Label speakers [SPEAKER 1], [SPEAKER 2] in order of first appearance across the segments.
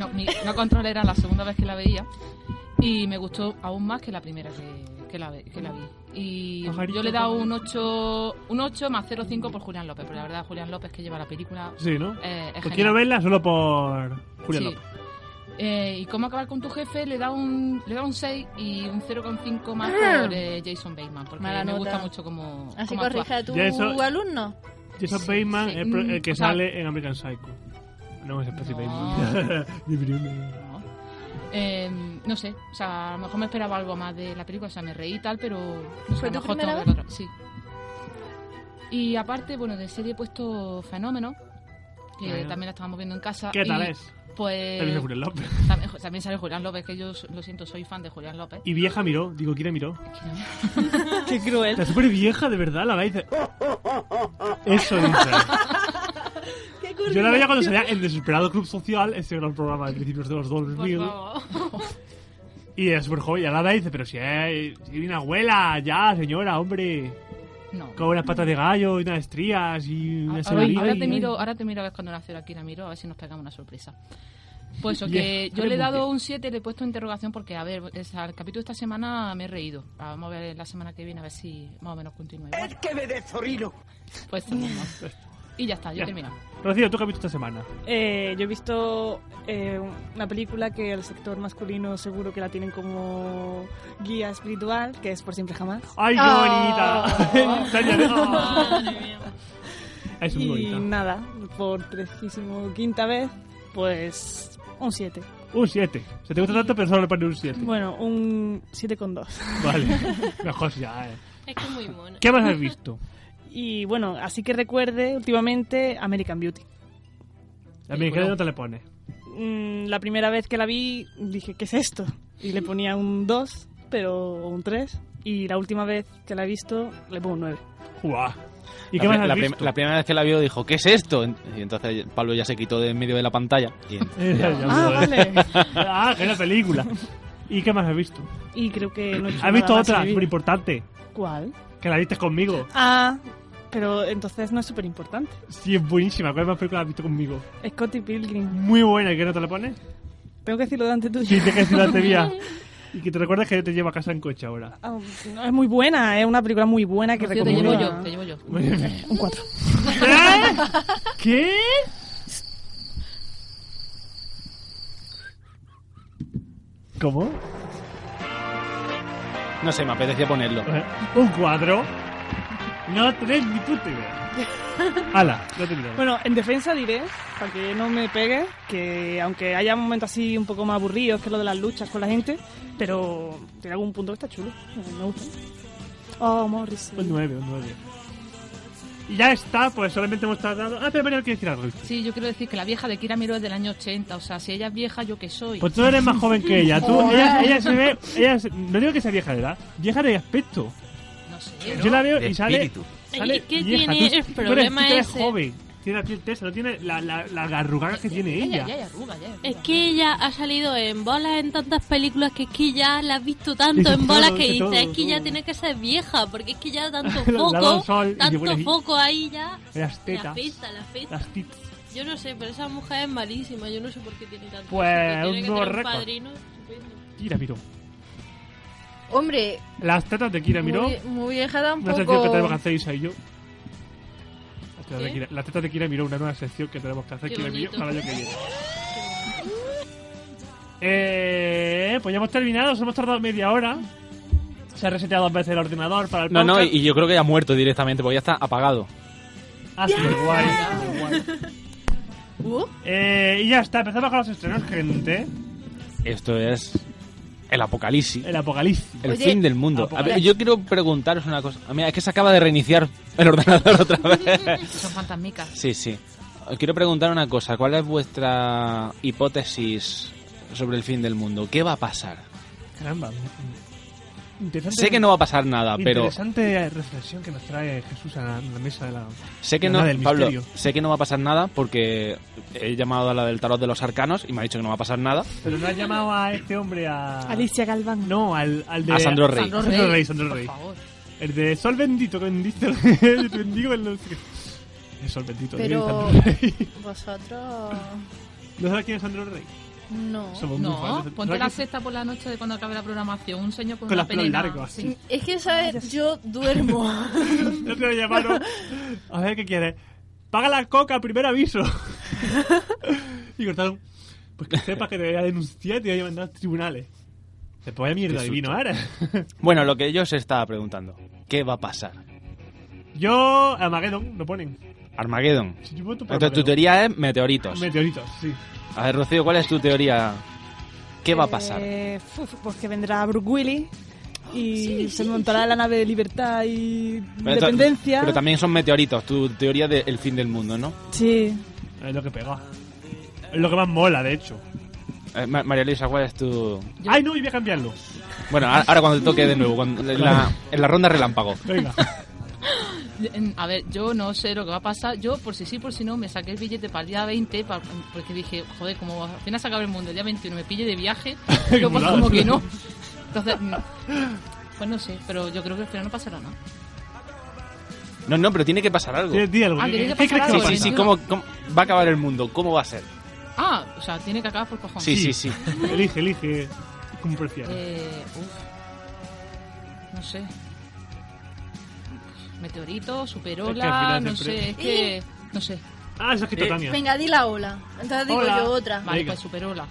[SPEAKER 1] No, mi- no control era la segunda vez que la veía y me gustó aún más que la primera que, que la, ve- que la vi. Y
[SPEAKER 2] Pajarito,
[SPEAKER 1] yo le he dado un
[SPEAKER 2] pajarito.
[SPEAKER 1] 8, un 8 más 0,5 por Julián López, porque la verdad Julián López que lleva la película
[SPEAKER 2] Sí, ¿no?
[SPEAKER 1] eh, es
[SPEAKER 2] Pues
[SPEAKER 1] genial.
[SPEAKER 2] quiero verla solo por Julián
[SPEAKER 1] Sí.
[SPEAKER 2] López.
[SPEAKER 1] Eh, y cómo acabar con tu jefe le da un le da un 6 y un 0,5 más por eh, Jason Bateman porque
[SPEAKER 3] Ah. Mala
[SPEAKER 1] me
[SPEAKER 3] nota.
[SPEAKER 1] gusta mucho cómo,
[SPEAKER 3] Así
[SPEAKER 1] cómo actúa.
[SPEAKER 3] corrige a tu
[SPEAKER 2] Ya eso-
[SPEAKER 3] alumno.
[SPEAKER 2] Jason
[SPEAKER 1] Sí,
[SPEAKER 2] Bateman
[SPEAKER 1] sí.
[SPEAKER 2] es pro- el que
[SPEAKER 1] O sea-
[SPEAKER 2] sale en American Psycho. No es Space
[SPEAKER 1] No.
[SPEAKER 2] Bateman.
[SPEAKER 1] No. Eh, no sé, o sea, a lo mejor me esperaba algo más de la película, o sea, me reí y tal, pero no sé,
[SPEAKER 3] ¿Fue
[SPEAKER 1] a lo
[SPEAKER 3] tu
[SPEAKER 1] mejor
[SPEAKER 3] primera
[SPEAKER 1] tengo que verlo otra- Sí. Y aparte, bueno, de serie he puesto Fenómeno, que
[SPEAKER 2] Ah.
[SPEAKER 1] también la estábamos viendo en casa.
[SPEAKER 2] ¿Qué tal
[SPEAKER 1] y,
[SPEAKER 2] es?
[SPEAKER 1] Pues
[SPEAKER 2] También es Julián López.
[SPEAKER 1] también, también sale Julián López, que yo lo siento, soy fan de Julián López.
[SPEAKER 2] Y vieja miró, digo, ¿quién la miró?
[SPEAKER 4] Qué cruel.
[SPEAKER 2] Está súper vieja, de verdad, la veis. Eso dice. Yo la veía cuando salía en Desesperado Club Social, ese gran programa de principios de los 2000. Y es súper joven, y ahora la dice, pero si es si es una abuela, ya, señora, hombre.
[SPEAKER 1] No.
[SPEAKER 2] Con unas patas de gallo y unas estrías y
[SPEAKER 4] Ah,
[SPEAKER 2] una
[SPEAKER 1] Ahora,
[SPEAKER 2] señorita.
[SPEAKER 1] ahora
[SPEAKER 2] y-
[SPEAKER 1] te miro, ahora te miro a ver cuando nació aquí la miro, a ver si nos pegamos una sorpresa. Pues eso,
[SPEAKER 2] Yeah,
[SPEAKER 1] que yo le he
[SPEAKER 2] abre
[SPEAKER 1] dado
[SPEAKER 2] buque.
[SPEAKER 1] un 7, le he puesto interrogación porque, a ver, es- al capítulo de esta semana me he reído. Ah, Vamos a ver la semana que viene a ver si más o menos continúa igual.
[SPEAKER 5] que me desorino.
[SPEAKER 1] Pues eso mismo. Y ya está, yo
[SPEAKER 2] Ya.
[SPEAKER 1] he terminado.
[SPEAKER 2] Rocío, ¿tú qué has visto esta semana?
[SPEAKER 4] Eh, yo he visto eh, una película que el sector masculino seguro que la tienen como guía espiritual, que es Por Siempre Jamás.
[SPEAKER 2] ¡Ay, qué bonita! Está llena de- es muy
[SPEAKER 4] y
[SPEAKER 2] bonita.
[SPEAKER 4] nada, por trejísimo quinta vez, pues un 7.
[SPEAKER 2] Un 7. Se te gusta tanto, pero solo le pone un 7.
[SPEAKER 4] Bueno, un 7,2.
[SPEAKER 2] Vale. Mejor ya, eh.
[SPEAKER 6] Es que es muy mono.
[SPEAKER 2] ¿Qué más has visto?
[SPEAKER 4] Y bueno, así que recuerde últimamente American Beauty.
[SPEAKER 2] La mexicana no te le pone.
[SPEAKER 4] Mm, la primera vez que la vi dije, ¿qué es esto? Y le ponía un 2, pero un 3. Y la última vez que la he visto le pongo un 9.
[SPEAKER 2] ¡Guau! ¿Y
[SPEAKER 7] la, pri-
[SPEAKER 2] qué más
[SPEAKER 7] la
[SPEAKER 2] has
[SPEAKER 7] prim-
[SPEAKER 2] visto?
[SPEAKER 7] la primera vez que la vio dijo, ¿qué es esto? Y entonces Pablo ya se quitó de en medio de la pantalla. Y
[SPEAKER 2] Ya, ya,
[SPEAKER 4] Ah,
[SPEAKER 2] joder.
[SPEAKER 4] vale.
[SPEAKER 2] ah, que es la película. ¿Y qué más has visto?
[SPEAKER 4] Y creo que no he hecho
[SPEAKER 2] ¿Has visto
[SPEAKER 4] nada más en
[SPEAKER 2] otra
[SPEAKER 4] mi
[SPEAKER 2] súper
[SPEAKER 4] vida.
[SPEAKER 2] importante?
[SPEAKER 4] ¿Cuál?
[SPEAKER 2] Que la viste conmigo.
[SPEAKER 4] Ah, pero entonces no es súper importante.
[SPEAKER 2] Sí, es buenísima. ¿Cuál más película has visto conmigo?
[SPEAKER 4] Scotty Pilgrim.
[SPEAKER 2] Muy buena. ¿Y qué no te la pones?
[SPEAKER 4] Tengo que decirlo delante tuyo.
[SPEAKER 2] Sí, te que la teoría. Y que te recuerdes que yo te llevo a casa en coche ahora.
[SPEAKER 4] Ah, no, es muy buena, es una película muy buena que
[SPEAKER 1] Rocío, te
[SPEAKER 4] recomiendo.
[SPEAKER 1] llevo yo, te llevo yo.
[SPEAKER 4] Un 4.
[SPEAKER 2] ¿Qué? ¿Cómo?
[SPEAKER 7] no sé, me apetecía ponerlo.
[SPEAKER 2] ¿Un cuadro? No tres ni puta idea. Hala, ya te miro.
[SPEAKER 4] Bueno, en defensa diré, para que no me pegue, que aunque haya momentos así un poco más aburridos que lo de las luchas con la gente, pero tiene algún punto que está chulo. eh, Me gusta. Oh, Morris.
[SPEAKER 2] Un 9, un 9. Y ya está, pues solamente hemos tratado. Ah, pero María quiere decir algo.
[SPEAKER 1] Sí, yo quiero decir que la vieja de Kira Miro es del año 80, o sea, si ella es vieja, ¿yo qué soy?
[SPEAKER 2] Pues tú eres más joven que ella. Tú, ella, ella se ve. Ella se- no digo que sea vieja de edad, vieja de aspecto.
[SPEAKER 1] no sé.
[SPEAKER 2] Yo la veo
[SPEAKER 7] De
[SPEAKER 2] y sale.
[SPEAKER 7] espíritu.
[SPEAKER 2] sale
[SPEAKER 6] Es que
[SPEAKER 2] vieja.
[SPEAKER 6] tiene
[SPEAKER 2] Tú-
[SPEAKER 6] el
[SPEAKER 2] tú eres-
[SPEAKER 6] problema
[SPEAKER 2] tú eres
[SPEAKER 6] ese.
[SPEAKER 2] joven. Tiene la piel tesa, no tiene la, la, las arrugadas que tiene
[SPEAKER 1] Ella,
[SPEAKER 2] ella.
[SPEAKER 1] ya hay arruga, ya hay arruga.
[SPEAKER 6] Es que ella ha salido en bolas en tantas películas que es que ya la has visto tanto
[SPEAKER 2] Dice
[SPEAKER 6] en bolas
[SPEAKER 2] todo,
[SPEAKER 6] que
[SPEAKER 2] dice
[SPEAKER 6] dices,
[SPEAKER 2] todo,
[SPEAKER 6] es que ya
[SPEAKER 2] todo.
[SPEAKER 6] tiene que ser vieja, porque es que ya tanto
[SPEAKER 2] Le ha dado el
[SPEAKER 6] foco,
[SPEAKER 2] sol y se pone
[SPEAKER 6] tanto
[SPEAKER 2] así.
[SPEAKER 6] foco ahí ya.
[SPEAKER 2] Las
[SPEAKER 6] La
[SPEAKER 2] tetas.
[SPEAKER 6] afecta, la afecta.
[SPEAKER 2] Las tits.
[SPEAKER 6] Yo no sé, pero esa mujer es malísima, yo no sé por qué tiene tanto.
[SPEAKER 2] Pues,
[SPEAKER 6] éxito, tiene
[SPEAKER 2] un
[SPEAKER 6] que
[SPEAKER 2] nuevo
[SPEAKER 6] tener
[SPEAKER 2] récord.
[SPEAKER 6] padrino estupendo.
[SPEAKER 2] Kira Miró.
[SPEAKER 3] Hombre,
[SPEAKER 2] Las tetas de Kira Miró.
[SPEAKER 3] muy, muy vieja
[SPEAKER 2] Una
[SPEAKER 3] tampoco.
[SPEAKER 2] sección que tenemos que hacer Isa y yo. Las tetas, de
[SPEAKER 6] ¿Qué?
[SPEAKER 2] Kira, las tetas de Kira Miró, una nueva sección que tenemos que hacer
[SPEAKER 6] Qué
[SPEAKER 2] Kira Miró
[SPEAKER 6] bonito.
[SPEAKER 2] para el año que viene. Eh, pues ya hemos terminado, solo hemos tardado media hora. Se ha reseteado dos veces el ordenador para el
[SPEAKER 7] No, no,
[SPEAKER 2] podcast.
[SPEAKER 7] y yo creo que ya ha muerto directamente, porque ya está apagado.
[SPEAKER 2] Ah, sí, guay, guay.
[SPEAKER 3] Uh,
[SPEAKER 2] Eh, y ya está, empezamos con los estrenos, gente.
[SPEAKER 7] Esto es el apocalipsis.
[SPEAKER 2] El apocalipsis.
[SPEAKER 7] El
[SPEAKER 3] Oye,
[SPEAKER 7] fin del mundo. A ver,
[SPEAKER 3] apocalipsis.
[SPEAKER 7] yo quiero preguntaros una cosa. Mira, es que se acaba de reiniciar el ordenador otra vez.
[SPEAKER 1] Son fantasmicas.
[SPEAKER 7] Sí, sí. Os quiero preguntar una cosa. ¿Cuál es vuestra hipótesis sobre el fin del mundo? ¿Qué va a pasar?
[SPEAKER 2] Caramba. Interesante,
[SPEAKER 7] Sé que no va a pasar nada, pero
[SPEAKER 2] Interesante reflexión que nos trae Jesús a la, a la mesa de la...
[SPEAKER 7] sé que
[SPEAKER 2] nada
[SPEAKER 7] no,
[SPEAKER 2] del
[SPEAKER 7] Pablo,
[SPEAKER 2] misterio.
[SPEAKER 7] sé que no va a pasar nada porque he llamado a la del tarot de los arcanos y me ha dicho que no va a pasar nada.
[SPEAKER 2] Pero no has llamado a este hombre a...
[SPEAKER 4] Alicia Galván.
[SPEAKER 2] No, al, al de...
[SPEAKER 7] A Sandro Rey.
[SPEAKER 1] Sandro
[SPEAKER 2] Sandro
[SPEAKER 1] Rey,
[SPEAKER 2] Rey, Sandro
[SPEAKER 1] por
[SPEAKER 2] Rey.
[SPEAKER 1] favor.
[SPEAKER 2] El de Sol Bendito, que bendito. el bendigo el... el Sol Bendito.
[SPEAKER 3] Pero-
[SPEAKER 2] de Sandro Rey.
[SPEAKER 3] vosotros.
[SPEAKER 2] ¿No sabes quién es Sandro Rey?
[SPEAKER 3] No.
[SPEAKER 2] Somos muy
[SPEAKER 1] No,
[SPEAKER 2] fans de-
[SPEAKER 1] ponte
[SPEAKER 2] ¿Verdad
[SPEAKER 1] la
[SPEAKER 2] que sí?
[SPEAKER 1] cesta por la noche de cuando acabe la programación. Un señor con,
[SPEAKER 2] Con
[SPEAKER 1] una
[SPEAKER 2] las pelos
[SPEAKER 1] pelena.
[SPEAKER 2] largos.
[SPEAKER 1] Sí.
[SPEAKER 3] Mm, Es que, ¿sabes? Yo duermo.
[SPEAKER 2] Yo te lo llamaron. A ver qué quieres. Paga la coca, primer aviso. y cortaron. Pues que sepas que te voy a denunciar y te voy a mandar a tribunales. Después de mierda,
[SPEAKER 7] Qué
[SPEAKER 2] divino, ahora.
[SPEAKER 7] Bueno, lo que yo se estaba preguntando. ¿Qué va a pasar?
[SPEAKER 2] Yo, Armageddon, lo ponen.
[SPEAKER 7] Armageddon.
[SPEAKER 2] Si yo voto por
[SPEAKER 7] Entonces tu
[SPEAKER 2] Armageddon.
[SPEAKER 7] teoría es meteoritos.
[SPEAKER 2] Meteoritos, sí.
[SPEAKER 7] A ver, Rocío, ¿cuál es tu teoría? ¿Qué va a pasar?
[SPEAKER 4] Eh, fu- fu- pues que vendrá Bruce Willis y se montará en la nave de libertad y
[SPEAKER 7] Pero ta-
[SPEAKER 4] independencia.
[SPEAKER 7] Pero también son meteoritos, tu teoría del fin del mundo, ¿no?
[SPEAKER 4] Sí.
[SPEAKER 2] Es lo que pega. Es lo que más mola, de hecho.
[SPEAKER 7] Eh, Ma- María Luisa, ¿cuál es tu...?
[SPEAKER 2] Ay, no, y voy a cambiarlo.
[SPEAKER 7] Bueno, a- ahora cuando te toque de nuevo, cuando- en, la, en la ronda relámpago.
[SPEAKER 2] Venga.
[SPEAKER 1] En- A ver, yo no sé lo que va a pasar. Yo, por si sí, por si no, me saqué el billete para el día 20 pa- porque dije, joder, como apenas acaba el mundo el día 21, me pille de viaje, yo pues,
[SPEAKER 2] Claro.
[SPEAKER 1] como que no. Entonces, mm, pues no sé, pero yo creo que al final no pasará nada.
[SPEAKER 7] No, no, pero tiene que pasar algo.
[SPEAKER 2] Di-
[SPEAKER 7] Sí,
[SPEAKER 2] di algo.
[SPEAKER 1] Ah,
[SPEAKER 2] ¿Qué-
[SPEAKER 1] tiene que
[SPEAKER 2] ¿Qué
[SPEAKER 1] pasar
[SPEAKER 2] crees que
[SPEAKER 1] algo,
[SPEAKER 2] va a
[SPEAKER 7] sí,
[SPEAKER 1] sí,
[SPEAKER 2] pasar?
[SPEAKER 7] sí, ¿cómo, cómo va a acabar el mundo? ¿Cómo va a ser?
[SPEAKER 1] Ah, o sea, tiene que acabar por cojones.
[SPEAKER 7] Sí, sí, sí.
[SPEAKER 2] Elige, elige. Como prefieras.
[SPEAKER 1] Eh, uf. no sé. Meteorito,
[SPEAKER 2] Es que al
[SPEAKER 1] superola,
[SPEAKER 2] final
[SPEAKER 1] no
[SPEAKER 2] siempre-
[SPEAKER 1] sé, es que... No sé.
[SPEAKER 2] Ah, eso es que
[SPEAKER 7] eh,
[SPEAKER 2] Tania.
[SPEAKER 3] Eh. Venga, di la ola. Entonces digo
[SPEAKER 2] Hola.
[SPEAKER 3] yo otra.
[SPEAKER 1] Vale,
[SPEAKER 2] Venga.
[SPEAKER 1] pues superola.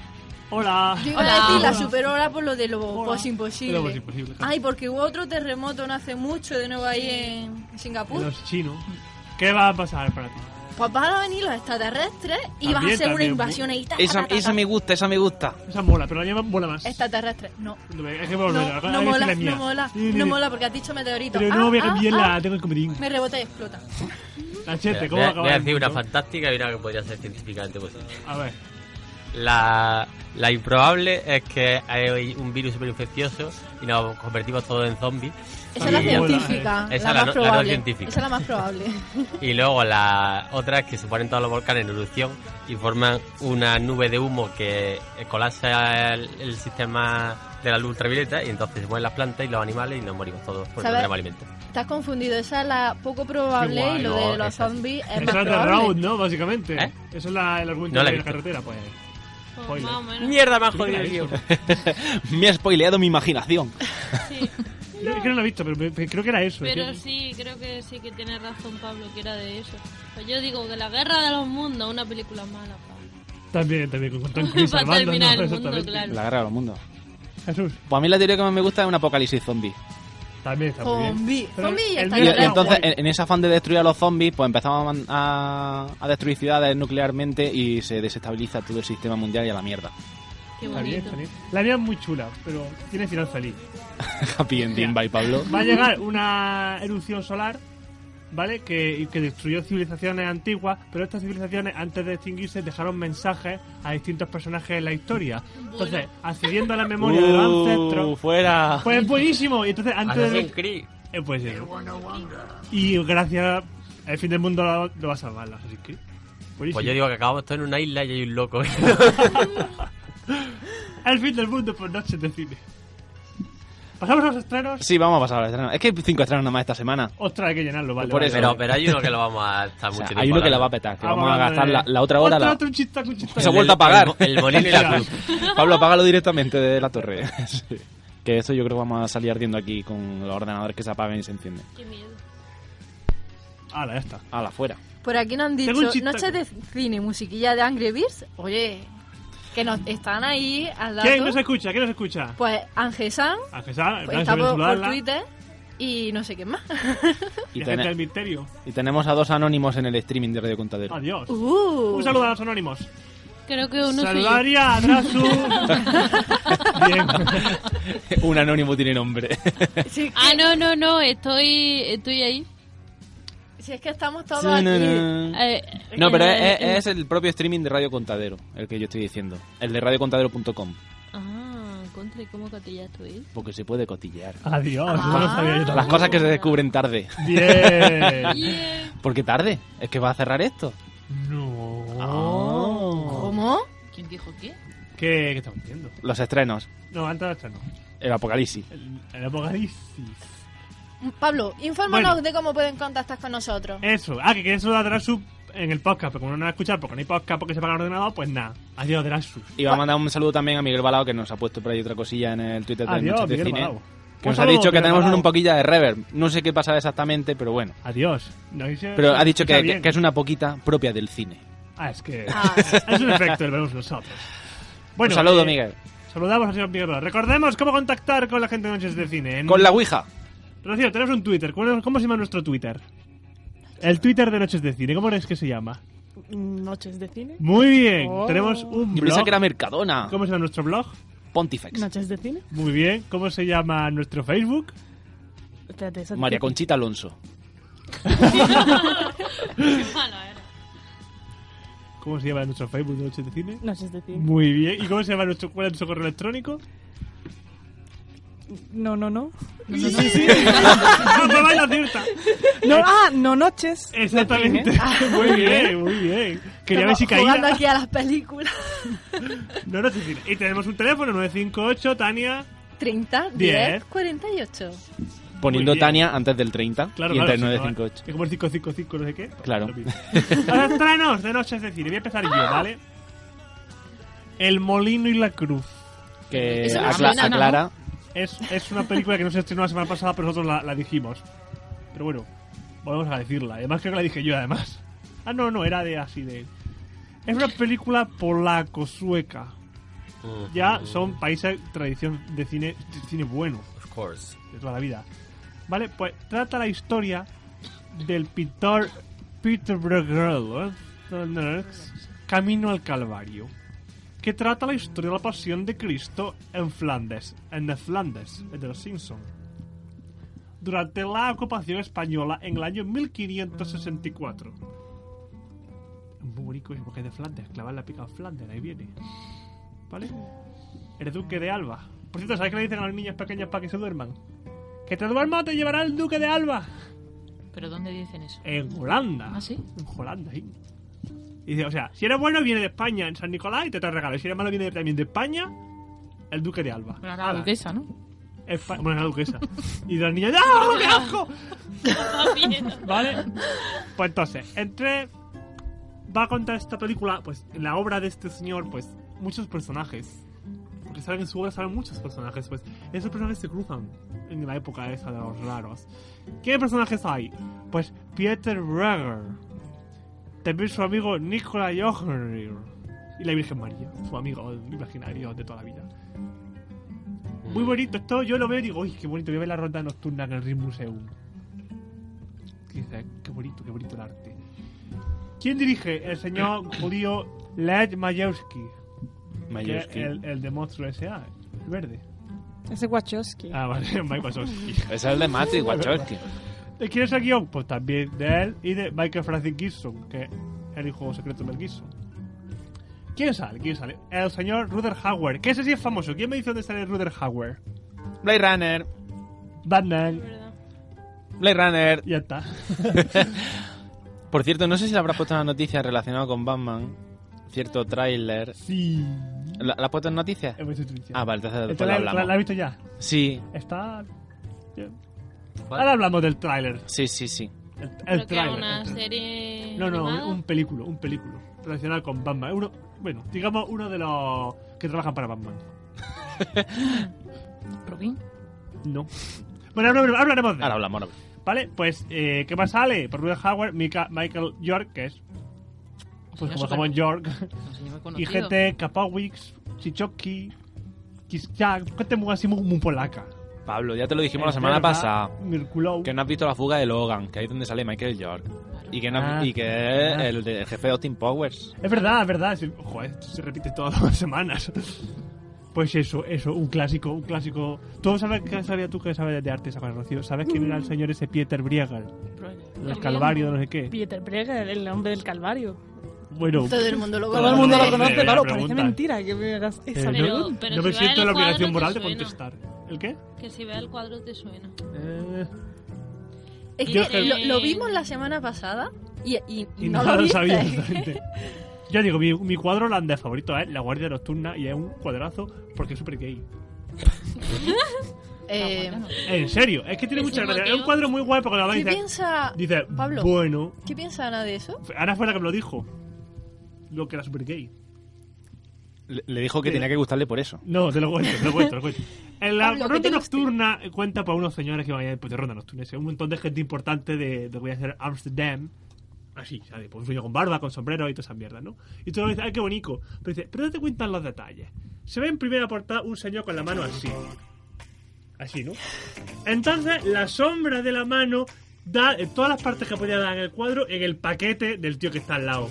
[SPEAKER 2] Hola.
[SPEAKER 3] Yo iba
[SPEAKER 1] Hola.
[SPEAKER 3] a decir la
[SPEAKER 1] Hola.
[SPEAKER 3] superola por lo de lo
[SPEAKER 2] Hola.
[SPEAKER 3] pos
[SPEAKER 2] Lo
[SPEAKER 3] imposible.
[SPEAKER 2] pos imposible, claro.
[SPEAKER 3] Ay, porque hubo otro terremoto no hace mucho, de nuevo ahí en
[SPEAKER 2] De
[SPEAKER 3] Singapur.
[SPEAKER 2] los chinos. ¿Qué va a pasar para ti?
[SPEAKER 3] Pues van a venir los extraterrestres y vas a
[SPEAKER 2] También,
[SPEAKER 3] hacer una
[SPEAKER 2] también.
[SPEAKER 3] invasión ahí. ta, ta,
[SPEAKER 7] Esa,
[SPEAKER 3] ta, ta,
[SPEAKER 7] esa
[SPEAKER 3] ta.
[SPEAKER 7] me gusta, esa me gusta.
[SPEAKER 2] Esa mola, pero la mía mola más.
[SPEAKER 3] Extraterrestres. No.
[SPEAKER 2] Es que
[SPEAKER 3] No,
[SPEAKER 2] mola,
[SPEAKER 3] no
[SPEAKER 2] la- la- la-
[SPEAKER 3] mola,
[SPEAKER 2] la mía.
[SPEAKER 3] no mola,
[SPEAKER 2] Sí, sí,
[SPEAKER 3] no
[SPEAKER 2] sí.
[SPEAKER 3] mola porque has dicho meteorito.
[SPEAKER 2] Pero
[SPEAKER 3] Ah,
[SPEAKER 2] no voy a
[SPEAKER 3] ah,
[SPEAKER 2] cambiar
[SPEAKER 3] ah.
[SPEAKER 2] la. Tengo el comodín.
[SPEAKER 3] Me reboté, explota.
[SPEAKER 2] La
[SPEAKER 5] Mira,
[SPEAKER 2] chete,
[SPEAKER 5] voy
[SPEAKER 2] ¿cómo
[SPEAKER 5] a-
[SPEAKER 2] va a
[SPEAKER 5] voy a
[SPEAKER 2] acabar?
[SPEAKER 5] decir
[SPEAKER 2] el
[SPEAKER 5] una
[SPEAKER 2] mundo?
[SPEAKER 5] fantástica y una que podría ser científicamente posible.
[SPEAKER 2] A ver.
[SPEAKER 5] La, la improbable es que hay un virus súper infeccioso y nos convertimos todos en zombies.
[SPEAKER 3] Esa es la
[SPEAKER 2] Sí, mola,
[SPEAKER 3] científica,
[SPEAKER 5] eh. Esa
[SPEAKER 3] la, más
[SPEAKER 5] la no- la no
[SPEAKER 3] probable.
[SPEAKER 5] científica.
[SPEAKER 3] Esa es la más probable.
[SPEAKER 5] Y luego la otra es que se ponen todos los volcanes en erupción y forman una nube de humo que colapsa el, el sistema de la luz ultravioleta y entonces se mueven las plantas y los animales y nos morimos todos por no
[SPEAKER 3] ¿Sabes?
[SPEAKER 5] tenemos alimento.
[SPEAKER 3] Estás confundido, esa es la poco probable
[SPEAKER 2] Qué guay,
[SPEAKER 3] y lo
[SPEAKER 5] no,
[SPEAKER 3] de los
[SPEAKER 5] esa sí.
[SPEAKER 3] zombies es más
[SPEAKER 2] Esa es de
[SPEAKER 3] probable.
[SPEAKER 2] Road, ¿no? Básicamente.
[SPEAKER 5] ¿Eh?
[SPEAKER 2] Eso es la, el argumento
[SPEAKER 5] No la he
[SPEAKER 2] de la
[SPEAKER 5] visto.
[SPEAKER 2] carretera, pues.
[SPEAKER 3] Oh,
[SPEAKER 6] Pues,
[SPEAKER 2] Spoiler.
[SPEAKER 6] más o menos.
[SPEAKER 5] ¡Mierda, me ha
[SPEAKER 2] Yo creo
[SPEAKER 5] jodido el
[SPEAKER 2] que la he
[SPEAKER 5] guión!
[SPEAKER 2] visto.
[SPEAKER 7] Me ha spoileado mi imaginación.
[SPEAKER 6] Sí.
[SPEAKER 2] Yo creo que no la he visto, pero me- pero creo que era eso.
[SPEAKER 6] Pero
[SPEAKER 2] que-
[SPEAKER 6] sí, creo que sí que tiene razón Pablo, que era de eso. Pues yo digo que La Guerra de los Mundos, una película mala, Pablo.
[SPEAKER 2] También, también, con- con Tom Cruise
[SPEAKER 6] Para
[SPEAKER 2] al mando,
[SPEAKER 6] terminar
[SPEAKER 2] ¿no?
[SPEAKER 6] el mundo,
[SPEAKER 2] Exactamente.
[SPEAKER 6] claro.
[SPEAKER 7] La guerra de los mundos.
[SPEAKER 2] Jesús,
[SPEAKER 7] Pues a mí la teoría que más me gusta es un apocalipsis zombie.
[SPEAKER 2] también
[SPEAKER 6] Oh,
[SPEAKER 2] está muy bien.
[SPEAKER 3] Zombi.
[SPEAKER 2] Pero
[SPEAKER 3] Zombi
[SPEAKER 2] el
[SPEAKER 3] está
[SPEAKER 7] Y, y
[SPEAKER 2] mío-
[SPEAKER 3] claro.
[SPEAKER 7] entonces, en, en ese afán de destruir a los zombies, pues empezamos a man- a, a destruir ciudades nuclearmente y se desestabiliza todo el sistema mundial y a la mierda.
[SPEAKER 6] Qué
[SPEAKER 2] Está
[SPEAKER 6] bonito.
[SPEAKER 2] bien, está bien. La mía es muy chula, pero tiene final feliz.
[SPEAKER 7] Happy ending, by Pablo.
[SPEAKER 2] Va a llegar una erupción solar, ¿vale? Que, que destruyó civilizaciones antiguas, pero estas civilizaciones, antes de extinguirse, dejaron mensajes a distintos personajes en la historia. Entonces, accediendo a la memoria de los
[SPEAKER 7] Uh,
[SPEAKER 2] ancestros.
[SPEAKER 7] fuera.
[SPEAKER 2] Pues es buenísimo. Y entonces, antes
[SPEAKER 5] Assassin's
[SPEAKER 2] de.
[SPEAKER 5] Creed.
[SPEAKER 2] Eh, pues eso. Y gracias al fin del mundo lo, lo va a salvar, así que. Buenísimo.
[SPEAKER 5] Pues yo digo que acabamos todos en una isla y hay un loco.
[SPEAKER 2] El fin del mundo por noches de cine. Pasamos a los estrenos.
[SPEAKER 7] Sí, vamos a pasar a los estrenos. Es que hay cinco estrenos nomás esta semana.
[SPEAKER 2] Ostras, hay que llenarlo, vale.
[SPEAKER 7] Por
[SPEAKER 2] vale.
[SPEAKER 7] eso.
[SPEAKER 5] pero, pero hay uno que lo vamos a estar
[SPEAKER 7] O
[SPEAKER 5] mucho
[SPEAKER 7] sea,
[SPEAKER 5] tiempo.
[SPEAKER 7] hay uno que la va a
[SPEAKER 5] hablando.
[SPEAKER 7] petar, que
[SPEAKER 2] Ah,
[SPEAKER 7] vamos a
[SPEAKER 2] vale,
[SPEAKER 7] gastar
[SPEAKER 2] vale.
[SPEAKER 7] la, la otra hora.
[SPEAKER 2] Ostras,
[SPEAKER 7] La...
[SPEAKER 2] otro chistaco, chistaco.
[SPEAKER 7] Se ha vuelto a pagar.
[SPEAKER 5] El, el molino y la cruz.
[SPEAKER 7] Pablo, apágalo directamente de la torre. Sí. Que eso yo creo que vamos a salir ardiendo aquí con los ordenadores que se apagan y se encienden.
[SPEAKER 6] Qué miedo.
[SPEAKER 2] Ahora, ya está.
[SPEAKER 7] A la fuera.
[SPEAKER 3] Por aquí nos han
[SPEAKER 2] Tengo un
[SPEAKER 3] dicho
[SPEAKER 2] chistaco.
[SPEAKER 3] noches de cine, musiquilla de Angry Birds. Oye, que nos están ahí al dato.
[SPEAKER 2] ¿Quién nos escucha? ¿Quién nos escucha?
[SPEAKER 3] Pues Ángel San
[SPEAKER 2] A que sea, en
[SPEAKER 3] pues,
[SPEAKER 2] plan,
[SPEAKER 3] está
[SPEAKER 2] sobre
[SPEAKER 3] por, por
[SPEAKER 2] saludarla,
[SPEAKER 3] Twitter y no sé qué más.
[SPEAKER 7] Y, tene-
[SPEAKER 2] la gente del misterio.
[SPEAKER 7] y tenemos a dos anónimos en el streaming de Radio Contadero.
[SPEAKER 2] Adiós.
[SPEAKER 3] Uh.
[SPEAKER 2] Un saludo a los anónimos.
[SPEAKER 6] Creo que uno soy yo.
[SPEAKER 2] Saludaría a Drasu. Bien.
[SPEAKER 7] Un anónimo tiene nombre.
[SPEAKER 3] Si,
[SPEAKER 6] Ah, no, no, no, estoy, estoy ahí.
[SPEAKER 3] si es que estamos todos aquí.
[SPEAKER 7] no,
[SPEAKER 6] Eh,
[SPEAKER 7] pero
[SPEAKER 6] eh,
[SPEAKER 7] es, es- es el propio streaming de Radio Contadero, el que yo estoy diciendo. El de radiocontadero.com,
[SPEAKER 6] Ah, contra, ¿y cómo catillaste hoy?
[SPEAKER 7] porque se puede cotillear.
[SPEAKER 2] Adiós. No lo sabía yo
[SPEAKER 7] Las
[SPEAKER 2] tampoco.
[SPEAKER 7] cosas que se descubren tarde.
[SPEAKER 2] Bien.
[SPEAKER 6] Yeah.
[SPEAKER 7] Porque tarde, es que va a cerrar esto.
[SPEAKER 2] No.
[SPEAKER 3] ¿Cómo?
[SPEAKER 1] ¿Quién dijo qué?
[SPEAKER 2] ¿Qué, ¿Qué estamos haciendo?
[SPEAKER 7] Los estrenos,
[SPEAKER 2] No, antes de estreno.
[SPEAKER 7] el apocalipsis.
[SPEAKER 2] El, el apocalipsis.
[SPEAKER 3] Pablo, infórmanos
[SPEAKER 2] Bueno. Eh,
[SPEAKER 3] de cómo pueden contactar con nosotros.
[SPEAKER 2] Eso. Ah, que quieres saludar a Drasu en el podcast, pero como no nos va a escuchar porque no hay podcast porque se paga el ordenador, pues nada. Adiós, Drasus.
[SPEAKER 7] Y vamos a mandar un saludo también a Miguel Balao, que nos ha puesto por ahí otra cosilla en el Twitter de
[SPEAKER 2] Adiós,
[SPEAKER 7] Noches de
[SPEAKER 2] Miguel
[SPEAKER 7] Cine.
[SPEAKER 2] Balao.
[SPEAKER 7] Que
[SPEAKER 2] Un
[SPEAKER 7] nos ha
[SPEAKER 2] saludo,
[SPEAKER 7] dicho que
[SPEAKER 2] Miguel
[SPEAKER 7] tenemos
[SPEAKER 2] Balao.
[SPEAKER 7] un poquilla de reverb. No sé qué pasa exactamente, pero bueno.
[SPEAKER 2] Adiós. No dice-
[SPEAKER 7] Pero ha dicho
[SPEAKER 2] está
[SPEAKER 7] que, que-
[SPEAKER 2] bien.
[SPEAKER 7] que es una poquita propia del cine.
[SPEAKER 2] Ah, es que.
[SPEAKER 3] Ah.
[SPEAKER 2] es un efecto, lo vemos nosotros. Bueno,
[SPEAKER 7] un saludo,
[SPEAKER 2] eh,
[SPEAKER 7] Miguel.
[SPEAKER 2] Saludamos al señor Miguel Balao. Recordemos cómo contactar con la gente de Noches de Cine. En-
[SPEAKER 7] Con la Ouija.
[SPEAKER 2] Rocío, tenemos un Twitter. ¿Cómo, cómo se llama nuestro Twitter? El Twitter de Noches de Cine. ¿Cómo crees que se llama?
[SPEAKER 4] Noches de cine.
[SPEAKER 2] Muy bien.
[SPEAKER 4] Oh.
[SPEAKER 2] Tenemos
[SPEAKER 7] Yo
[SPEAKER 2] un blog.
[SPEAKER 7] pensaba que era Mercadona.
[SPEAKER 2] ¿Cómo se llama nuestro blog?
[SPEAKER 7] Pontifex.
[SPEAKER 4] Noches de cine.
[SPEAKER 2] Muy bien. ¿Cómo se llama nuestro Facebook?
[SPEAKER 4] Espérate, esa-
[SPEAKER 7] María Conchita Alonso.
[SPEAKER 6] Qué malo era.
[SPEAKER 2] ¿Cómo se llama nuestro Facebook de Noches de Cine?
[SPEAKER 4] Noches de cine.
[SPEAKER 2] Muy bien. ¿Y cómo se llama nuestro, cuál es nuestro correo electrónico?
[SPEAKER 4] No, no, no.
[SPEAKER 2] Sí, sí, sí. No, no, no, cierta.
[SPEAKER 4] No, ah, no noches.
[SPEAKER 2] Exactamente. Muy bien, muy bien. Quería ver si
[SPEAKER 3] Jugando
[SPEAKER 2] caía.
[SPEAKER 3] aquí a las películas.
[SPEAKER 2] No, no, sí, sí. Y tenemos un teléfono 958, Tania.
[SPEAKER 3] 30, 10,
[SPEAKER 2] Diez.
[SPEAKER 3] 48.
[SPEAKER 7] Poniendo
[SPEAKER 2] bien.
[SPEAKER 7] Tania antes del 30
[SPEAKER 2] Claro,
[SPEAKER 7] y entre
[SPEAKER 2] claro.
[SPEAKER 7] el
[SPEAKER 2] sí,
[SPEAKER 7] 958.
[SPEAKER 2] no, Que como el 555, no sé qué.
[SPEAKER 7] Claro.
[SPEAKER 2] Lo mismo. Ahora tráenos de noches de cine. Voy a empezar yo, ¿vale? El Molino y la Cruz.
[SPEAKER 7] Que
[SPEAKER 1] Esa
[SPEAKER 7] Eh, acla-
[SPEAKER 1] persona, ¿no?
[SPEAKER 7] aclara.
[SPEAKER 2] Es, es una película que no se estrenó la semana pasada, pero nosotros la, la dijimos. Pero bueno, volvemos a decirla. Además, creo que la dije yo, además. Ah, no, no, era de así de. Es una película polaco-sueca. Ya son países tradición de cine, de cine bueno
[SPEAKER 5] Of course.
[SPEAKER 2] de toda la vida. Vale, pues trata la historia del pintor Peter Bruegel, ¿eh? Camino al Calvario, que trata la historia de la pasión de Cristo en Flandes, en The Flandes, en de los Simpson. Durante la ocupación española en el año 1564. Muy bonito es porque es de Flandes, clavar la pica en Flandes, ahí viene. ¿Vale? El duque de Alba. Por cierto, ¿sabes qué le dicen a las niñas pequeñas para que se duerman? Que te duermas o te llevará el duque de Alba.
[SPEAKER 1] ¿Pero dónde dicen eso?
[SPEAKER 2] En Holanda.
[SPEAKER 1] ¿Ah, sí?
[SPEAKER 2] En Holanda, sí. Y Dice, o sea, si eres bueno viene de España, en San Nicolás, y te trae regalos. Si eres malo viene también de España, el duque de Alba.
[SPEAKER 1] Bueno, la
[SPEAKER 2] Ala.
[SPEAKER 1] duquesa, ¿no?
[SPEAKER 2] Espa- bueno, la duquesa. y las niñas, ¡ah, qué asco! ¿Vale? Pues entonces, entre. Va a contar esta película, pues en la obra de este señor, pues muchos personajes. Porque saben en su obra salen muchos personajes, pues esos personajes se cruzan en la época esa de los raros. ¿Qué personajes hay? Pues Peter Bragger, también su amigo Nicola Johanner y la Virgen María, su amigo imaginario de toda la vida. Muy bonito, esto yo lo veo y digo, uy, qué bonito, voy a ver la ronda nocturna en el Rim Museum. Y dice, qué bonito, qué bonito el arte. ¿Quién dirige? El señor judío Led Majewski, que es
[SPEAKER 7] Majewski.
[SPEAKER 2] el, el de Monstruo S.A., el verde.
[SPEAKER 4] Ese Wachowski.
[SPEAKER 2] Ah, vale, Mike Wazowski.
[SPEAKER 7] Es el de Matrix, Wachowski.
[SPEAKER 2] ¿De quién es el guión? Pues también de él y de Michael Francis Gibson, que es el hijo secreto de Mel Gibson. ¿Quién sale? ¿Quién sale? El señor Ruder Hauer, que ese sí es famoso. ¿Quién me dice dónde sale Ruder Hauer?
[SPEAKER 7] Blade Runner.
[SPEAKER 2] Batman.
[SPEAKER 6] ¿verdad?
[SPEAKER 7] Blade Runner.
[SPEAKER 2] Ya está.
[SPEAKER 7] Por cierto, no sé si le habrás puesto una noticia relacionada con Batman. Cierto tráiler.
[SPEAKER 2] Sí.
[SPEAKER 7] ¿La, la has puesto en noticias?
[SPEAKER 2] Hemos hecho noticia.
[SPEAKER 7] Ah, vale, entonces
[SPEAKER 2] El
[SPEAKER 7] después lo
[SPEAKER 2] trailer, ¿La, la
[SPEAKER 7] hablamos.
[SPEAKER 2] has visto ya?
[SPEAKER 7] Sí,
[SPEAKER 2] Está. bien.
[SPEAKER 5] ¿Cuál?
[SPEAKER 2] Ahora hablamos del tráiler.
[SPEAKER 7] sí, sí, sí.
[SPEAKER 6] Creo
[SPEAKER 2] El, el
[SPEAKER 6] que era
[SPEAKER 2] tráiler.
[SPEAKER 6] una
[SPEAKER 2] el tráiler.
[SPEAKER 6] serie.
[SPEAKER 2] No, no,
[SPEAKER 6] animada.
[SPEAKER 2] un, un película, un película. Relacionada con Batman. Uno, bueno, digamos uno de los que trabajan para Batman.
[SPEAKER 1] ¿Robin?
[SPEAKER 2] No. Bueno, hablaremos, hablaremos de
[SPEAKER 7] Ahora
[SPEAKER 2] él.
[SPEAKER 7] hablamos. ahora
[SPEAKER 2] Vale, pues, eh, ¿qué más sale? Por Ruben Howard, Mica- Michael York, que es
[SPEAKER 1] Señor
[SPEAKER 2] pues, como
[SPEAKER 1] super-
[SPEAKER 2] Jamón York,
[SPEAKER 1] Un señor muy
[SPEAKER 2] y
[SPEAKER 1] conocido.
[SPEAKER 2] gente Kapowicz, Chichoki, Kischak, gente muy así, muy, muy polaca.
[SPEAKER 7] hablamos. Pablo, ya te lo dijimos la
[SPEAKER 2] Enterba,
[SPEAKER 7] semana pasada.
[SPEAKER 2] Mirkulov.
[SPEAKER 7] Que no has visto la fuga de Logan, que ahí es donde sale Michael York. Y que, no has-
[SPEAKER 2] Ah.
[SPEAKER 7] y que es el, de- el jefe de Austin Powers.
[SPEAKER 2] Es verdad, es verdad. sí. Joder, esto se repite todas las semanas. Pues eso, eso, un clásico, un clásico. ¿Tú sabes qué sabías tú que sabes de arte, Sabes, Rocío? ¿Sabes quién era el señor ese Pieter Briegel? El Calvario, de no sé qué.
[SPEAKER 4] Peter Brega, el hombre del Calvario.
[SPEAKER 2] Bueno,
[SPEAKER 3] Todo el mundo lo
[SPEAKER 2] Todo
[SPEAKER 4] Todo el mundo lo
[SPEAKER 2] Hombre,
[SPEAKER 4] conoce,
[SPEAKER 2] la
[SPEAKER 4] claro. Parece
[SPEAKER 2] pregunta.
[SPEAKER 4] mentira que me hagas
[SPEAKER 2] eh,
[SPEAKER 4] esa
[SPEAKER 2] no-
[SPEAKER 6] Pero-
[SPEAKER 2] no,
[SPEAKER 6] pero
[SPEAKER 2] me
[SPEAKER 6] si va
[SPEAKER 2] siento
[SPEAKER 6] el cuadro,
[SPEAKER 2] la obligación
[SPEAKER 6] te
[SPEAKER 2] moral de
[SPEAKER 6] suena.
[SPEAKER 2] contestar. ¿El qué?
[SPEAKER 6] Que si ve el cuadro te suena.
[SPEAKER 2] Eh,
[SPEAKER 3] Es que
[SPEAKER 2] Yo creo-
[SPEAKER 3] lo, lo vimos la semana pasada y, y- y
[SPEAKER 2] y
[SPEAKER 3] no
[SPEAKER 2] nada
[SPEAKER 3] lo
[SPEAKER 2] lo
[SPEAKER 3] viste.
[SPEAKER 2] sabía exactamente. Yo digo, mi, mi cuadro holandés
[SPEAKER 6] Ah, pues
[SPEAKER 2] favorito es La Guardia Nocturna y es un cuadrazo porque es súper gay.
[SPEAKER 3] Eh,
[SPEAKER 2] En serio, es que tiene
[SPEAKER 6] Es
[SPEAKER 2] mucha
[SPEAKER 6] un
[SPEAKER 2] gracia. Es
[SPEAKER 6] motivo.
[SPEAKER 2] un cuadro muy guay porque la
[SPEAKER 3] ¿Qué
[SPEAKER 2] dice,
[SPEAKER 3] piensa
[SPEAKER 2] dice
[SPEAKER 3] Pablo?
[SPEAKER 2] bueno,
[SPEAKER 3] ¿Qué piensa Ana de eso?
[SPEAKER 2] Ana fue la que me lo dijo. Lo que era super gay.
[SPEAKER 7] Le, le dijo que
[SPEAKER 2] Sí.
[SPEAKER 7] tenía que gustarle por eso.
[SPEAKER 2] No, te lo cuento, te lo cuento, te lo cuento. En la
[SPEAKER 3] Pablo, que
[SPEAKER 2] ronda
[SPEAKER 3] te guste.
[SPEAKER 2] nocturna eh, cuenta para unos señores que van a ir pues, de ronda nocturna. Es un montón de gente importante de, de voy a hacer Amsterdam. Así, ¿sabes? Pues un señor con barba, con sombrero y todas esas mierdas, ¿no? Y tú lo dices, ¡ay, qué bonito! Pero dice, pero date cuenta en los detalles. Se ve en primera portada un señor con la mano así. Así, ¿no? Entonces, la sombra de la mano da eh, todas las partes que podía dar en el cuadro en el paquete del tío que está al lado.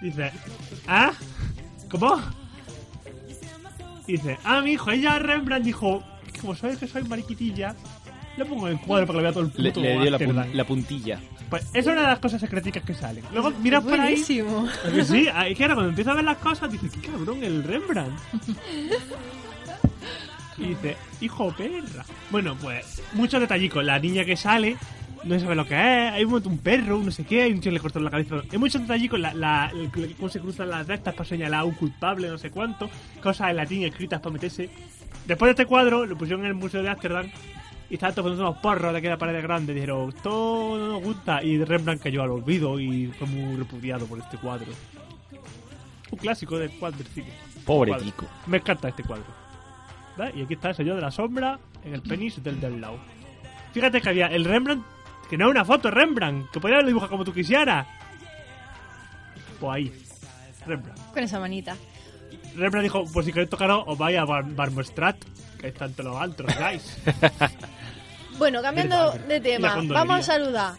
[SPEAKER 2] Dice, ¿ah? ¿Cómo? Dice, ah, mi hijo, ella Rembrandt dijo, como sabes que soy mariquitilla, lo pongo en el cuadro para que lo vea todo el
[SPEAKER 7] Le,
[SPEAKER 2] puto
[SPEAKER 7] le dio la,
[SPEAKER 2] Ámsterdam".
[SPEAKER 7] pun- la puntilla.
[SPEAKER 2] Pues es una de las cosas secreticas que salen. Luego miras por ahí.
[SPEAKER 3] Buenísimo.
[SPEAKER 2] Porque sí, ahí, claro, cuando empiezas a ver las cosas, dices, qué cabrón, el Rembrandt. Y dice, hijo perra. Bueno, pues, muchos detallicos. La niña que sale, no sabe lo que es. Hay un, un perro, un no sé qué, hay un tío que le cortó la cabeza. Hay muchos detallicos. La, la- el- cómo se cruzan las rectas para señalar a un culpable, no sé cuánto. Cosas en latín escritas para meterse. Después de este cuadro, lo pusieron en el Museo de Ámsterdam. Y estaban todos poniendo unos porros de aquella pared grande. Dijeron, todo no nos gusta. Y Rembrandt cayó al olvido y fue muy repudiado por este cuadro. Un clásico del cuadro del cine.
[SPEAKER 7] Pobre
[SPEAKER 2] Cuadro.
[SPEAKER 7] Kiko.
[SPEAKER 2] Me encanta este cuadro. ¿Vale? Y aquí está el señor de la sombra en el penis del del lado. Fíjate que había el Rembrandt, que no es una foto, Rembrandt, que podías dibujar como tú quisieras. Pues ahí, Rembrandt.
[SPEAKER 3] Con esa manita.
[SPEAKER 2] Rembrandt dijo, pues si queréis tocaros, os vais a Bar Barmostrat, que están todos los altos, guys.
[SPEAKER 3] Bueno, cambiando
[SPEAKER 2] Mira,
[SPEAKER 3] de
[SPEAKER 2] la
[SPEAKER 3] tema,
[SPEAKER 2] fondolería.
[SPEAKER 3] vamos a saludar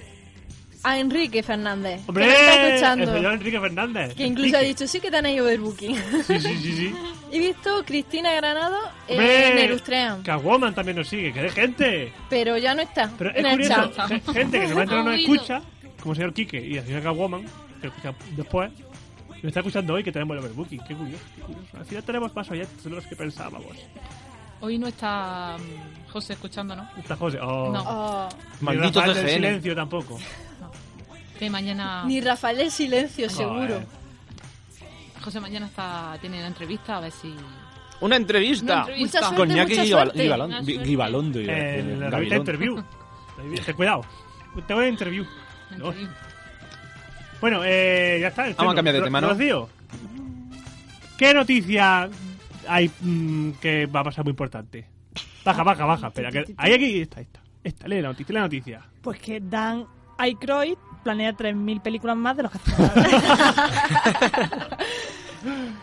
[SPEAKER 3] a Enrique Fernández,
[SPEAKER 2] ¡Hombre!
[SPEAKER 3] que nos está
[SPEAKER 2] El señor
[SPEAKER 3] escuchando,
[SPEAKER 2] Enrique Fernández.
[SPEAKER 3] que incluso ha
[SPEAKER 2] Enrique.
[SPEAKER 3] dicho, sí que te han ido del booking.
[SPEAKER 2] Sí, sí, sí, sí.
[SPEAKER 3] He visto Cristina Granado en
[SPEAKER 2] ¡Hombre!
[SPEAKER 3] Nerustream,
[SPEAKER 2] Catwoman también nos sigue, que de gente.
[SPEAKER 3] pero ya no está
[SPEAKER 2] Pero
[SPEAKER 3] en
[SPEAKER 2] es
[SPEAKER 3] el
[SPEAKER 2] curioso,
[SPEAKER 3] chat.
[SPEAKER 2] ge- gente que normalmente no nos
[SPEAKER 6] Ha huido.
[SPEAKER 2] escucha, como el señor Quique y la señora Catwoman, que lo escucha después, nos está escuchando hoy que tenemos el overbooking. Qué curioso, qué curioso. Al final tenemos más oyentes de los que pensábamos.
[SPEAKER 1] Hoy no está mm, José escuchándonos.
[SPEAKER 2] Está José. Oh,
[SPEAKER 1] No.
[SPEAKER 3] Oh,
[SPEAKER 2] Ni
[SPEAKER 7] Maldito
[SPEAKER 2] Rafael del
[SPEAKER 7] CGN.
[SPEAKER 2] silencio tampoco.
[SPEAKER 1] Que mañana.
[SPEAKER 3] ni Rafael el silencio, seguro.
[SPEAKER 2] Joder.
[SPEAKER 1] José mañana está tiene una entrevista a ver si.
[SPEAKER 7] Una entrevista.
[SPEAKER 1] Una
[SPEAKER 3] Mucha
[SPEAKER 1] entrevista.
[SPEAKER 3] suerte,
[SPEAKER 7] Con Iñaki
[SPEAKER 3] mucha
[SPEAKER 7] Guibal-
[SPEAKER 3] suerte.
[SPEAKER 7] Guibalondo.
[SPEAKER 6] Ah,
[SPEAKER 7] Gui-
[SPEAKER 6] suerte.
[SPEAKER 7] Guibalondo, iba a decir,
[SPEAKER 2] El- Eh, La
[SPEAKER 7] Gabilondo.
[SPEAKER 2] revista Interview. La revista- Cuidado. Te voy a interview.
[SPEAKER 1] Una
[SPEAKER 2] No.
[SPEAKER 1] entrevista.
[SPEAKER 2] Bueno, eh, ya está. el
[SPEAKER 7] Vamos a
[SPEAKER 2] turno.
[SPEAKER 7] cambiar de
[SPEAKER 2] Ro-
[SPEAKER 7] tema, ¿no?
[SPEAKER 2] Rocío, ¿qué noticia hay mm, que va a pasar muy importante? Baja, baja, baja. Espera, que ahí aquí está, esta. Esta, lee la noticia, lee la noticia.
[SPEAKER 4] Pues que Dan Aykroyd planea 3.000 películas más de los que hace ahora.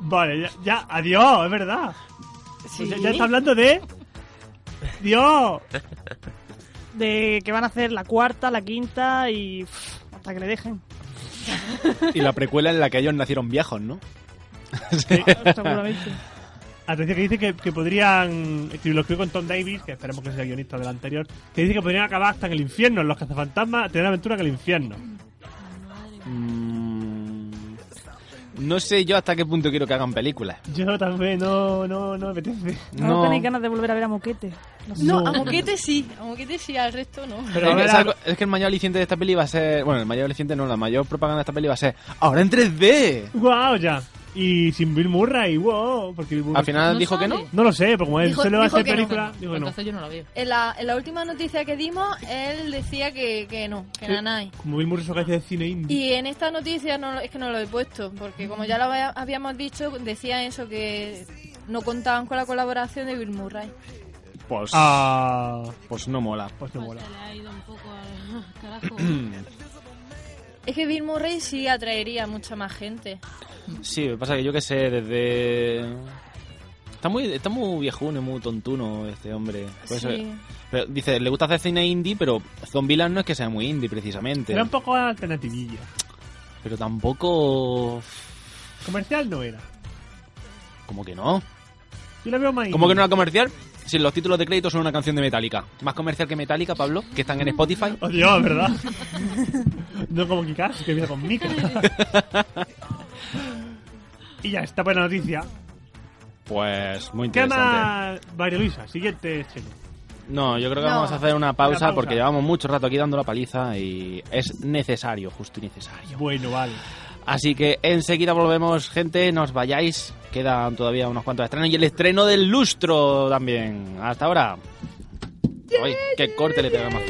[SPEAKER 2] Vale, ya, ya, adiós, es verdad. Pues
[SPEAKER 4] Sí.
[SPEAKER 2] Ya, ya está hablando de. ¡Dios!
[SPEAKER 4] De que van a hacer la cuarta, la quinta y... pff, hasta que le dejen,
[SPEAKER 7] Y la precuela en la que ellos nacieron viejos, ¿no?
[SPEAKER 4] seguramente.
[SPEAKER 2] Atención, que dice que, que podrían. que Lo escribió con Tom Davis, que esperemos que sea guionista del anterior. Que dice que podrían acabar hasta en el infierno, en los cazafantasmas, tener aventura en el infierno.
[SPEAKER 7] Mm, No sé yo hasta qué punto quiero que hagan películas.
[SPEAKER 2] Yo también, no, no, no me apetece.
[SPEAKER 4] No, tenéis ganas de volver a ver a Moquete. Lo
[SPEAKER 3] No,
[SPEAKER 2] No.
[SPEAKER 3] a Moquete sí, a Moquete sí, al resto no.
[SPEAKER 2] Pero a
[SPEAKER 7] es, que,
[SPEAKER 2] ver,
[SPEAKER 7] ¿sabes
[SPEAKER 2] a-
[SPEAKER 7] cu- es que el mayor aliciente de esta peli va a ser. Bueno, el mayor aliciente no, la mayor propaganda de esta peli va a ser. ¡Ahora en 3D!
[SPEAKER 2] ¡Guau, ya! Y sin Bill Murray, wow, porque Bill Murray...
[SPEAKER 7] Al final
[SPEAKER 1] ¿No
[SPEAKER 7] dijo que no.
[SPEAKER 1] sale?
[SPEAKER 2] No lo sé, porque como él
[SPEAKER 3] Dijo-
[SPEAKER 2] solo
[SPEAKER 3] dijo
[SPEAKER 2] hace
[SPEAKER 3] que no.
[SPEAKER 2] película, dijo que no.
[SPEAKER 1] Entonces yo no la veo.
[SPEAKER 3] En la, en la última noticia que dimos, él decía que, que no, que
[SPEAKER 2] Sí.
[SPEAKER 3] nada hay.
[SPEAKER 2] Como Bill Murray solo hace cine indie.
[SPEAKER 3] Y en esta noticia no, es que no lo he puesto, porque como ya lo había- habíamos dicho, decía eso, que no contaban con la colaboración de Bill Murray.
[SPEAKER 7] Pues,
[SPEAKER 2] Ah,
[SPEAKER 7] pues no mola.
[SPEAKER 2] pues no
[SPEAKER 6] Pues
[SPEAKER 2] mola.
[SPEAKER 6] se le ha ido un poco al carajo.
[SPEAKER 3] Es que Bill Murray sí atraería a mucha más gente.
[SPEAKER 7] Sí, pasa que yo que sé, desde. Está muy, está muy viejuno y muy tontuno este hombre. Por eso-
[SPEAKER 3] Sí.
[SPEAKER 7] pero dice, le gusta hacer cine indie, pero Zombieland no es que sea muy indie precisamente.
[SPEAKER 2] Era un poco alternativilla.
[SPEAKER 7] Pero tampoco.
[SPEAKER 2] Comercial no era.
[SPEAKER 7] Como que no.
[SPEAKER 2] Yo la veo más
[SPEAKER 7] ¿Cómo
[SPEAKER 2] indie.
[SPEAKER 7] que no era comercial? Si los títulos de crédito son una canción de Metallica. Más comercial que Metallica, Pablo, que están en Spotify.
[SPEAKER 2] Oh, Dios, ¿verdad? no como Kikash, que viene con Mika. y ya, está buena noticia.
[SPEAKER 7] Pues muy
[SPEAKER 2] ¿Qué
[SPEAKER 7] interesante.
[SPEAKER 2] más, María Luisa? Siguiente estreno.
[SPEAKER 7] No, yo creo que
[SPEAKER 3] No.
[SPEAKER 7] vamos a hacer una pausa,
[SPEAKER 2] pausa.
[SPEAKER 7] porque llevamos mucho rato aquí dando la paliza y es necesario, justo y necesario.
[SPEAKER 2] Bueno, vale.
[SPEAKER 7] Así que enseguida volvemos, gente, no os vayáis, quedan todavía unos cuantos estrenos y el estreno del lustro también. Hasta ahora. Ay, qué corte le pegamos.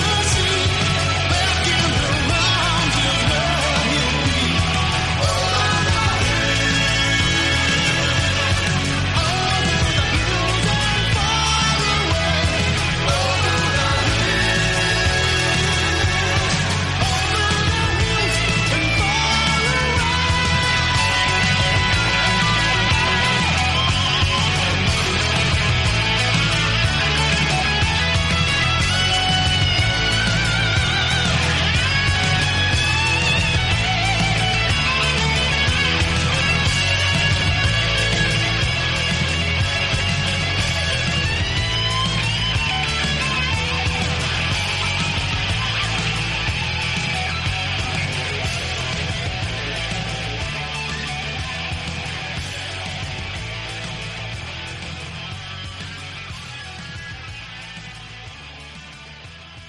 [SPEAKER 8] Just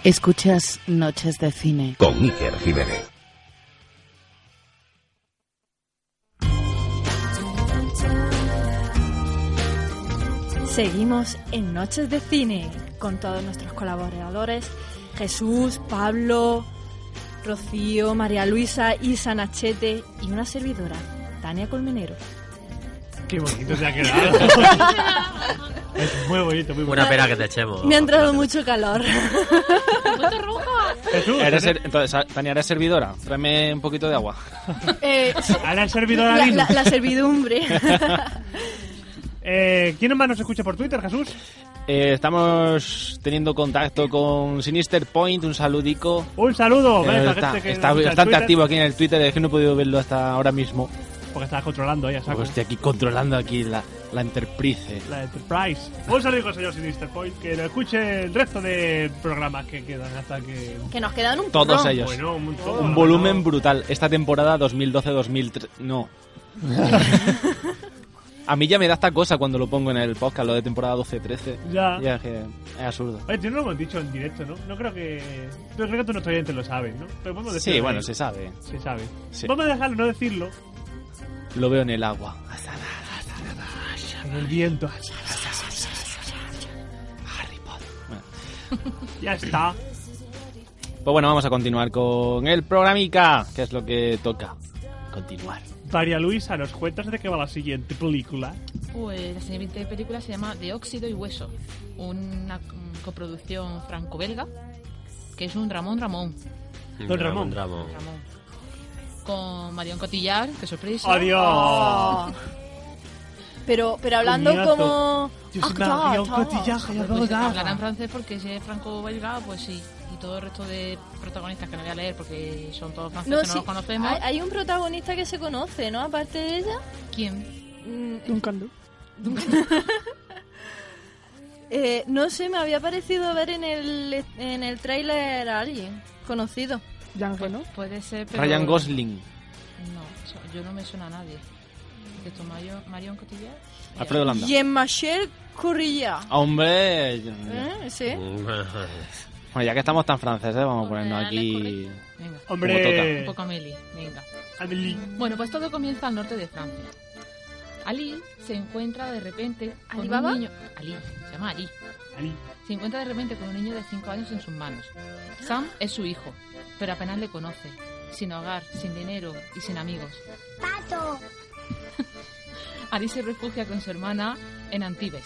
[SPEAKER 8] Escuchas Noches de Cine.
[SPEAKER 9] Con Iker Jiménez.
[SPEAKER 3] Seguimos en Noches de Cine con todos nuestros colaboradores, Jesús, Pablo, Rocío, María Luisa, Isa Nachete y una servidora, Tania Colmenero.
[SPEAKER 2] Qué bonito te ha quedado. es muy bonito, muy bonito.
[SPEAKER 5] Una pena que te echemos.
[SPEAKER 3] Me ha entrado mucho calor.
[SPEAKER 2] Jesús,
[SPEAKER 7] Eres ser- entonces, Tania, ¿eres servidora? Tráeme un poquito de agua.
[SPEAKER 3] Eh,
[SPEAKER 2] ahora el servidor
[SPEAKER 3] la,
[SPEAKER 2] Linux.
[SPEAKER 3] la- la servidumbre.
[SPEAKER 2] Eh, ¿Quién más nos escucha por Twitter, Jesús?
[SPEAKER 7] Eh, estamos teniendo contacto con Sinister Point, un saludico.
[SPEAKER 2] Un saludo.
[SPEAKER 7] Eh,
[SPEAKER 2] ¿vale? Para
[SPEAKER 7] está
[SPEAKER 2] gente que
[SPEAKER 7] está
[SPEAKER 2] nos escucha en
[SPEAKER 7] bastante
[SPEAKER 2] Twitter,
[SPEAKER 7] activo aquí en el Twitter, es que no he podido verlo hasta ahora mismo.
[SPEAKER 2] Porque estás controlando ella,
[SPEAKER 7] Porque
[SPEAKER 2] saco.
[SPEAKER 7] estoy aquí controlando aquí la, la Enterprise.
[SPEAKER 2] La Enterprise. Un saludo, señor Sinister Point. Que lo escuche el resto de programas que quedan hasta que.
[SPEAKER 3] que nos quedan un
[SPEAKER 7] Todos
[SPEAKER 3] porrón.
[SPEAKER 7] ellos.
[SPEAKER 2] Bueno, un montón.
[SPEAKER 7] un
[SPEAKER 2] ¿no?
[SPEAKER 7] volumen brutal. Esta temporada 2012-2003... No. A mí ya me da esta cosa cuando lo pongo en el podcast, lo de temporada 12-13.
[SPEAKER 2] Ya.
[SPEAKER 7] Ya, es que es absurdo.
[SPEAKER 2] Oye, yo no lo hemos dicho en directo, ¿no? No creo que. Yo creo que tú nuestro oyente lo sabe, ¿no? Pero podemos
[SPEAKER 7] Sí,
[SPEAKER 2] decirlo.
[SPEAKER 7] bueno,
[SPEAKER 2] ahí.
[SPEAKER 7] se sabe.
[SPEAKER 2] Se sabe.
[SPEAKER 7] Sí.
[SPEAKER 2] Vamos a dejarlo, no decirlo.
[SPEAKER 7] Lo veo en el agua.
[SPEAKER 2] En el viento.
[SPEAKER 7] Bueno.
[SPEAKER 2] Ya está.
[SPEAKER 7] Pues bueno, vamos a continuar con el programica, que es lo que toca. Continuar.
[SPEAKER 2] María Luisa, ¿nos cuentas de qué va la siguiente película?
[SPEAKER 1] Pues la siguiente película se llama De óxido y hueso, una mm, coproducción franco-belga, que es un Ramón Ramón.
[SPEAKER 2] Don Ramón.
[SPEAKER 5] Ramón.
[SPEAKER 1] Ramón. Con Marion Cotillar, que sorpresa.
[SPEAKER 2] ¡Adiós!
[SPEAKER 3] Oh. Pero, pero hablando
[SPEAKER 2] Coñazo.
[SPEAKER 3] como...
[SPEAKER 2] Yo soy
[SPEAKER 3] Ah, claro,
[SPEAKER 2] Marion
[SPEAKER 3] claro.
[SPEAKER 2] Cotillard, que ya
[SPEAKER 1] Pues
[SPEAKER 2] rodaba.
[SPEAKER 1] hablará en francés porque si es franco-belga, pues sí. Y todo el resto de protagonistas que no voy a leer porque son todos franceses, no,
[SPEAKER 3] sí,
[SPEAKER 1] los conocemos.
[SPEAKER 3] Hay, hay un protagonista que se conoce, ¿no? Aparte de ella.
[SPEAKER 1] ¿Quién?
[SPEAKER 3] Mm,
[SPEAKER 4] Nunca ando.
[SPEAKER 3] eh, no sé, me había parecido ver en el, en el tráiler a alguien conocido.
[SPEAKER 4] Jan Reno.
[SPEAKER 1] Pues Puede ser, pero...
[SPEAKER 7] Ryan Gosling,
[SPEAKER 1] No, so- yo no me suena a nadie. ¿Esto Mario- Marion Cotillar?
[SPEAKER 7] Alfredo Landa.
[SPEAKER 3] Y en Machel Corrilla.
[SPEAKER 7] Hombre, yo-
[SPEAKER 3] ¿Eh? Sí.
[SPEAKER 7] bueno, ya que estamos tan franceses, vamos a
[SPEAKER 6] Hombre,
[SPEAKER 7] ponernos
[SPEAKER 6] dale,
[SPEAKER 7] aquí.
[SPEAKER 1] Venga, un
[SPEAKER 2] Hombre,
[SPEAKER 1] poco Amelie, venga.
[SPEAKER 2] Amelie.
[SPEAKER 1] Bueno, pues todo comienza al norte de Francia. Ali se encuentra de repente con
[SPEAKER 3] ¿Alibaba?
[SPEAKER 1] un niño... Ali, se llama Ali.
[SPEAKER 2] Amelie.
[SPEAKER 1] Se encuentra de repente con un niño de 5 años en sus manos. Sam es su hijo, pero apenas le conoce. Sin hogar, sin dinero y sin amigos. Ali se refugia con su hermana en Antibes.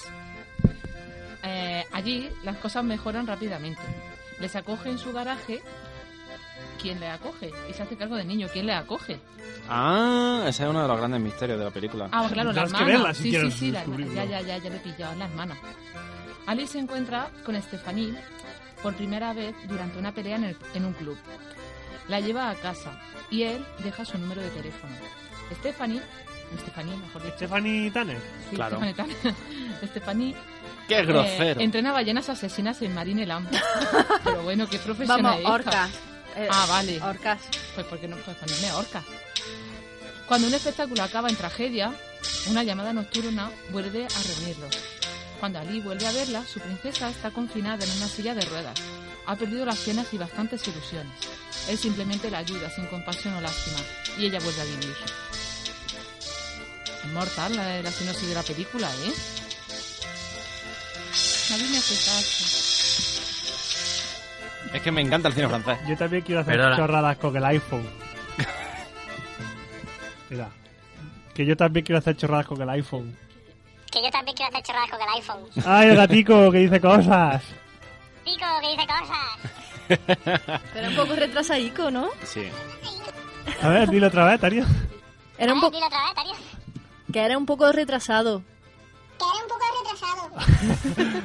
[SPEAKER 1] Eh, allí las cosas mejoran rápidamente. Les acoge en su garaje. ¿Quién le acoge? Y se hace cargo del niño. ¿Quién le acoge?
[SPEAKER 7] Ah, ese es uno de los grandes misterios de la película.
[SPEAKER 1] Ah, claro, la
[SPEAKER 2] Tendrás que
[SPEAKER 1] hermana.
[SPEAKER 2] verla
[SPEAKER 1] sí,
[SPEAKER 2] si
[SPEAKER 1] sí,
[SPEAKER 2] quieres
[SPEAKER 1] sí, la hermana.
[SPEAKER 2] descubrirlo.
[SPEAKER 1] Ya, ya, ya, ya le he pillado, es la hermana. Ali se encuentra con Estefanil por primera vez durante una pelea en, el- en un club. La lleva a casa y él deja su número de teléfono. Estefanil, Estefanil, mejor dicho.
[SPEAKER 2] Stephanie Tanner.
[SPEAKER 1] Sí,
[SPEAKER 7] Claro.
[SPEAKER 1] Stephanie Tan- Stephanie,
[SPEAKER 7] ¡Qué
[SPEAKER 1] eh,
[SPEAKER 7] grosero!
[SPEAKER 1] entrena ballenas asesinas en Marine Lamp. Pero bueno, qué profesional
[SPEAKER 3] Vamos,
[SPEAKER 1] es, hija.
[SPEAKER 3] orcas. Eh,
[SPEAKER 1] Ah, vale.
[SPEAKER 3] Orcas.
[SPEAKER 1] Pues porque no puedes ponerme orca. Cuando un espectáculo acaba en tragedia, una llamada nocturna vuelve a reunirlos. Cuando Ali vuelve a verla, su princesa está confinada en una silla de ruedas. Ha perdido las piernas y bastantes ilusiones. Él simplemente la ayuda sin compasión o lástima y ella vuelve a vivir. Es mortal la, la sinopsis de la película, ¿eh? Nadie me hace caso.
[SPEAKER 7] Es que me encanta el cine francés.
[SPEAKER 2] Yo también quiero hacer
[SPEAKER 5] Perdona.
[SPEAKER 2] chorradas con el iPhone. Mira. Que yo también quiero hacer chorradas con el iPhone.
[SPEAKER 10] Que yo también quiero hacer chorradas con el iPhone.
[SPEAKER 2] ¡Ay, el gatico que dice cosas!
[SPEAKER 10] Tico, que dice cosas.
[SPEAKER 3] Pero un poco retrasadico, ¿no?
[SPEAKER 7] Sí.
[SPEAKER 2] A ver, dilo otra vez, Tania.
[SPEAKER 3] Era un
[SPEAKER 10] A ver,
[SPEAKER 3] poco
[SPEAKER 10] dilo otra vez, Tario.
[SPEAKER 3] que era un poco retrasado.
[SPEAKER 10] Que eres un poco retrasado.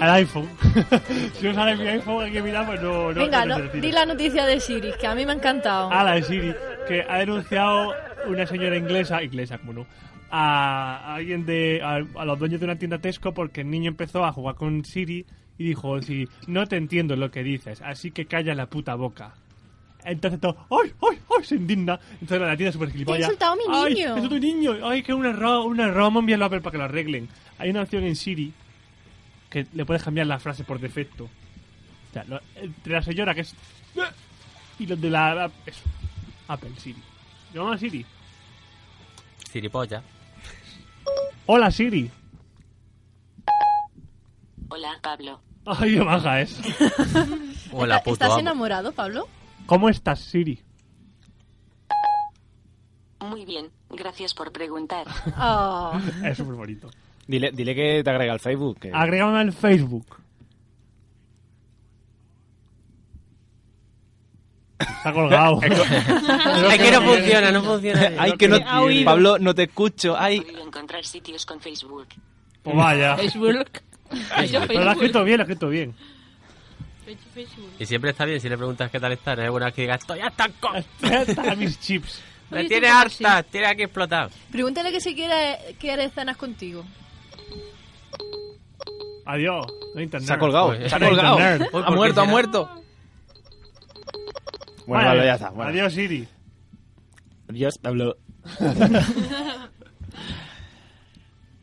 [SPEAKER 2] El iPhone. si no sale mi iPhone, hay que mirar, pues no. no
[SPEAKER 3] Venga, no,
[SPEAKER 2] no se decide.
[SPEAKER 3] di la noticia de Siri, que a mí me ha encantado.
[SPEAKER 2] a la de eh, Siri, que ha denunciado una señora inglesa, inglesa como no, a alguien de a, a los dueños de una tienda Tesco porque el niño empezó a jugar con Siri y dijo, si no te entiendo lo que dices, así que calla la puta boca. Entonces todo, ¡ay, ay, ay! se indigna. Entonces la tienda es súper gilipollas.
[SPEAKER 3] insultado a mi
[SPEAKER 2] ¡Ay,
[SPEAKER 3] niño!
[SPEAKER 2] es tu niño! ¡Ay, que un error, un error! Vamos a enviarlo a Apple para que lo arreglen. Hay una opción en Siri que le puedes cambiar la frase por defecto. O sea, lo- entre la señora que es. Y los de la. la- eso, Apple Siri. Llamamos a Siri.
[SPEAKER 5] Ciripolla.
[SPEAKER 2] Hola Siri.
[SPEAKER 9] Hola, Pablo.
[SPEAKER 2] Ay, qué baja es.
[SPEAKER 5] Hola, puto
[SPEAKER 3] ¿Estás
[SPEAKER 5] amo.
[SPEAKER 3] enamorado, Pablo?
[SPEAKER 2] ¿Cómo estás, Siri?
[SPEAKER 9] Muy bien, gracias por preguntar.
[SPEAKER 7] Ah.
[SPEAKER 3] Oh.
[SPEAKER 2] Es Ah, súper bonito.
[SPEAKER 7] Dile, dile que te agrega al Facebook. que-
[SPEAKER 2] Agrégame al Facebook. Está colgado.
[SPEAKER 5] Es que no funciona, no funciona.
[SPEAKER 7] Ay, que no.
[SPEAKER 4] Ha oído.
[SPEAKER 7] Pablo, no te escucho. Ay,
[SPEAKER 9] Puedo encontrar sitios con Facebook.
[SPEAKER 2] Pues vaya.
[SPEAKER 1] Facebook. Ay, yo
[SPEAKER 2] Pero lo ha
[SPEAKER 1] Facebook.
[SPEAKER 2] escrito bien, lo ha escrito bien.
[SPEAKER 6] Facebook, Facebook.
[SPEAKER 5] Y siempre está bien si le preguntas qué tal está. No es bueno que digas, estoy hasta el co...
[SPEAKER 2] Está mis chips.
[SPEAKER 5] Me
[SPEAKER 1] Oye,
[SPEAKER 5] tiene
[SPEAKER 1] tú,
[SPEAKER 5] harta, tiene aquí explotado.
[SPEAKER 3] Pregúntale que si quiere, quiere cenas contigo.
[SPEAKER 2] Adiós. No hay internet.
[SPEAKER 7] se ha colgado.
[SPEAKER 5] Pues,
[SPEAKER 7] Se ha colgado.
[SPEAKER 2] internet.
[SPEAKER 5] Uy, ¿por
[SPEAKER 7] Ha
[SPEAKER 5] qué
[SPEAKER 7] muerto, ha
[SPEAKER 5] será?
[SPEAKER 7] muerto. Bueno,
[SPEAKER 2] Vale.
[SPEAKER 7] Pablo, ya está. bueno.
[SPEAKER 2] Adiós, Siri.
[SPEAKER 7] Adiós, Pablo.
[SPEAKER 2] ¿Y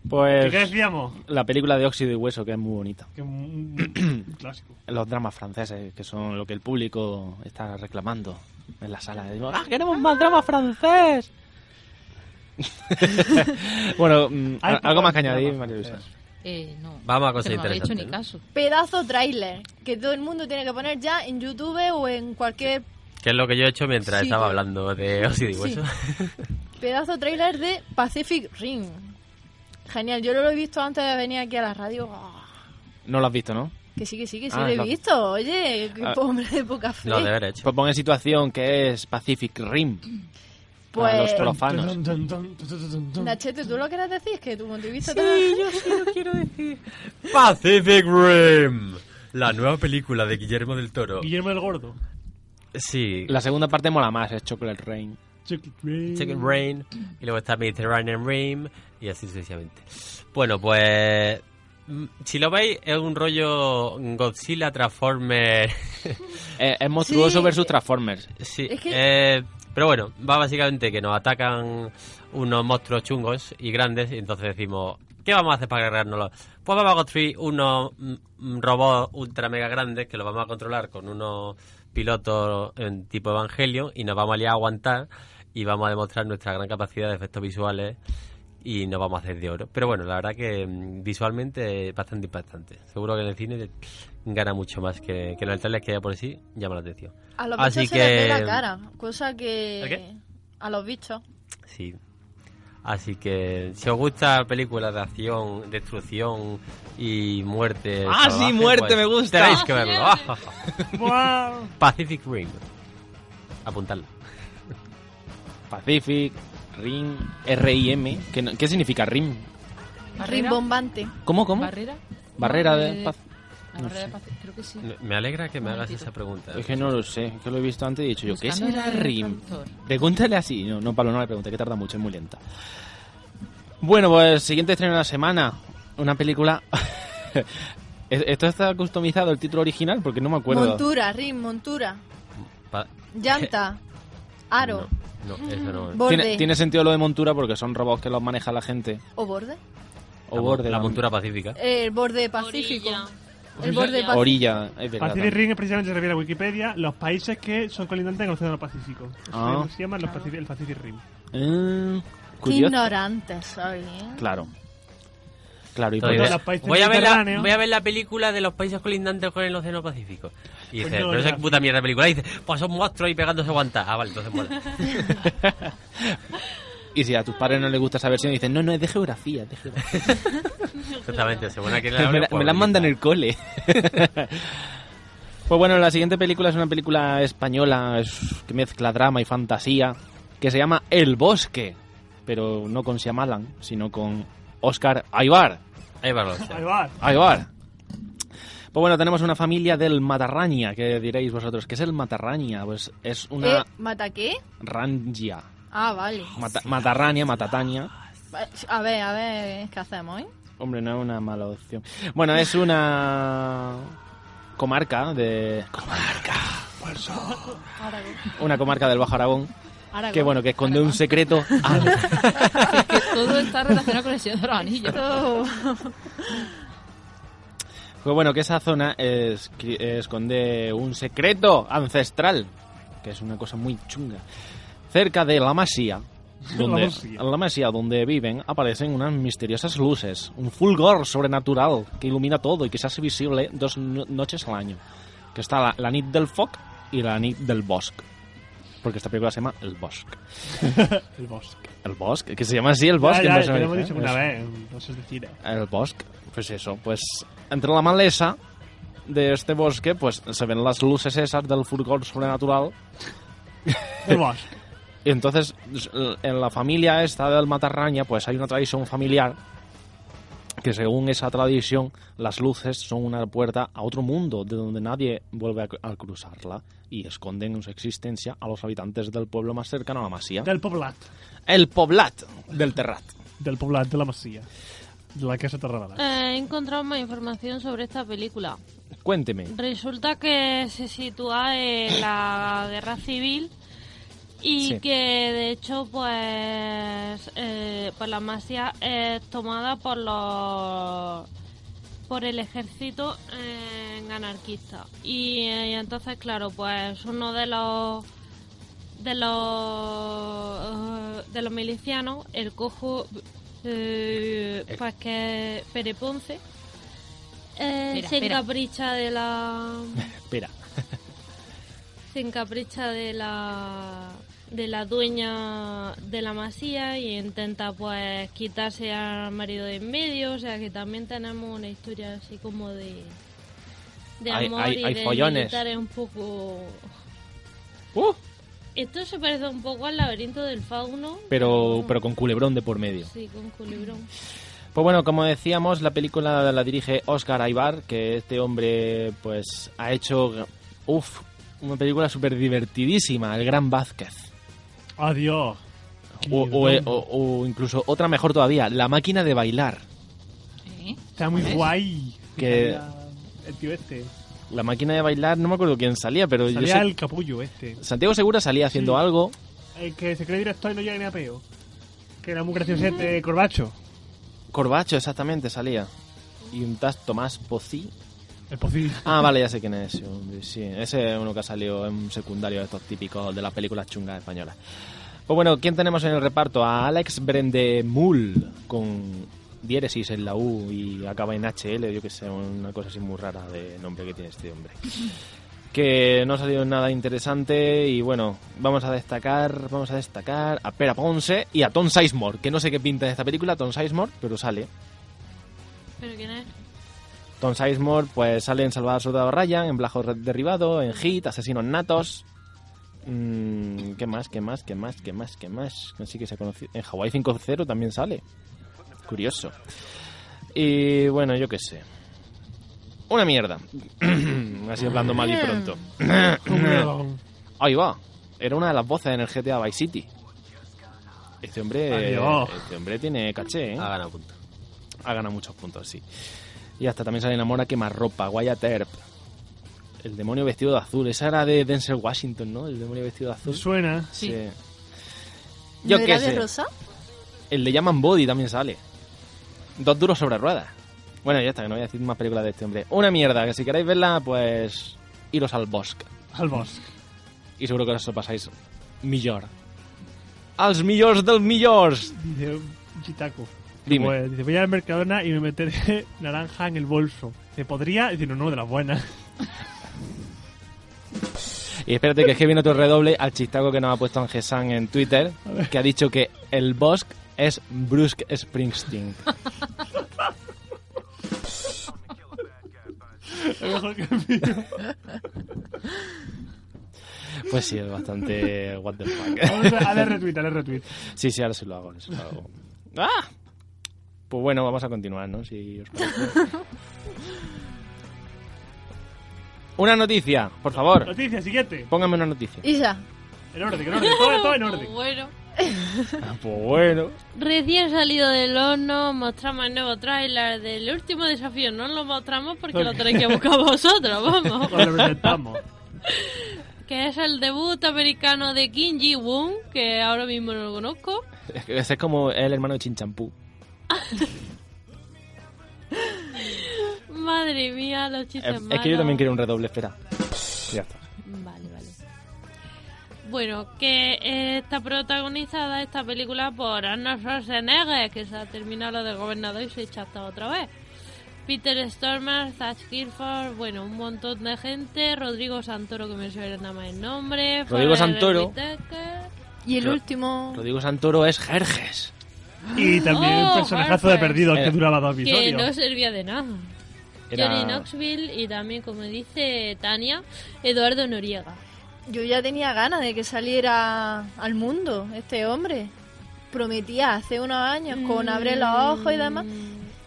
[SPEAKER 2] ¿Qué
[SPEAKER 7] pues
[SPEAKER 2] decíamos?
[SPEAKER 7] la película de óxido y hueso, que es muy bonita.
[SPEAKER 2] Que un, un clásico.
[SPEAKER 7] Los dramas franceses, que son lo que el público está reclamando en la sala. Digo, ¡Ah, queremos más drama francés! bueno, mm,
[SPEAKER 2] Hay
[SPEAKER 7] a- algo más que
[SPEAKER 2] pocos
[SPEAKER 7] añadir,
[SPEAKER 2] dramas
[SPEAKER 7] María Luisa.
[SPEAKER 2] franceses.
[SPEAKER 1] Eh, no.
[SPEAKER 5] Vamos a
[SPEAKER 1] Que no
[SPEAKER 5] cosas
[SPEAKER 1] me habéis hecho
[SPEAKER 5] interesantes.
[SPEAKER 1] ni
[SPEAKER 5] ¿no?
[SPEAKER 1] caso.
[SPEAKER 3] Pedazo tráiler que todo el mundo tiene que poner ya en YouTube o en cualquier
[SPEAKER 5] Que es lo que yo he hecho mientras
[SPEAKER 3] Sí,
[SPEAKER 5] estaba
[SPEAKER 3] yo-
[SPEAKER 5] hablando
[SPEAKER 9] Ah,
[SPEAKER 5] de óxido y hueso.
[SPEAKER 3] pedazo tráiler de Pacific Rim. Genial, yo lo he visto antes de venir aquí a la radio. Ah,
[SPEAKER 7] No lo has visto, ¿no?
[SPEAKER 3] Que sí, que sí, que sí
[SPEAKER 7] Ah,
[SPEAKER 3] lo he
[SPEAKER 7] no.
[SPEAKER 3] visto. Oye, qué
[SPEAKER 7] Ah.
[SPEAKER 3] hombre de poca fe.
[SPEAKER 5] Lo de haber hecho.
[SPEAKER 7] Pues pon en situación que es Pacific Rim. a los
[SPEAKER 3] pues,
[SPEAKER 7] profanos.
[SPEAKER 2] Dun, dun, dun, dun, dun, dun, dun.
[SPEAKER 3] Nachete, ¿tú lo quieres decir? Que tu punto de vista
[SPEAKER 5] yo sí lo quiero decir. Pacific Rim. La nueva película de Guillermo del Toro.
[SPEAKER 2] Guillermo el Gordo.
[SPEAKER 5] Sí.
[SPEAKER 7] La segunda parte mola más, es Chocolate Rain.
[SPEAKER 2] Chicken Ring.
[SPEAKER 5] Chicken Rain. Y luego está Mediterranean Rim. Y así sucesivamente. Bueno, pues... mm, Si lo veis, es un rollo Godzilla Transformer.
[SPEAKER 7] Eh, es monstruoso
[SPEAKER 3] Sí.
[SPEAKER 7] versus Transformers.
[SPEAKER 5] Sí,
[SPEAKER 3] Es que-
[SPEAKER 5] eh, pero bueno, va básicamente que nos atacan unos monstruos chungos y grandes y entonces decimos, ¿qué vamos a hacer para agarrárnoslos? Pues vamos a construir unos mm, mm, robots ultra mega grandes que los vamos a controlar con unos pilotos en tipo Evangelio y nos vamos a liar a aguantar y vamos a demostrar nuestra gran capacidad de efectos visuales y nos vamos a hacer de oro. Pero bueno, la verdad que mm, visualmente es bastante impactante. Seguro que en el cine gana mucho más que, que en el trailer que ya por sí llama la atención.
[SPEAKER 3] A los
[SPEAKER 5] Así
[SPEAKER 3] bichos se les ve
[SPEAKER 5] que-
[SPEAKER 3] la cara, cosa
[SPEAKER 5] ¿El
[SPEAKER 3] que...
[SPEAKER 5] qué?
[SPEAKER 3] A los bichos.
[SPEAKER 5] Sí. Así que si os gusta películas de acción, destrucción y muerte. pues,
[SPEAKER 7] Ah, sí, muerte, me gusta.
[SPEAKER 5] Tenéis que verlo.
[SPEAKER 6] Ah,
[SPEAKER 2] Buah.
[SPEAKER 5] Pacific Rim. Apuntadlo.
[SPEAKER 7] Pacific, Rim, R-I-M. ¿Qué, no- qué significa Rim?
[SPEAKER 1] ¿Barrera?
[SPEAKER 3] Rimbombante.
[SPEAKER 7] ¿Cómo, cómo?
[SPEAKER 1] ¿Barrera?
[SPEAKER 7] Barrera de
[SPEAKER 1] Eh,
[SPEAKER 7] paz.
[SPEAKER 1] La
[SPEAKER 7] No
[SPEAKER 1] barrera
[SPEAKER 7] sé.
[SPEAKER 1] de paz. Creo que sí.
[SPEAKER 5] Me- Me alegra que me
[SPEAKER 1] Un
[SPEAKER 5] hagas
[SPEAKER 1] momentito.
[SPEAKER 5] esa pregunta.
[SPEAKER 7] Es que no lo sé, es que lo he visto antes y he dicho yo, ¿qué
[SPEAKER 1] Buscando
[SPEAKER 7] será
[SPEAKER 1] el
[SPEAKER 7] Rim?
[SPEAKER 1] traductor.
[SPEAKER 7] Pregúntale así. No, no, Pablo, no le pregunte, que tarda mucho, es muy lenta. Bueno, pues siguiente estreno de la semana. Una película... Es- Esto está customizado el título original porque no me acuerdo.
[SPEAKER 3] Montura, rim, montura.
[SPEAKER 5] Pa-
[SPEAKER 3] Llanta. Aro.
[SPEAKER 5] No, no, eso no.
[SPEAKER 3] Borde.
[SPEAKER 7] Tiene, tiene sentido lo de montura porque son robots que los maneja la gente.
[SPEAKER 3] ¿O borde?
[SPEAKER 5] La
[SPEAKER 7] O
[SPEAKER 5] mon-
[SPEAKER 7] borde.
[SPEAKER 5] La
[SPEAKER 7] ¿no?
[SPEAKER 5] montura pacífica.
[SPEAKER 3] El borde pacífico.
[SPEAKER 6] Orilla.
[SPEAKER 3] El borde
[SPEAKER 6] Orilla.
[SPEAKER 3] pacífico.
[SPEAKER 7] Orilla, es verdad.
[SPEAKER 2] Pacific Ring es precisamente se refiere a Wikipedia los países que son colindantes con el Océano Pacífico. Eso
[SPEAKER 7] Ah.
[SPEAKER 2] Se llaman los Pacific- el Pacific Rim.
[SPEAKER 7] también. Eh,
[SPEAKER 3] Qué
[SPEAKER 7] curioso.
[SPEAKER 3] ignorante soy, ¿eh?
[SPEAKER 7] Claro. Claro, y por
[SPEAKER 5] Entonces,
[SPEAKER 2] Todos
[SPEAKER 7] eso-
[SPEAKER 2] los países
[SPEAKER 5] voy, a ver la,
[SPEAKER 2] mediterráneos.
[SPEAKER 5] voy a ver la película de los países colindantes con el Océano Pacífico. Y dice,
[SPEAKER 2] Pues yo
[SPEAKER 5] pero esa
[SPEAKER 2] la-
[SPEAKER 5] puta mierda de película. Y dice, pues son monstruos y pegándose guantas. Ah, vale, entonces mola.
[SPEAKER 7] y si a tus padres no les gusta esa versión, dicen, no, no, es de geografía, es de geografía.
[SPEAKER 5] Exactamente, según aquí la
[SPEAKER 7] me,
[SPEAKER 5] hablo,
[SPEAKER 7] la,
[SPEAKER 5] pues,
[SPEAKER 7] me la han mandado en el cole. pues bueno, la siguiente película es una película española es- que mezcla drama y fantasía, que se llama El Bosque, pero no con Siamalan, sino con Oscar Aybar.
[SPEAKER 5] Ahí va, o sea.
[SPEAKER 2] Ahí va.
[SPEAKER 7] Ahí va. Pues bueno, tenemos una familia del Matarraña, que diréis vosotros. ¿Qué es el Matarraña? Pues es una
[SPEAKER 3] ¿Eh? ¿Mata qué?
[SPEAKER 7] rangia.
[SPEAKER 3] Ah, vale.
[SPEAKER 7] Mata- matarraña, matataña.
[SPEAKER 3] A ver, a ver, ¿qué hacemos, eh?
[SPEAKER 7] Hombre, no es una mala opción. Bueno, es una comarca de... Comarca.
[SPEAKER 3] Aragón.
[SPEAKER 7] Una comarca del Bajo Aragón,
[SPEAKER 3] Aragón.
[SPEAKER 7] que bueno, que esconde un secreto. Ah,
[SPEAKER 1] Todo está relacionado con el Señor de los Anillos.
[SPEAKER 3] Esto-
[SPEAKER 7] Pues bueno, que esa zona es- que esconde un secreto ancestral, que es una cosa muy chunga. Cerca de la masía, donde,
[SPEAKER 2] Lamasía.
[SPEAKER 7] la masía donde viven, aparecen unas misteriosas luces, un fulgor sobrenatural que ilumina todo y que se hace visible dos no- noches al año. Que está la, la nit del foc y la nit del bosque. Porque esta película se llama El Bosque.
[SPEAKER 2] El bosque.
[SPEAKER 7] El Bosque, que se llama así El Bosque.
[SPEAKER 2] Ya, ya,
[SPEAKER 7] no sé-
[SPEAKER 2] te lo hemos dicho una
[SPEAKER 7] es-
[SPEAKER 2] vez. No sé decir.
[SPEAKER 7] el bosque. Pues eso, pues entre la maleza de este bosque, pues se ven las luces esas del furgón sobrenatural.
[SPEAKER 2] El bosque.
[SPEAKER 7] Y entonces en la familia esta del Matarraña, pues hay una tradición familiar que según esa tradición, las luces son una puerta a otro mundo de donde nadie vuelve a cru- a cruzarla y esconden en su existencia a los habitantes del pueblo más cercano a la masía.
[SPEAKER 2] Del poblat.
[SPEAKER 7] El poblat del Terrat.
[SPEAKER 2] Del poblat de la masía. De la casa Tarragona.
[SPEAKER 6] Eh, he encontrado más información sobre esta película.
[SPEAKER 7] Cuénteme.
[SPEAKER 6] Resulta que se sitúa en la guerra civil y
[SPEAKER 7] Sí.
[SPEAKER 6] que de hecho pues, eh, pues la masía es tomada por los por el ejército eh, anarquista y, eh, y entonces claro pues uno de los de los eh, de los milicianos el cojo eh, pues que Pere Ponce eh,
[SPEAKER 1] Espera,
[SPEAKER 6] se
[SPEAKER 1] espera.
[SPEAKER 6] encapricha de la
[SPEAKER 7] Espera.
[SPEAKER 6] se encapricha de la de la dueña de la masía y intenta pues quitarse al marido de en medio o sea que también tenemos una historia así como de de
[SPEAKER 7] Hay-
[SPEAKER 6] amor
[SPEAKER 7] hay-
[SPEAKER 6] y
[SPEAKER 7] hay
[SPEAKER 6] de
[SPEAKER 7] follones.
[SPEAKER 6] militares un poco
[SPEAKER 7] ¡Uh!
[SPEAKER 6] esto se parece un poco al laberinto del fauno
[SPEAKER 7] Pero, pero con culebrón de por medio.
[SPEAKER 6] sí con culebrón
[SPEAKER 7] Pues bueno, como decíamos, la película la dirige Oscar Aibar, que este hombre pues ha hecho uf, una película súper divertidísima, El Gran Vázquez.
[SPEAKER 2] Adiós.
[SPEAKER 7] O, o- eh, o- o incluso otra mejor todavía, La Máquina de Bailar.
[SPEAKER 1] Sí.
[SPEAKER 2] Está muy
[SPEAKER 1] ¿Ves?
[SPEAKER 2] guay.
[SPEAKER 7] Que-
[SPEAKER 2] Salía El tío este.
[SPEAKER 7] La Máquina de Bailar, no me acuerdo quién salía, pero yo
[SPEAKER 2] Salía
[SPEAKER 7] sé-
[SPEAKER 2] el capullo este.
[SPEAKER 7] Santiago Segura salía haciendo
[SPEAKER 2] Sí.
[SPEAKER 7] algo.
[SPEAKER 2] El que se cree director y no llega ni a peo. Que era muy gracioso este corbacho.
[SPEAKER 7] Corbacho, exactamente, salía. Y un tas Tomás Pozzi.
[SPEAKER 2] El pocillo.
[SPEAKER 7] Ah, vale, ya sé quién es. sí, hombre, Sí, ese es uno que ha salido en un secundario de estos típicos de las películas chungas españolas. Pues bueno, ¿quién tenemos en el reparto? A Alex Brendemul, con diéresis en la U y acaba en HL, yo que sé, una cosa así muy rara de nombre que tiene este hombre. Que no ha salido nada interesante y bueno, vamos a destacar, vamos a destacar a Pera Ponce y a Tom Sizemore, que no sé qué pinta en esta película, Tom Sizemore, pero sale.
[SPEAKER 6] pero quién es
[SPEAKER 7] Tom Sizemore pues sale en Salvador Soldado Ryan, en Blajo Derribado, en Hit, Asesinos Natos. Mm, ¿Qué más? ¿Qué más? ¿Qué más? ¿Qué más? ¿Qué más? Así que se conoció. En Hawaii 5.0 también sale. Curioso. Y bueno, yo qué sé. Una mierda. Así hablando mal y pronto.
[SPEAKER 2] Perdón.
[SPEAKER 7] Ahí va. Era una de las voces en el GTA Vice City. Este hombre,
[SPEAKER 2] Adiós.
[SPEAKER 7] este hombre tiene caché, ¿eh?
[SPEAKER 5] Ha ganado punto.
[SPEAKER 7] ha ganado muchos puntos, sí. Y hasta también sale Namora Quemarropa, Wyatt Earp. El demonio vestido de azul. Esa era de Denzel Washington, ¿no? El demonio vestido de azul.
[SPEAKER 2] Suena.
[SPEAKER 1] Sí.
[SPEAKER 7] Yo
[SPEAKER 3] ¿No
[SPEAKER 7] qué
[SPEAKER 3] era de
[SPEAKER 7] sé.
[SPEAKER 3] rosa?
[SPEAKER 7] El de Yaman Body también sale. Dos duros sobre ruedas. Bueno, ya está, que no voy a decir más películas de este hombre. Una mierda, que si queréis verla, pues... Iros al bosque.
[SPEAKER 2] Al bosque.
[SPEAKER 7] Y seguro que os lo pasáis millor. ¡Als millors del millors!
[SPEAKER 2] Dice Chitaco.
[SPEAKER 7] Dime.
[SPEAKER 2] Pues, dice, voy al Mercadona y me meteré naranja en el bolso. ¿Se podría? Dice, no, no, de las buenas.
[SPEAKER 7] Y espérate que es que viene otro redoble al chistaco que nos ha puesto Angesan en Twitter, que ha dicho que el Bosque es Bruce Springsteen.
[SPEAKER 2] Es mejor que el mío.
[SPEAKER 7] Pues sí, es bastante what the
[SPEAKER 2] Vamos
[SPEAKER 7] fuck.
[SPEAKER 2] a- Hazle retweet, hazle retweet.
[SPEAKER 7] Sí, sí, ahora sí lo hago, ahora sí lo hago. ¡Ah! Pues bueno, vamos a continuar, ¿no? Si os parece. Una noticia, por favor.
[SPEAKER 2] Noticia, siguiente.
[SPEAKER 7] Pónganme una noticia.
[SPEAKER 3] Isa,
[SPEAKER 2] En orden, en orden. Todo, todo en orden.
[SPEAKER 6] bueno
[SPEAKER 7] Ah, Pues bueno.
[SPEAKER 6] Recién salido del horno, mostramos el nuevo tráiler del último desafío. No lo mostramos porque lo tenéis que buscar vosotros, vamos.
[SPEAKER 4] Pues
[SPEAKER 2] Os lo presentamos.
[SPEAKER 6] que es el debut americano de Kim Ji-woon, que ahora mismo no lo conozco.
[SPEAKER 7] Es que ese es como el hermano de Chinchampú.
[SPEAKER 6] Madre mía, los chistes
[SPEAKER 7] Es, es
[SPEAKER 6] malos.
[SPEAKER 7] que yo también quería un redoble, espera. Ya está.
[SPEAKER 6] Vale, vale. Bueno, que eh, está protagonizada esta película por Arnold Schwarzenegger, que se ha terminado lo del gobernador y se echa hasta otra vez. Peter Stormer, Zach Kirford, bueno, un montón de gente. Rodrigo Santoro, que me suena nada más el nombre.
[SPEAKER 7] Rodrigo
[SPEAKER 6] Forrest
[SPEAKER 7] Santoro.
[SPEAKER 6] Whitaker.
[SPEAKER 3] Y el
[SPEAKER 7] Ro-
[SPEAKER 3] último...
[SPEAKER 7] Rodrigo Santoro es Jerjes.
[SPEAKER 2] Y también
[SPEAKER 6] Oh,
[SPEAKER 2] un personajazo de
[SPEAKER 6] Harper.
[SPEAKER 2] perdido que
[SPEAKER 7] Era-
[SPEAKER 2] duraba dos
[SPEAKER 6] Que no
[SPEAKER 2] episodios.
[SPEAKER 6] servía de nada.
[SPEAKER 7] Era-
[SPEAKER 6] Johnny Knoxville y también, como dice Tania, Eduardo Noriega.
[SPEAKER 3] Yo ya tenía ganas de que saliera al mundo este hombre. Prometía hace unos años con abre los ojos y demás.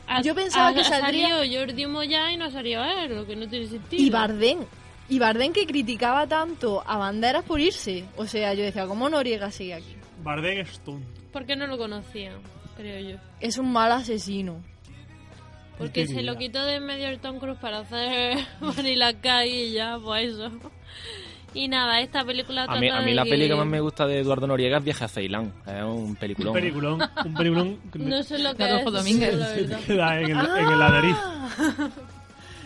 [SPEAKER 6] Ha-
[SPEAKER 3] Yo pensaba
[SPEAKER 6] Mm. ha-
[SPEAKER 3] que
[SPEAKER 6] ha
[SPEAKER 3] saldría-
[SPEAKER 6] salido Jordi Moya y no salió él, lo que no tiene sentido.
[SPEAKER 3] Y Bardén. Y Bardén que criticaba tanto a Banderas por irse. O sea, yo decía, ¿cómo Noriega sigue aquí?
[SPEAKER 2] Bardem es tonto.
[SPEAKER 6] Porque no lo conocía, creo yo.
[SPEAKER 3] Es un mal asesino.
[SPEAKER 6] Porque se
[SPEAKER 2] Integridad.
[SPEAKER 6] lo quitó de en medio el Tom Cruise para hacer Vanilla Sky y ya, pues eso. Y nada, esta película
[SPEAKER 7] A mí,
[SPEAKER 6] trata
[SPEAKER 7] a mí
[SPEAKER 6] de
[SPEAKER 7] la
[SPEAKER 6] que
[SPEAKER 7] peli que más me gusta de Eduardo Noriega es Viaje a Ceilán. Es un peliculón.
[SPEAKER 2] Un peliculón, un peliculón que
[SPEAKER 6] No sé lo que
[SPEAKER 1] Rodolfo
[SPEAKER 6] es,
[SPEAKER 1] Domínguez.
[SPEAKER 6] la
[SPEAKER 2] se
[SPEAKER 6] verdad.
[SPEAKER 2] te queda en, el, en
[SPEAKER 6] Ah.
[SPEAKER 2] la nariz.
[SPEAKER 3] Ah.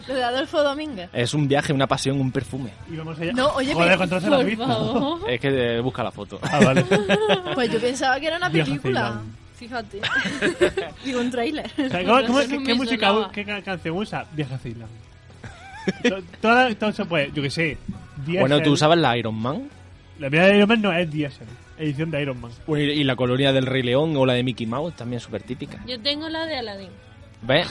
[SPEAKER 3] Lo de Adolfo Domínguez.
[SPEAKER 7] Es un viaje, una pasión, un perfume.
[SPEAKER 2] Y vamos allá.
[SPEAKER 3] No, oye,
[SPEAKER 2] Joder,
[SPEAKER 3] pero-
[SPEAKER 2] ¿cuántas veces la has
[SPEAKER 6] Por
[SPEAKER 2] visto?
[SPEAKER 6] favor.
[SPEAKER 7] Es que eh, busca la foto.
[SPEAKER 2] Ah, vale.
[SPEAKER 3] Pues yo pensaba que era una
[SPEAKER 2] Viaja a
[SPEAKER 3] película.
[SPEAKER 2] Ceilán.
[SPEAKER 3] Fíjate. Digo, un tráiler.
[SPEAKER 2] O sea, ¿cómo-
[SPEAKER 6] No,
[SPEAKER 2] cómo-
[SPEAKER 6] eso
[SPEAKER 2] ¿Qué,
[SPEAKER 6] no
[SPEAKER 2] qué
[SPEAKER 6] me
[SPEAKER 2] música,
[SPEAKER 6] sonaba.
[SPEAKER 2] qué ca- canción usa? Viaja a Ceilán. To- Toda, todo se puede, yo que sé. Diesel.
[SPEAKER 7] Bueno, ¿tú usabas la Iron Man?
[SPEAKER 2] La primera de Iron Man no es Diesel, edición de Iron Man.
[SPEAKER 7] Bueno, Y y la colonia del Rey León o la de Mickey Mouse también súper típica.
[SPEAKER 6] Yo tengo la de Aladdin.
[SPEAKER 7] ¿Ves?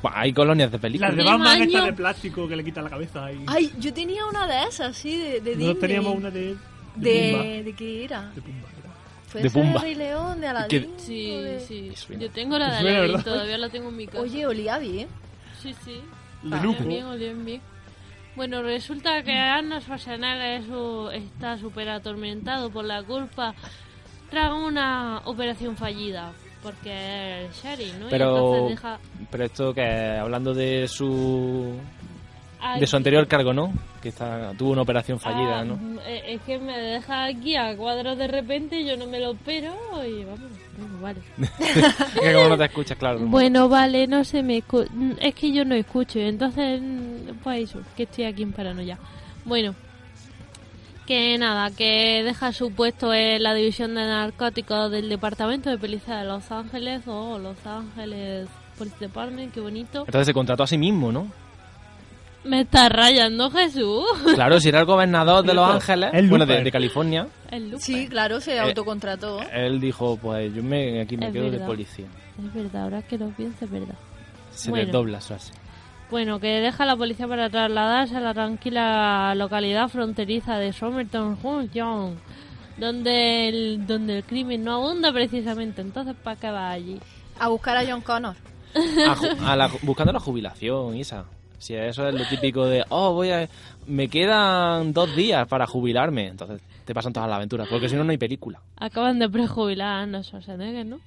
[SPEAKER 7] Buah, Hay colonias de
[SPEAKER 2] Las
[SPEAKER 7] películas.
[SPEAKER 2] de
[SPEAKER 6] Último
[SPEAKER 2] Batman estas
[SPEAKER 6] año.
[SPEAKER 2] de plástico que le quita la cabeza y...
[SPEAKER 3] Ay, yo tenía una de esas, sí, de, de Disney.
[SPEAKER 2] Nosotros teníamos una de...
[SPEAKER 3] De, ¿De qué era?
[SPEAKER 2] De Pumba. De Pumba.
[SPEAKER 3] Fue
[SPEAKER 7] De
[SPEAKER 3] esa
[SPEAKER 7] Pumba.
[SPEAKER 3] Rey León, de Aladín.
[SPEAKER 7] que-
[SPEAKER 6] Sí,
[SPEAKER 3] o de-
[SPEAKER 6] sí.
[SPEAKER 7] suena.
[SPEAKER 6] Yo tengo la de
[SPEAKER 2] Me suena,
[SPEAKER 6] Aladdin,
[SPEAKER 2] ¿verdad?
[SPEAKER 6] todavía la tengo en mi casa.
[SPEAKER 3] Oye, olía bien.
[SPEAKER 6] Sí, sí.
[SPEAKER 2] De
[SPEAKER 3] Ah,
[SPEAKER 2] lujo.
[SPEAKER 6] Bien, bien, bien. Bueno, resulta que Arnold Schwarzenegger es su- está súper atormentado por la culpa tras una operación fallida. Porque es Sherry, ¿no? Y
[SPEAKER 7] Pero,
[SPEAKER 6] entonces deja
[SPEAKER 7] pero esto que hablando de su
[SPEAKER 6] a-
[SPEAKER 7] de su anterior cargo, ¿no? Que está, tuvo una operación
[SPEAKER 6] Ah,
[SPEAKER 7] fallida, ¿no?
[SPEAKER 6] mm, eh, Es que me deja aquí a cuadros de repente, yo no me lo opero y vamos. bueno, vale.
[SPEAKER 7] que como no te escuchas, claro.
[SPEAKER 6] Bueno, vale, no se me escu- mm, es que yo no escucho, entonces mm, pues eso, que estoy aquí en paranoia. Bueno, que nada, que deja su puesto en la división de narcóticos del departamento de policía de Los Ángeles o Los Ángeles Police Department, qué bonito.
[SPEAKER 7] Entonces se contrató a sí mismo, ¿no?
[SPEAKER 6] Me está rayando Jesús.
[SPEAKER 7] Claro, si era el gobernador de Los Ángeles,
[SPEAKER 2] El
[SPEAKER 7] bueno, de,
[SPEAKER 2] Looper.
[SPEAKER 7] de California,
[SPEAKER 6] El Lupe.
[SPEAKER 3] Sí, claro,
[SPEAKER 7] Eh,
[SPEAKER 3] se autocontrató.
[SPEAKER 7] él dijo, pues yo me, aquí me
[SPEAKER 6] Es
[SPEAKER 7] quedo de
[SPEAKER 6] verdad.
[SPEAKER 7] policía.
[SPEAKER 6] Es verdad, ahora que lo pienso, es verdad.
[SPEAKER 7] Se
[SPEAKER 6] Bueno.
[SPEAKER 7] desdobla su frase.
[SPEAKER 6] Bueno, que deja a la policía para trasladarse a la tranquila localidad fronteriza de Somerton Junction, donde el, donde el crimen no abunda precisamente. Entonces, ¿para qué va allí?
[SPEAKER 3] A buscar a John Connor.
[SPEAKER 7] A ju- a la- buscando la jubilación, Isa. Si eso es lo típico de, oh, voy a... Me quedan dos días para jubilarme. Entonces te pasan todas las aventuras, porque si no, no hay película.
[SPEAKER 6] Acaban de prejubilar a Arnold Schwarzenegger, ¿no?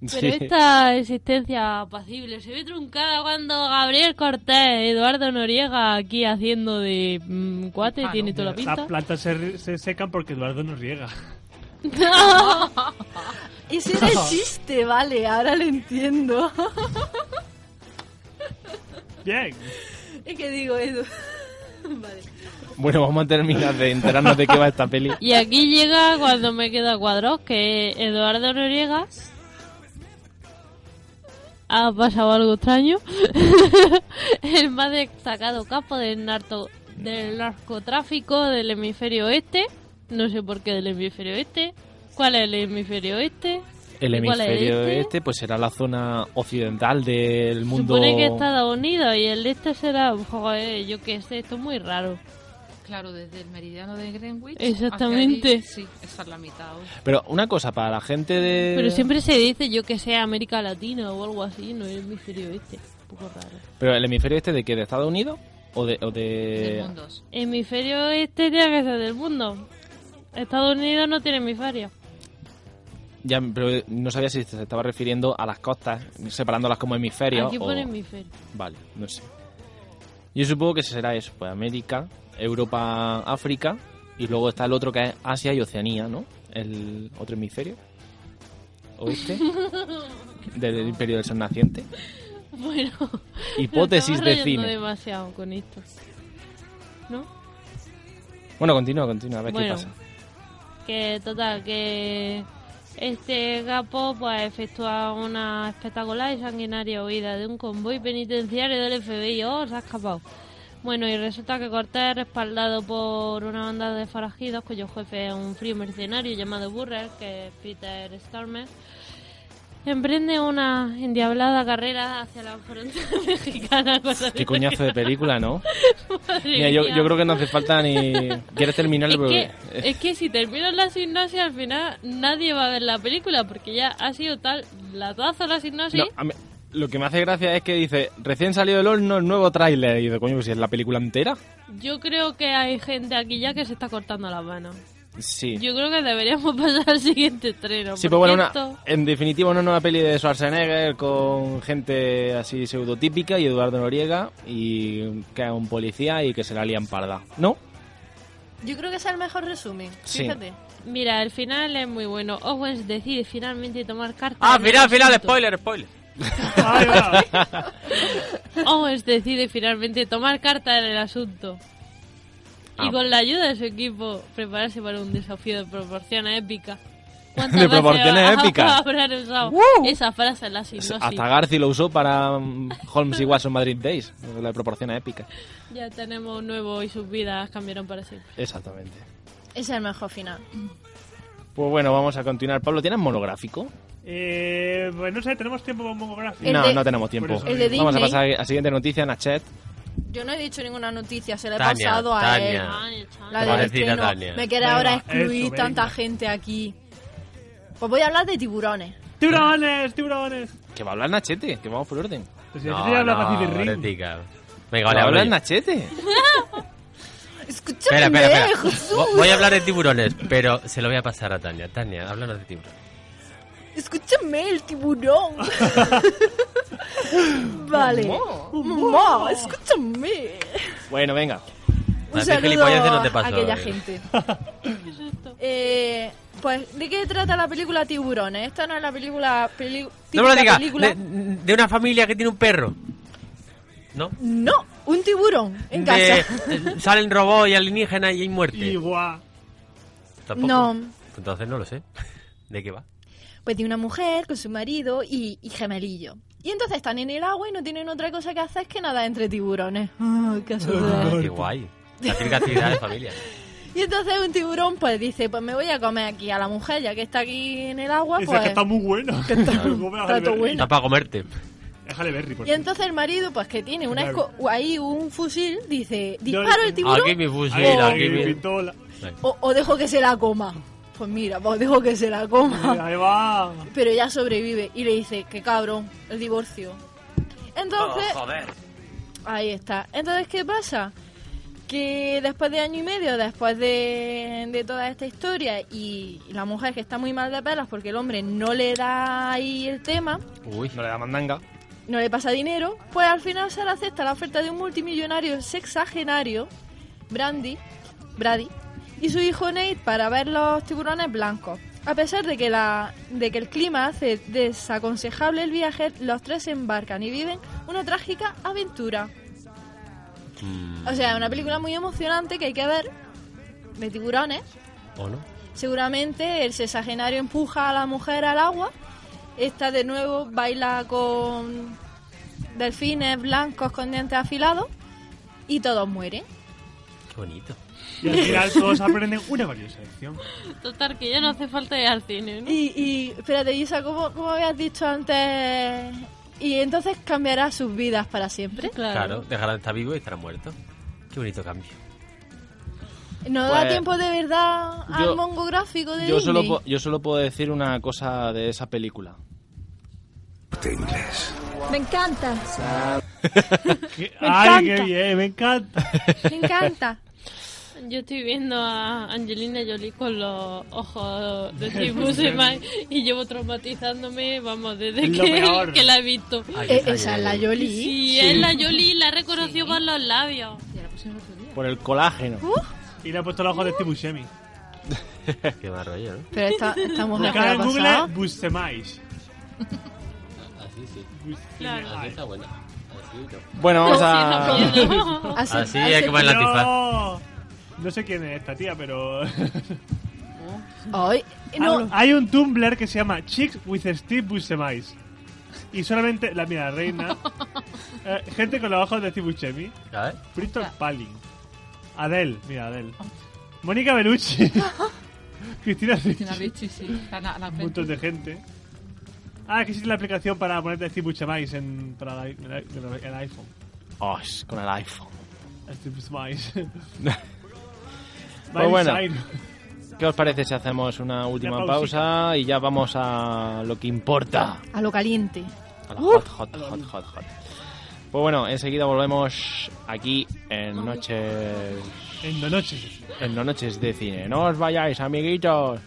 [SPEAKER 6] Pero
[SPEAKER 7] Sí.
[SPEAKER 6] esta existencia apacible se ve truncada cuando Gabriel Cortés, Eduardo Noriega, aquí haciendo de mm, cuate,
[SPEAKER 1] Ah,
[SPEAKER 6] tiene
[SPEAKER 1] no,
[SPEAKER 6] toda la
[SPEAKER 2] Las
[SPEAKER 6] pinta.
[SPEAKER 2] plantas se, se secan porque Eduardo nos riega.
[SPEAKER 3] Ese era el chiste, vale, ahora lo entiendo.
[SPEAKER 2] Bien.
[SPEAKER 3] Es que digo, Edu. Vale.
[SPEAKER 7] Bueno, vamos a terminar de enterarnos de qué va esta peli.
[SPEAKER 6] Y aquí llega cuando me queda cuadros que Eduardo Noriega ha pasado algo extraño. el más destacado capo del, narto- del narcotráfico del hemisferio oeste. No sé por qué del hemisferio oeste. ¿Cuál es el hemisferio oeste?
[SPEAKER 7] El
[SPEAKER 6] ¿Y cuál es
[SPEAKER 7] hemisferio
[SPEAKER 6] este?
[SPEAKER 7] este, pues será la zona occidental del mundo.
[SPEAKER 6] Supone que Estados Unidos y el este será... Joder, yo qué sé, esto es muy raro.
[SPEAKER 1] Claro, desde el meridiano de Greenwich.
[SPEAKER 6] Exactamente.
[SPEAKER 1] hacia allí, sí, esa es la mitad. oye.
[SPEAKER 7] Pero una cosa, para la gente de.
[SPEAKER 6] Pero siempre se dice yo que sea América Latina o algo así, no el hemisferio oeste. Un poco raro.
[SPEAKER 7] Pero el hemisferio este de qué? ¿De Estados Unidos? ¿O de.? O de... Eh,
[SPEAKER 1] Del mundo.
[SPEAKER 6] Hemisferio este tiene que ser del mundo. Estados Unidos no tiene hemisferio.
[SPEAKER 7] Ya, pero no sabía si se estaba refiriendo a las costas, separándolas como hemisferios.
[SPEAKER 6] Aquí
[SPEAKER 7] o-
[SPEAKER 6] pone hemisferio.
[SPEAKER 7] Vale, no sé. Yo supongo que será eso, pues América, Europa, África, y luego está el otro que es Asia y Oceanía, ¿no? El otro hemisferio. ¿Oíste? Del imperio del sol naciente.
[SPEAKER 6] Bueno,
[SPEAKER 7] Hipótesis
[SPEAKER 6] nos estamos
[SPEAKER 7] de
[SPEAKER 6] rayando
[SPEAKER 7] cine.
[SPEAKER 6] demasiado con esto. ¿No?
[SPEAKER 7] Bueno, continúa, continúa, a ver
[SPEAKER 6] Bueno.
[SPEAKER 7] qué pasa.
[SPEAKER 6] Que total, que este capo pues efectúa una espectacular y sanguinaria huida de un convoy penitenciario del FBI. ¡Oh, se ha escapado! Bueno, y resulta que Cortés es respaldado por una banda de forajidos cuyo jefe es un frío mercenario llamado Burrer, que es Peter Stormer. Emprende una endiablada carrera hacia la frontera mexicana. cosa
[SPEAKER 7] Qué
[SPEAKER 6] de-
[SPEAKER 7] coñazo de película, ¿no?
[SPEAKER 6] Madre
[SPEAKER 7] Mira, yo,
[SPEAKER 6] mía.
[SPEAKER 7] yo creo que no hace falta ni... ¿Quieres terminar?
[SPEAKER 6] Es que, es que si terminas la sinopsis al final nadie va a ver la película porque ya ha sido tal la taza la
[SPEAKER 3] ¿Ah,
[SPEAKER 6] sinopsis.
[SPEAKER 7] No, a mí- lo que me hace gracia es que dice, recién salido del horno el nuevo tráiler. Y digo, coño, pues si es la película entera.
[SPEAKER 6] Yo creo que hay gente aquí ya que se está cortando las manos.
[SPEAKER 7] Sí.
[SPEAKER 6] Yo creo que deberíamos pasar al siguiente estreno.
[SPEAKER 7] Sí, pues
[SPEAKER 6] porque
[SPEAKER 7] bueno, una-
[SPEAKER 6] esto-
[SPEAKER 7] en definitiva una nueva peli de Schwarzenegger con gente así pseudotípica y Eduardo Noriega y que es un policía y que se la lían parda. ¿No?
[SPEAKER 3] Yo creo que ese es el mejor resumen.
[SPEAKER 7] Sí.
[SPEAKER 3] Fíjate.
[SPEAKER 6] Mira, el final es muy bueno. Owens decide finalmente tomar cartas.
[SPEAKER 5] Ah,
[SPEAKER 6] en el
[SPEAKER 5] final, final,
[SPEAKER 6] asunto.
[SPEAKER 5] spoiler, spoiler.
[SPEAKER 6] Owens decide finalmente tomar carta en el asunto. Y
[SPEAKER 7] Ah.
[SPEAKER 6] con la ayuda de su equipo, prepararse para un desafío de proporciones épicas.
[SPEAKER 7] De proporciones épicas.
[SPEAKER 6] habrán usado esa frase en la sinopsis?
[SPEAKER 7] Hasta Garci lo usó para mm, Holmes y Watson Madrid Days, la proporción épica.
[SPEAKER 6] Ya tenemos un nuevo y sus vidas cambiaron para siempre.
[SPEAKER 7] Exactamente.
[SPEAKER 3] Ese es el mejor final.
[SPEAKER 7] Pues bueno, vamos a continuar. Pablo, ¿tienes monográfico?
[SPEAKER 2] Eh, pues no sé, tenemos tiempo para un monográfico.
[SPEAKER 3] El
[SPEAKER 7] no,
[SPEAKER 3] de-
[SPEAKER 7] no tenemos tiempo.
[SPEAKER 2] Por eso
[SPEAKER 3] El de
[SPEAKER 7] vamos a
[SPEAKER 3] Disney.
[SPEAKER 7] pasar a la siguiente noticia, Nachet.
[SPEAKER 3] Yo no he dicho ninguna noticia, se la he
[SPEAKER 5] Tania,
[SPEAKER 3] pasado a
[SPEAKER 5] Tania.
[SPEAKER 3] él.
[SPEAKER 6] Ay, chaval.
[SPEAKER 3] La
[SPEAKER 5] Te va a
[SPEAKER 3] del
[SPEAKER 5] decir a
[SPEAKER 3] estreno.
[SPEAKER 5] Tania.
[SPEAKER 3] Me quiere
[SPEAKER 2] Venga,
[SPEAKER 3] ahora excluir
[SPEAKER 2] eso, venga.
[SPEAKER 3] tanta gente aquí. Pues voy a hablar de tiburones.
[SPEAKER 2] ¡Tiburones! ¡Tiburones!
[SPEAKER 7] Que va a hablar Nachete, que vamos por orden.
[SPEAKER 2] Pues ya te
[SPEAKER 5] No,
[SPEAKER 2] habla más
[SPEAKER 5] no,
[SPEAKER 2] de Ring.
[SPEAKER 5] pobretica. Venga, vale,
[SPEAKER 7] Va a
[SPEAKER 5] hablo
[SPEAKER 7] hablar
[SPEAKER 5] yo.
[SPEAKER 7] Nachete.
[SPEAKER 3] Escúchame,
[SPEAKER 5] Espera, espera, espera.
[SPEAKER 3] Jesús.
[SPEAKER 5] Vo- Voy a hablar de tiburones, pero se lo voy a pasar a Tania. Tania, háblanos de tiburones.
[SPEAKER 3] Escúchame, el tiburón. vale. Mamá, escúchame.
[SPEAKER 7] Bueno, venga.
[SPEAKER 5] Las
[SPEAKER 3] Un
[SPEAKER 5] de
[SPEAKER 3] saludo
[SPEAKER 5] gilipolleces no te
[SPEAKER 3] a
[SPEAKER 5] paso,
[SPEAKER 3] aquella
[SPEAKER 5] eh.
[SPEAKER 3] gente. Eh, pues, ¿de qué trata la película Tiburones? Esta no es la película... peli-
[SPEAKER 5] No me lo
[SPEAKER 3] típica
[SPEAKER 5] digas.
[SPEAKER 3] película.
[SPEAKER 5] De, de una familia que tiene un perro. ¿No?
[SPEAKER 3] No, un tiburón en casa.
[SPEAKER 5] De- eh, salen robots y alienígenas y hay muerte.
[SPEAKER 2] Y guau.
[SPEAKER 5] ¿Tampoco?
[SPEAKER 3] No.
[SPEAKER 5] Entonces no lo sé. ¿De qué va?
[SPEAKER 3] pues de una mujer con su marido y, y gemelillo. Y entonces están en el agua y no tienen otra cosa que hacer que nadar entre tiburones. Ah, qué
[SPEAKER 5] Ah,
[SPEAKER 3] casualidad.
[SPEAKER 5] qué guay. La típica actividad de familia.
[SPEAKER 3] y entonces un tiburón pues dice, pues me voy a comer aquí a la mujer ya que está aquí en el agua.
[SPEAKER 2] Esa
[SPEAKER 3] Pues...
[SPEAKER 2] que está muy buena.
[SPEAKER 3] que está-
[SPEAKER 2] Como me
[SPEAKER 3] está
[SPEAKER 2] Halle
[SPEAKER 3] todo
[SPEAKER 2] Berry.
[SPEAKER 3] bueno.
[SPEAKER 5] Está para comerte.
[SPEAKER 2] Déjale Berry, por
[SPEAKER 3] Y entonces el marido pues que tiene una
[SPEAKER 2] Claro.
[SPEAKER 3] esco- ahí un fusil dice,
[SPEAKER 2] Yo-
[SPEAKER 3] disparo el tiburón
[SPEAKER 5] Aquí mi fusil,
[SPEAKER 2] Ahí,
[SPEAKER 5] aquí
[SPEAKER 2] mi
[SPEAKER 5] mi...
[SPEAKER 2] pistola.
[SPEAKER 3] o, o dejo que se la coma. Pues mira, pues dejo que se la coma.
[SPEAKER 2] Ahí va.
[SPEAKER 3] Pero ella sobrevive y le dice, que cabrón, el divorcio. Entonces... Ahí está. Entonces, ¿qué pasa? Que después de año y medio, después de, de toda esta historia y la mujer que está muy mal de pelas porque el hombre no le da ahí el tema,
[SPEAKER 5] Uy.
[SPEAKER 7] No le da mandanga.
[SPEAKER 3] no le pasa dinero, pues al final Sara acepta la oferta de un multimillonario sexagenario, Brandy, Brady, y su hijo Nate para ver los tiburones blancos. A pesar de que, la, de que el clima hace desaconsejable el viaje, los tres se embarcan y viven una trágica aventura.
[SPEAKER 5] Mm.
[SPEAKER 3] O sea, una película muy emocionante que hay que ver de tiburones.
[SPEAKER 5] ¿O no?
[SPEAKER 3] Seguramente el sexagenario empuja a la mujer al agua. Esta de nuevo baila con delfines blancos con dientes afilados y todos mueren.
[SPEAKER 5] Qué bonito.
[SPEAKER 2] Y al final todos aprenden una valiosa lección.
[SPEAKER 6] Total, que ya no hace falta ir al cine, ¿no?
[SPEAKER 3] Y, y espérate, Isa, ¿cómo, cómo habías dicho antes? Y entonces cambiará sus vidas para siempre.
[SPEAKER 5] Claro, dejarán de estar vivo y estarán muertos. Qué bonito cambio.
[SPEAKER 3] ¿No da
[SPEAKER 7] Pues,
[SPEAKER 3] tiempo de verdad al
[SPEAKER 7] yo-
[SPEAKER 3] mongo gráfico de
[SPEAKER 7] Yo solo,
[SPEAKER 3] Disney?
[SPEAKER 7] po- yo solo puedo decir una cosa de esa película.
[SPEAKER 3] Me encanta,
[SPEAKER 2] Qué-
[SPEAKER 3] Me
[SPEAKER 2] ¡Ay,
[SPEAKER 3] encanta.
[SPEAKER 2] qué bien! ¡Me encanta!
[SPEAKER 3] me encanta.
[SPEAKER 6] Yo estoy viendo a Angelina Jolie con los ojos de Steve Buscemi y llevo traumatizándome, vamos, desde
[SPEAKER 2] Lo
[SPEAKER 6] que,
[SPEAKER 2] peor.
[SPEAKER 6] que la he visto.
[SPEAKER 5] Ay,
[SPEAKER 3] Eh,
[SPEAKER 5] ay,
[SPEAKER 3] esa
[SPEAKER 5] ay,
[SPEAKER 3] es la
[SPEAKER 5] ay.
[SPEAKER 3] Jolie.
[SPEAKER 6] Sí, es la Jolie, la reconoció por los labios.
[SPEAKER 1] Ya la pusieron otro día.
[SPEAKER 7] Por el colágeno.
[SPEAKER 2] Y le ha puesto los ojos de este Buscemi.
[SPEAKER 5] Qué mal rollo, ¿eh? ¿no?
[SPEAKER 3] Pero esta, esta mujer, ¿qué le
[SPEAKER 2] Buscar
[SPEAKER 3] ha
[SPEAKER 2] en
[SPEAKER 3] pasado?
[SPEAKER 2] Google Busemais.
[SPEAKER 5] Así, sí. sí.
[SPEAKER 6] Claro.
[SPEAKER 5] Así está buena. Así no.
[SPEAKER 7] Bueno, vamos
[SPEAKER 6] Sí,
[SPEAKER 7] a.
[SPEAKER 6] no puedo.
[SPEAKER 3] Así,
[SPEAKER 5] Así es como en la tifa.
[SPEAKER 2] No. No sé quién es esta tía, pero.
[SPEAKER 3] Ay, no,
[SPEAKER 2] Hay un Tumblr que se llama Chicks with Steve Buscemice. Y solamente la mira, reina. eh, gente con los ojos de Steve Buscemi.
[SPEAKER 5] ¿Sabes?
[SPEAKER 2] Bristol Palin. Adele, mira, Adele. Mónica Bellucci. Cristina Ricci.
[SPEAKER 1] Cristina Ricci, sí. La, la, la
[SPEAKER 2] Un montón de gente. Ah, que existe la aplicación para ponerte Steve Buscemi en para la- en la- en el iPhone.
[SPEAKER 7] Oh, es con el iPhone.
[SPEAKER 2] Steve Buscemi.
[SPEAKER 7] Pues bueno.
[SPEAKER 2] Miley Cyrus.
[SPEAKER 7] ¿Qué os parece si hacemos una última
[SPEAKER 2] Una
[SPEAKER 7] pausa y ya vamos a lo que importa?
[SPEAKER 3] a lo caliente.
[SPEAKER 7] A la hot, hot, hot, hot, hot. Pues bueno, enseguida volvemos aquí en Noches.
[SPEAKER 2] En la noche.
[SPEAKER 7] En No Noches de Cine. No os vayáis, amiguitos.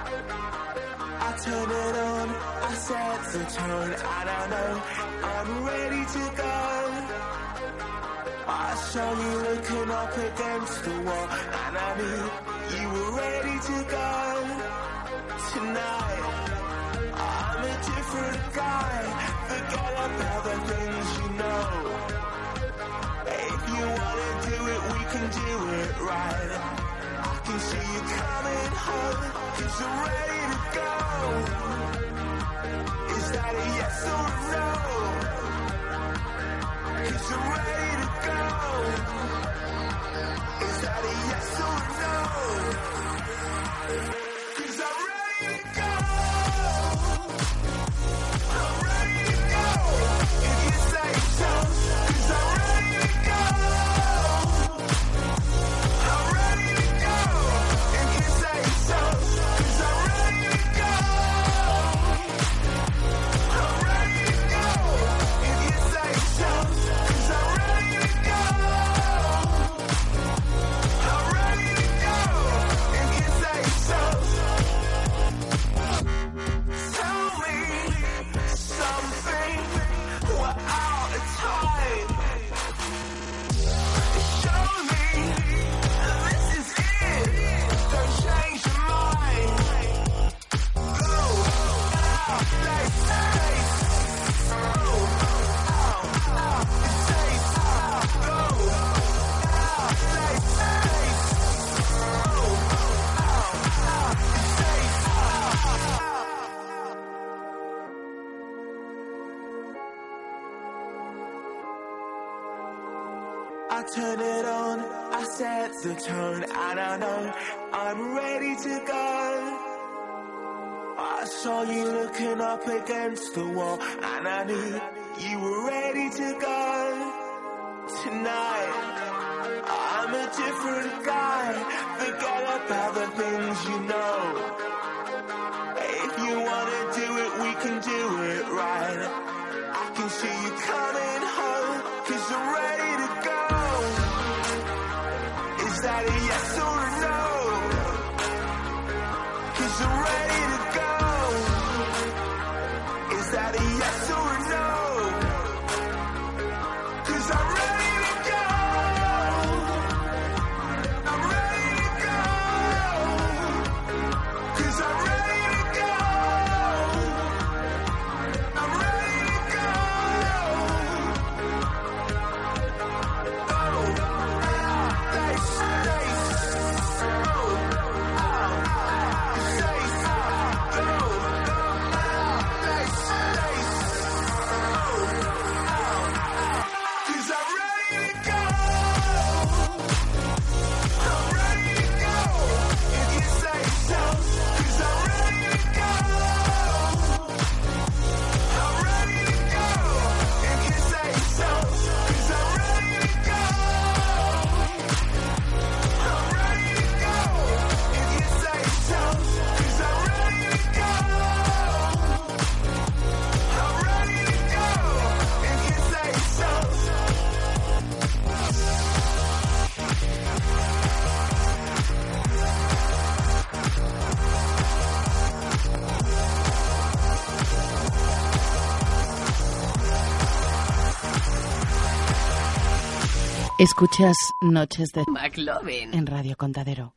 [SPEAKER 11] I turn it on, I set the tone, I don't know, I'm ready to go. I saw you looking up against the wall, and I knew you were ready to go. Tonight, I'm a different guy, forget about the things you know. If you wanna do it, we can do it right. I can see you coming home, cause you're ready to go. Is that a yes or a no? Cause you're ready to go. Is that a yes or a no? Cause I'm ready to go. I'm ready to go. If you say so, cause I'm ready to go. I'm ready to go. If you say so, cause I'm ready to go. I'm ready to go. If you say so, 'cause I'm ready to go. I'm ready to go. If you say so. Tell me something. We're out of time. Show me this is it. Don't change your mind. Go out, they say. I turn it on, I set the tone, and I know I'm ready to go. I saw you looking up against the wall, and I knew you were ready to go. Tonight, I'm a different guy, forget about the things you know. If you wanna do it, we can do it right. I can see you coming home, cause you're ready to go. Is that a yes or a no? Cause you're ready to go. Is that a yes or a no? Cause I'm ready to go. I'm ready to go. Cause I'm ready to go. I'm ready to go. Oh. Go out, they say.
[SPEAKER 8] Escuchas Noches de
[SPEAKER 12] McLovin.
[SPEAKER 8] en Radio Contadero.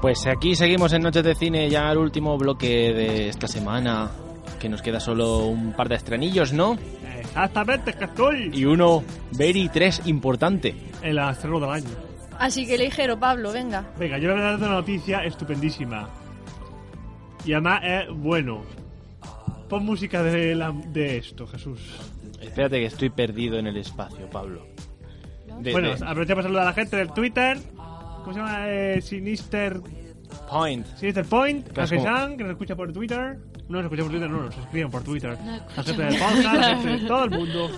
[SPEAKER 7] Pues aquí seguimos en Noches de Cine, ya el último bloque de esta semana, que nos queda solo un par de estrenillos, ¿no?
[SPEAKER 2] Exactamente, que estoy.
[SPEAKER 7] Y uno, Very 3, importante.
[SPEAKER 2] El estreno del año.
[SPEAKER 3] Así que ligero, Pablo, venga.
[SPEAKER 2] Venga, yo voy a dar una noticia estupendísima. Y además es bueno. Pon música de, la- de esto, Jesús.
[SPEAKER 7] Espérate que estoy perdido en el espacio, Pablo. De-
[SPEAKER 2] bueno, ah,
[SPEAKER 7] de-
[SPEAKER 2] aprovechamos a saludar a la gente del Twitter. ¿Cómo se llama? Eh, Sinister
[SPEAKER 7] Point.
[SPEAKER 2] Sinister Point,
[SPEAKER 7] Claro, es
[SPEAKER 2] Ángel
[SPEAKER 7] como-
[SPEAKER 2] San, que nos escucha por Twitter. No nos escucha por Twitter, no, nos escriben por Twitter. La
[SPEAKER 11] escuchan
[SPEAKER 2] gente
[SPEAKER 11] por
[SPEAKER 2] del podcast, la
[SPEAKER 11] Twitter.
[SPEAKER 2] gente de todo el mundo.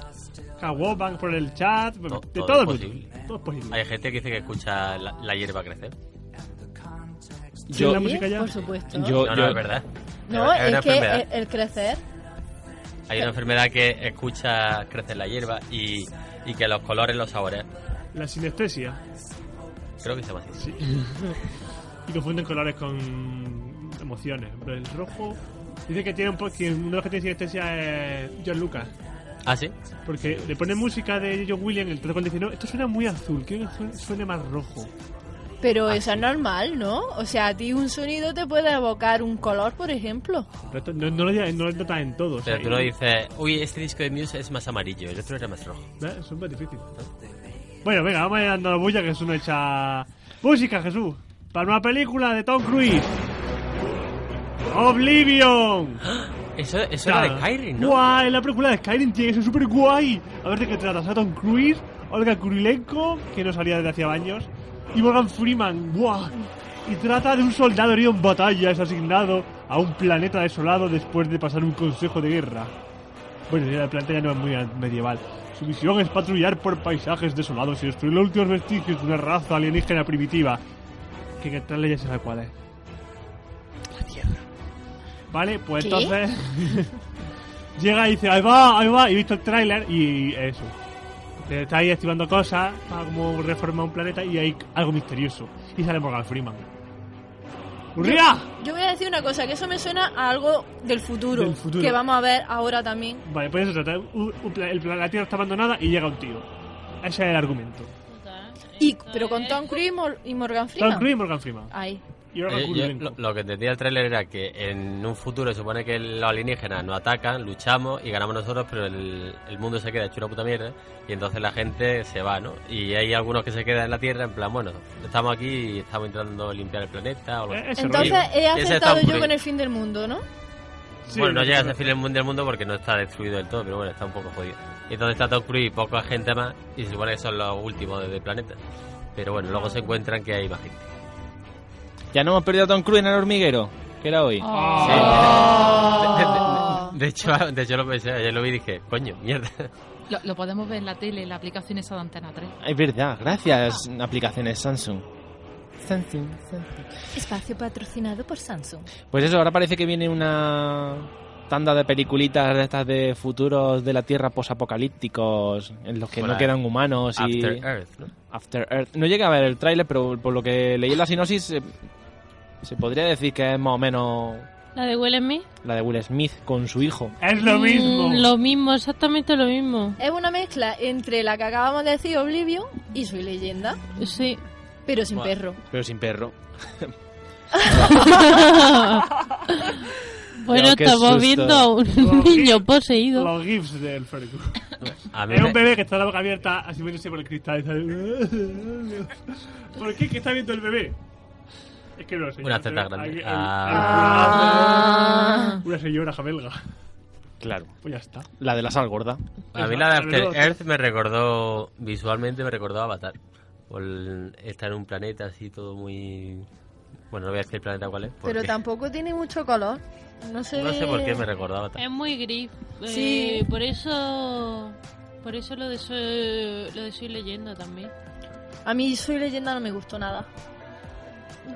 [SPEAKER 2] Kawobank por el chat, de todo,
[SPEAKER 5] es
[SPEAKER 2] el mundo.
[SPEAKER 5] posible.
[SPEAKER 2] Todo es posible.
[SPEAKER 5] Hay gente que dice que escucha la, la hierba crecer.
[SPEAKER 2] Sí, la música ya.
[SPEAKER 3] Por supuesto.
[SPEAKER 5] Yo- No, no, es verdad.
[SPEAKER 3] No,
[SPEAKER 5] Es una
[SPEAKER 3] es que eh,
[SPEAKER 5] enfermedad.
[SPEAKER 3] el, el crecer.
[SPEAKER 5] Hay una enfermedad que escucha crecer la hierba y, y que los colores, los sabores,
[SPEAKER 2] La sinestesia.
[SPEAKER 5] creo que se llama así.
[SPEAKER 2] y confunden colores con emociones. Pero el rojo. Dice que tiene un po- que uno de los que tiene sinestesia es John Lucas.
[SPEAKER 5] ¿Ah, sí?
[SPEAKER 2] Porque le pone música de John Williams, el protocolo dice, no, esto suena muy azul, quiero que su- suene más rojo.
[SPEAKER 3] Pero eso es normal, ¿no? O sea, a ti un sonido te puede evocar un color, por ejemplo.
[SPEAKER 2] Pero esto no, no lo, lle- no lo notas en todo. o sea,
[SPEAKER 5] Pero tú no dices, uy, este disco de Muse es más amarillo, el otro era más rojo.
[SPEAKER 2] ¿eh? Es un poco difícil. Bueno, venga, vamos a ir dando la bulla que es una hecha... Música, Jesús. Para una película de Tom Cruise. Oblivion.
[SPEAKER 5] ¡Ah! Eso, eso era de Kyrie, ¿no?
[SPEAKER 2] Guay, la película de Skyrim tiene que ser súper guay. A ver de qué trata. Satan Cruise, Olga Kurilenko, que no salía desde hacía años, y Morgan Freeman. Guau. Y trata de un soldado herido en batalla, es asignado a un planeta desolado después de pasar un consejo de guerra. Bueno, el planeta ya no es muy medieval. Su misión es patrullar por paisajes desolados y destruir los últimos vestigios de una raza alienígena primitiva. Que en el trailer ya se sabe cuál es. Vale, pues
[SPEAKER 11] ¿Qué?
[SPEAKER 2] entonces. llega y dice, ahí va, ahí va, y he visto el tráiler y eso. Te Está ahí activando cosas para como reformar un planeta y hay algo misterioso. Y sale Morgan Freeman. ¡Urria!
[SPEAKER 3] Yo, yo voy a decir una cosa, que eso me suena a algo del futuro,
[SPEAKER 2] Del futuro.
[SPEAKER 3] que vamos a ver ahora también.
[SPEAKER 2] Vale, pues eso trata. Un- un pla- el pla- la Tierra está abandonada y llega un tío. Ese es el argumento.
[SPEAKER 3] Y, pero con Tom Cruise y Mor- y Morgan Freeman.
[SPEAKER 2] Tom Cruise y Morgan Freeman.
[SPEAKER 3] Ahí.
[SPEAKER 2] Y Olga
[SPEAKER 5] Oye, Eh, yo-
[SPEAKER 2] Kurilenko.
[SPEAKER 5] lo, lo que entendía el tráiler era que en un futuro se supone que los alienígenas nos atacan, luchamos y ganamos nosotros, pero el, el mundo se queda hecho una puta mierda y entonces la gente se va, ¿no? Y hay algunos que se quedan en la Tierra en plan, bueno, estamos aquí y estamos intentando limpiar el planeta o lo que
[SPEAKER 2] Eh,
[SPEAKER 5] sea.
[SPEAKER 3] Entonces he
[SPEAKER 5] Y ese
[SPEAKER 3] aceptado
[SPEAKER 5] está
[SPEAKER 3] yo con
[SPEAKER 5] aburrido.
[SPEAKER 3] el fin del mundo, ¿no?
[SPEAKER 5] bueno, no llega a ese fin del mundo del mundo porque no está destruido del todo, pero bueno, está un poco jodido. Y entonces está Tom Cruise y poca gente más, y se supone que son los últimos del planeta. Pero bueno, luego se encuentran que hay más gente.
[SPEAKER 7] Ya no hemos perdido a Tom Cruise en el hormiguero, que era hoy.
[SPEAKER 5] De, de hecho, de hecho lo pensé, ayer lo vi y dije, coño, mierda.
[SPEAKER 1] Lo, lo podemos ver en la tele, en la aplicación esa de Antena 3.
[SPEAKER 7] Es verdad, gracias aplicaciones Samsung. Samsung,
[SPEAKER 3] Espacio patrocinado por Samsung.
[SPEAKER 7] Pues eso, ahora parece que viene una tanda de peliculitas de estas de futuros de la Tierra posapocalípticos, en los que
[SPEAKER 5] Hola.
[SPEAKER 7] no quedan humanos y...
[SPEAKER 5] After Earth, ¿no?
[SPEAKER 7] After Earth. No llegué a ver el tráiler, pero por lo que leí en la sinopsis, eh, se podría decir que es más o menos
[SPEAKER 6] ¿La de Will Smith?
[SPEAKER 7] la de Will Smith con su hijo.
[SPEAKER 2] Es
[SPEAKER 6] Mm, lo mismo, exactamente lo mismo.
[SPEAKER 3] Es una mezcla entre la que acabamos de decir, Oblivion, y Soy Leyenda.
[SPEAKER 6] Sí.
[SPEAKER 3] Pero sin
[SPEAKER 7] Buah,
[SPEAKER 3] perro.
[SPEAKER 7] Pero sin perro.
[SPEAKER 6] bueno,
[SPEAKER 7] Pero qué
[SPEAKER 6] estamos
[SPEAKER 7] susto.
[SPEAKER 6] viendo a un
[SPEAKER 2] Los
[SPEAKER 6] niño
[SPEAKER 2] gifs-
[SPEAKER 6] poseído.
[SPEAKER 2] Los GIFs del Fergus.
[SPEAKER 5] A mí
[SPEAKER 2] Era
[SPEAKER 5] me-
[SPEAKER 2] un bebé que está la boca abierta, así viéndose por el cristal. y sale, ¿Por qué? ¿Qué está viendo el bebé? Es que no lo sé.
[SPEAKER 5] Una
[SPEAKER 2] yo
[SPEAKER 5] teta
[SPEAKER 2] sé,
[SPEAKER 5] grande.
[SPEAKER 2] hay- hay-
[SPEAKER 5] Ah.
[SPEAKER 2] Una señora jamelga.
[SPEAKER 7] Claro.
[SPEAKER 2] Pues ya está.
[SPEAKER 7] La de la sal gorda.
[SPEAKER 5] A mí la de
[SPEAKER 2] Pero
[SPEAKER 5] After
[SPEAKER 2] luego-
[SPEAKER 5] Earth me recordó, visualmente me recordó a Avatar. Por el- estar en un planeta así todo muy... Bueno, no voy a decir el planeta cuál es.
[SPEAKER 3] Pero
[SPEAKER 5] porque
[SPEAKER 3] tampoco tiene mucho color. No sé.
[SPEAKER 5] No sé por qué me recordó a Avatar.
[SPEAKER 6] Es muy gris.
[SPEAKER 3] Sí.
[SPEAKER 6] Sí. Por eso. Por eso lo de Soy, lo de Soy Leyenda también.
[SPEAKER 3] A mí Soy Leyenda no me gustó nada.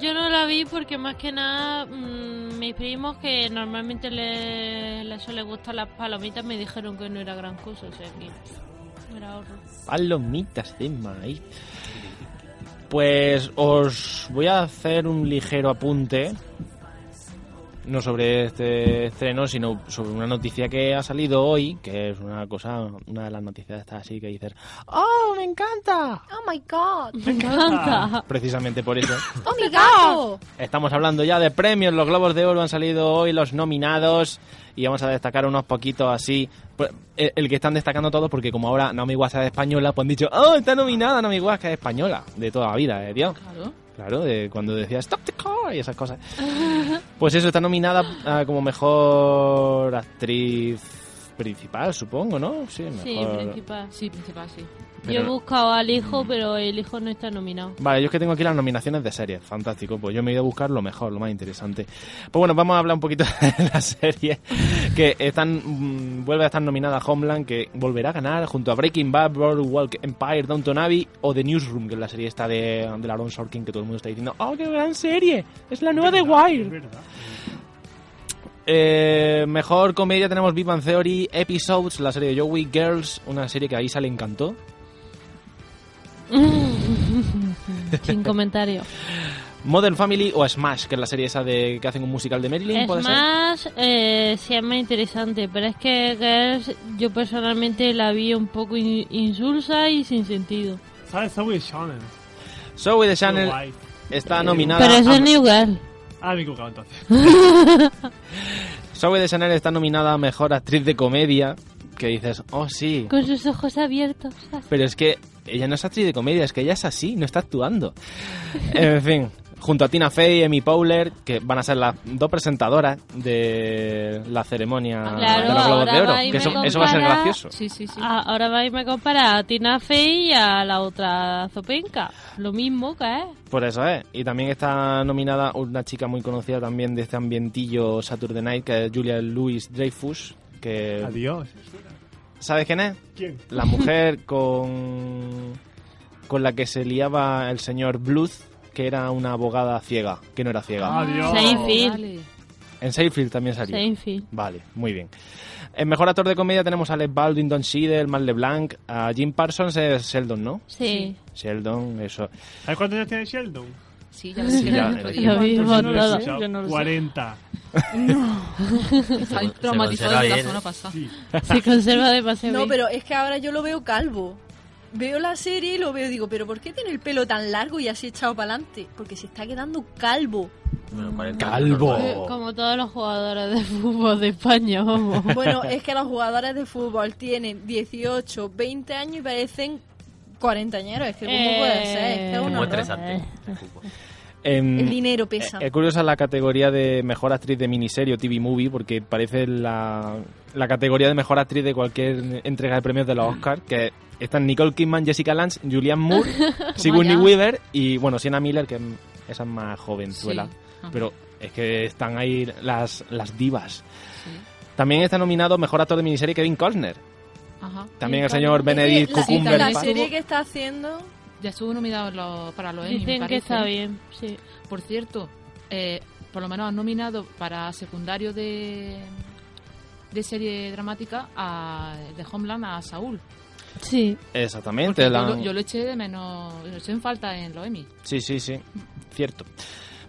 [SPEAKER 6] Yo no la vi porque más que nada mm, mis primos que normalmente le- les suele gustar las palomitas me dijeron que no era gran cosa, o sea que era horror.
[SPEAKER 7] Palomitas de maíz. Pues os voy a hacer un ligero apunte, no sobre este estreno, sino sobre una noticia que ha salido hoy, que es una cosa, una de las noticias estas así que dices,
[SPEAKER 12] ¡Oh, me encanta! ¡Oh, my God! ¡Me
[SPEAKER 7] encanta. precisamente por eso.
[SPEAKER 12] ¡Oh, mi gato!
[SPEAKER 7] Estamos hablando ya de premios, los Globos de Oro han salido hoy, los nominados, y vamos a destacar unos poquitos así. Pues, El el que están destacando todos, porque como ahora Naomi Watts es española, pues han dicho, ¡Oh, está nominada Naomi Watts, que es española! De toda la vida, ¿eh, tío?
[SPEAKER 1] Claro.
[SPEAKER 7] Claro, de cuando decía Stop the Car y esas cosas. Pues eso, está nominada ah, como mejor actriz principal, supongo, ¿no? Sí, mejor.
[SPEAKER 6] Sí, principal.
[SPEAKER 1] Sí, principal, sí.
[SPEAKER 6] Yo
[SPEAKER 7] Pero-
[SPEAKER 6] he buscado al hijo, pero el hijo no está nominado.
[SPEAKER 7] Vale, yo es que tengo aquí las nominaciones de series, fantástico. Pues yo me he ido a buscar lo mejor, lo más interesante. Pues bueno, vamos a hablar un poquito de las series que están mm, vuelve a estar nominada Homeland, que volverá a ganar junto a Breaking Bad, Boardwalk Empire, Downton Abbey o The Newsroom, que es la serie esta de, de Aaron Sorkin que todo el mundo está diciendo, ¡Oh, qué gran serie! Es la nueva de Wire. Eh, mejor comedia tenemos Big Bang Theory, Episodes, la serie de Joey, Girls, una serie que a Isa le encantó.
[SPEAKER 6] Sin comentario.
[SPEAKER 7] Modern Family o Smash, que es la serie esa de que hacen un musical de Marilyn,
[SPEAKER 6] Es
[SPEAKER 7] ¿puede ser?
[SPEAKER 6] más, eh, sí es más interesante, pero es que Girls yo personalmente la vi un poco in- insulsa y sin sentido.
[SPEAKER 2] ¿Sabes? Zoe Shannon.
[SPEAKER 7] Zoe de
[SPEAKER 2] Qué
[SPEAKER 7] Channel
[SPEAKER 2] guay.
[SPEAKER 7] está nominada.
[SPEAKER 6] pero es
[SPEAKER 7] a-
[SPEAKER 6] el New Girl.
[SPEAKER 2] Ah, me he equivocado entonces.
[SPEAKER 7] Zoe de Chanel está nominada a mejor actriz de comedia. Que dices, oh sí.
[SPEAKER 6] Con sus ojos abiertos.
[SPEAKER 7] Pero es que ella no es actriz de comedia, es que ella es así, no está actuando. En fin, junto a Tina Fey y Emi Powler, que van a ser las dos presentadoras de la ceremonia
[SPEAKER 6] Claro,
[SPEAKER 7] de los Globos
[SPEAKER 6] ahora
[SPEAKER 7] de Oro.
[SPEAKER 6] va y
[SPEAKER 7] Que
[SPEAKER 6] me
[SPEAKER 7] eso, eso va a ser
[SPEAKER 6] compara-
[SPEAKER 7] gracioso.
[SPEAKER 1] Sí, sí, sí.
[SPEAKER 6] Ah, ahora vais a me comparar a Tina Fey y a la otra Zopenca. Lo mismo que es.
[SPEAKER 7] Por eso es. Y también está nominada una chica muy conocida también de este ambientillo Saturday Night, que es Julia Louis Dreyfus. Que...
[SPEAKER 2] Adiós.
[SPEAKER 7] ¿Sabes quién es?
[SPEAKER 2] ¿Quién?
[SPEAKER 7] La mujer con, con la que se liaba el señor Bluth, que era una abogada ciega, que no era ciega.
[SPEAKER 2] Adiós.
[SPEAKER 6] Seinfeld.
[SPEAKER 7] En Seinfeld también salió.
[SPEAKER 6] Seinfeld.
[SPEAKER 7] Vale, muy bien. En mejor actor de comedia tenemos a Alec Baldwin, Don Cheadle, Matt LeBlanc, a Jim Parsons, es Sheldon, ¿no?
[SPEAKER 6] Sí.
[SPEAKER 7] Sheldon, eso.
[SPEAKER 2] ¿Sabes cuántos años tiene Sheldon?
[SPEAKER 1] Sí, ya lo
[SPEAKER 7] Sí,
[SPEAKER 1] sé.
[SPEAKER 7] ya,
[SPEAKER 1] el otro
[SPEAKER 7] elegí.
[SPEAKER 1] día.
[SPEAKER 6] Lo vi
[SPEAKER 2] ¿Cuántos?
[SPEAKER 6] votado.
[SPEAKER 2] he escuchado.
[SPEAKER 4] Yo no lo sé.
[SPEAKER 2] 40.
[SPEAKER 1] Ay,
[SPEAKER 5] Se
[SPEAKER 1] traumatizado
[SPEAKER 5] conserva
[SPEAKER 1] de la
[SPEAKER 5] bien.
[SPEAKER 1] semana pasada.
[SPEAKER 2] Sí.
[SPEAKER 6] Se conserva demasiado
[SPEAKER 3] No,
[SPEAKER 6] bien.
[SPEAKER 3] pero es que ahora yo lo veo calvo. Veo la serie y lo veo y digo, pero ¿por qué tiene el pelo tan largo y así echado para adelante? Porque se está quedando calvo.
[SPEAKER 5] Bueno, 40
[SPEAKER 7] Calvo.
[SPEAKER 5] normal.
[SPEAKER 6] Eh, Como todos los jugadores de fútbol de España, vamos.
[SPEAKER 3] Bueno, es que los jugadores de fútbol tienen 18, 20 años y parecen cuarentañeros. Es que ¿cómo
[SPEAKER 6] Eh,
[SPEAKER 3] puede ser? Es que es
[SPEAKER 5] Es
[SPEAKER 3] un
[SPEAKER 5] muy
[SPEAKER 6] Bueno,
[SPEAKER 3] horror.
[SPEAKER 5] interesante.
[SPEAKER 7] En-
[SPEAKER 3] El dinero pesa.
[SPEAKER 7] Es Em, eh, curiosa la categoría de mejor actriz de miniserie o TV movie, porque parece la, la categoría de mejor actriz de cualquier entrega de premios de los Oscars, que están Nicole Kidman, Jessica Lange, Julianne Moore, Sigourney
[SPEAKER 1] ya.
[SPEAKER 7] Weaver y, bueno, Sienna Miller, que esa es más jovenzuela.
[SPEAKER 1] Sí. Ajá.
[SPEAKER 7] Pero es que están ahí las, las divas.
[SPEAKER 1] Sí.
[SPEAKER 7] También está nominado mejor actor de miniserie Kevin Costner.
[SPEAKER 1] Ajá.
[SPEAKER 7] También el
[SPEAKER 6] Kevin
[SPEAKER 7] señor
[SPEAKER 6] Costner.
[SPEAKER 3] Es
[SPEAKER 7] Benedict
[SPEAKER 3] que la- la,
[SPEAKER 7] Cumberbatch.
[SPEAKER 3] serie que está haciendo...
[SPEAKER 1] Ya estuvo nominado lo- para los Emmy, me
[SPEAKER 6] Dicen que
[SPEAKER 1] parece.
[SPEAKER 6] está bien, sí.
[SPEAKER 1] Por cierto, eh, por lo menos han nominado para secundario de, de serie dramática a, de Homeland a Saúl.
[SPEAKER 6] Sí.
[SPEAKER 7] Exactamente.
[SPEAKER 1] Porque
[SPEAKER 7] la-
[SPEAKER 1] yo, lo- yo lo eché de menos, lo eché en falta en los Emmy.
[SPEAKER 7] Sí, sí, sí. Cierto.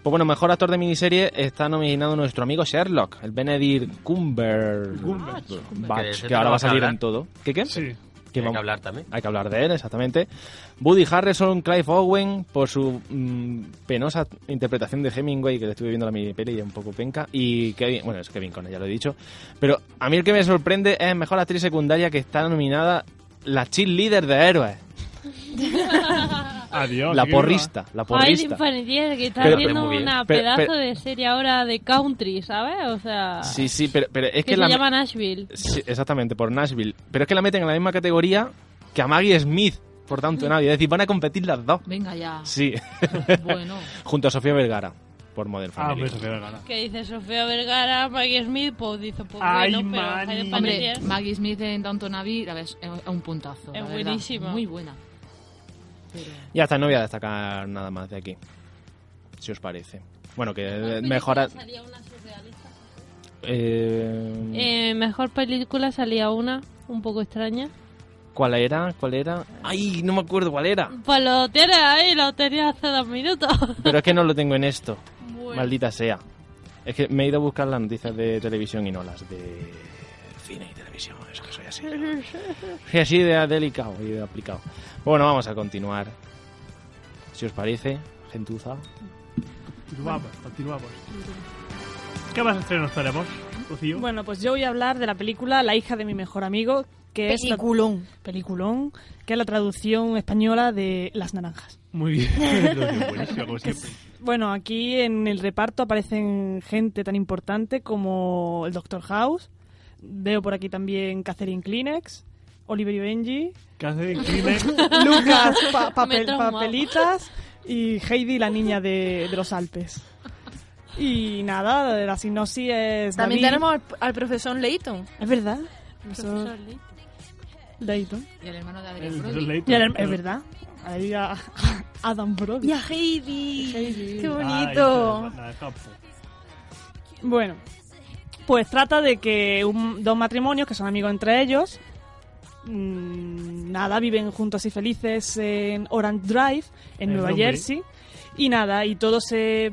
[SPEAKER 7] Pues bueno, mejor actor de miniserie está nominado nuestro amigo Sherlock, el Benedict Cumber...
[SPEAKER 2] Cumberbatch.
[SPEAKER 5] Que de
[SPEAKER 7] Cumberbatch,
[SPEAKER 5] ese
[SPEAKER 7] que ahora va a
[SPEAKER 5] tenemos que
[SPEAKER 7] salir
[SPEAKER 5] hablar.
[SPEAKER 7] en todo. ¿Qué qué?
[SPEAKER 2] Sí.
[SPEAKER 7] Que
[SPEAKER 5] Hay que
[SPEAKER 7] vamos-
[SPEAKER 5] hablar también.
[SPEAKER 7] Hay que hablar de él, exactamente. Woody Harrison, Clive Owen, por su mm, penosa interpretación de Hemingway, que le estuve viendo la mini peli y es un poco penca. Y Kevin, bueno, es Kevin Conner, ya lo he dicho. Pero a mí el que me sorprende es mejor actriz secundaria que está nominada la cheerleader de héroes.
[SPEAKER 2] Adiós.
[SPEAKER 7] la
[SPEAKER 2] qué guapa.
[SPEAKER 7] porrista, la
[SPEAKER 6] Ay,
[SPEAKER 7] porrista.
[SPEAKER 6] Infantier, que está
[SPEAKER 7] Pero-
[SPEAKER 6] haciendo
[SPEAKER 5] Muy bien.
[SPEAKER 6] una
[SPEAKER 7] Pero-
[SPEAKER 6] pedazo
[SPEAKER 7] pero-
[SPEAKER 6] de serie ahora de country, ¿sabes? O sea,
[SPEAKER 7] Sí, sí, pero, pero es
[SPEAKER 6] que,
[SPEAKER 7] que,
[SPEAKER 6] se
[SPEAKER 7] la,
[SPEAKER 6] llama Nashville.
[SPEAKER 7] Sí, exactamente, por Nashville. Pero es que la meten en la misma categoría que a Maggie Smith, por tanto, nadie. Es decir, van a competir las dos.
[SPEAKER 1] Venga ya.
[SPEAKER 7] Sí,
[SPEAKER 1] Bueno,
[SPEAKER 7] junto a Sofía Vergara, por Modern
[SPEAKER 2] Ah,
[SPEAKER 7] Family.
[SPEAKER 2] pues eso queda ganar.
[SPEAKER 6] Que dice Sofía Vergara, Maggie Smith, pues dice, pues
[SPEAKER 2] Ay,
[SPEAKER 6] bueno, pero
[SPEAKER 2] mani.
[SPEAKER 6] Jaime
[SPEAKER 1] hombre,
[SPEAKER 6] Panetier-
[SPEAKER 1] Maggie Smith en Downton Abbey, la ves, es un puntazo. la
[SPEAKER 6] Es
[SPEAKER 1] verdad.
[SPEAKER 6] buenísima.
[SPEAKER 1] Muy buena. Pero-
[SPEAKER 7] Ya está, no voy a destacar nada más de aquí. Si os parece. Bueno, que mejora. Eh, Mm.
[SPEAKER 6] Eh, mejor película salía una, un poco extraña.
[SPEAKER 7] ¿Cuál era? ¿Cuál era? ¡Ay! No me acuerdo cuál era.
[SPEAKER 6] Pues lo tienes ahí, lo tenías hace dos minutos.
[SPEAKER 7] Pero es que no lo tengo en esto.
[SPEAKER 6] Bueno.
[SPEAKER 7] Maldita sea. Es que me he ido a buscar las noticias de televisión y no las de cine y televisión. Es que soy así. Soy así de delicado y de aplicado. Bueno, vamos a continuar. Si os parece, gentuza.
[SPEAKER 2] Continuamos, continuamos. ¿Qué más estrenos tenemos, Rocío?
[SPEAKER 4] Bueno, pues yo voy a hablar de la película La hija de mi mejor amigo, que es... la-
[SPEAKER 3] Peliculón.
[SPEAKER 4] Peliculón, que es la traducción española de Las Naranjas.
[SPEAKER 2] Muy bien. Lo digo, buenísimo, como siempre.
[SPEAKER 4] Bueno, aquí en el reparto aparecen gente tan importante como el Doctor House, veo por aquí también Catherine Kleenex, Oliverio Benji,
[SPEAKER 2] Catherine Kleenex.
[SPEAKER 4] Lucas pa-
[SPEAKER 2] Me he
[SPEAKER 4] papel-
[SPEAKER 2] traumado.
[SPEAKER 4] Papelitas y Heidi la niña de, de los Alpes. Y nada, la sinopsis es...
[SPEAKER 3] También
[SPEAKER 4] David-
[SPEAKER 3] tenemos al, al profesor Leighton.
[SPEAKER 4] Es verdad.
[SPEAKER 3] Profesor
[SPEAKER 4] Leighton.
[SPEAKER 1] Y el hermano de
[SPEAKER 4] El
[SPEAKER 1] Adrián
[SPEAKER 4] profesor
[SPEAKER 1] Brody.
[SPEAKER 4] Leighton. Y el- es verdad. Ahí a, a Adam Brody.
[SPEAKER 3] Y a Heidi.
[SPEAKER 4] Ay,
[SPEAKER 3] Qué bonito.
[SPEAKER 2] La de Campo.
[SPEAKER 4] Bueno, pues trata de que un- dos matrimonios que son amigos entre ellos, mm, nada, viven juntos y felices en Orange Drive, en
[SPEAKER 13] El
[SPEAKER 4] Nueva
[SPEAKER 13] nombre.
[SPEAKER 4] Jersey, y nada, y todo se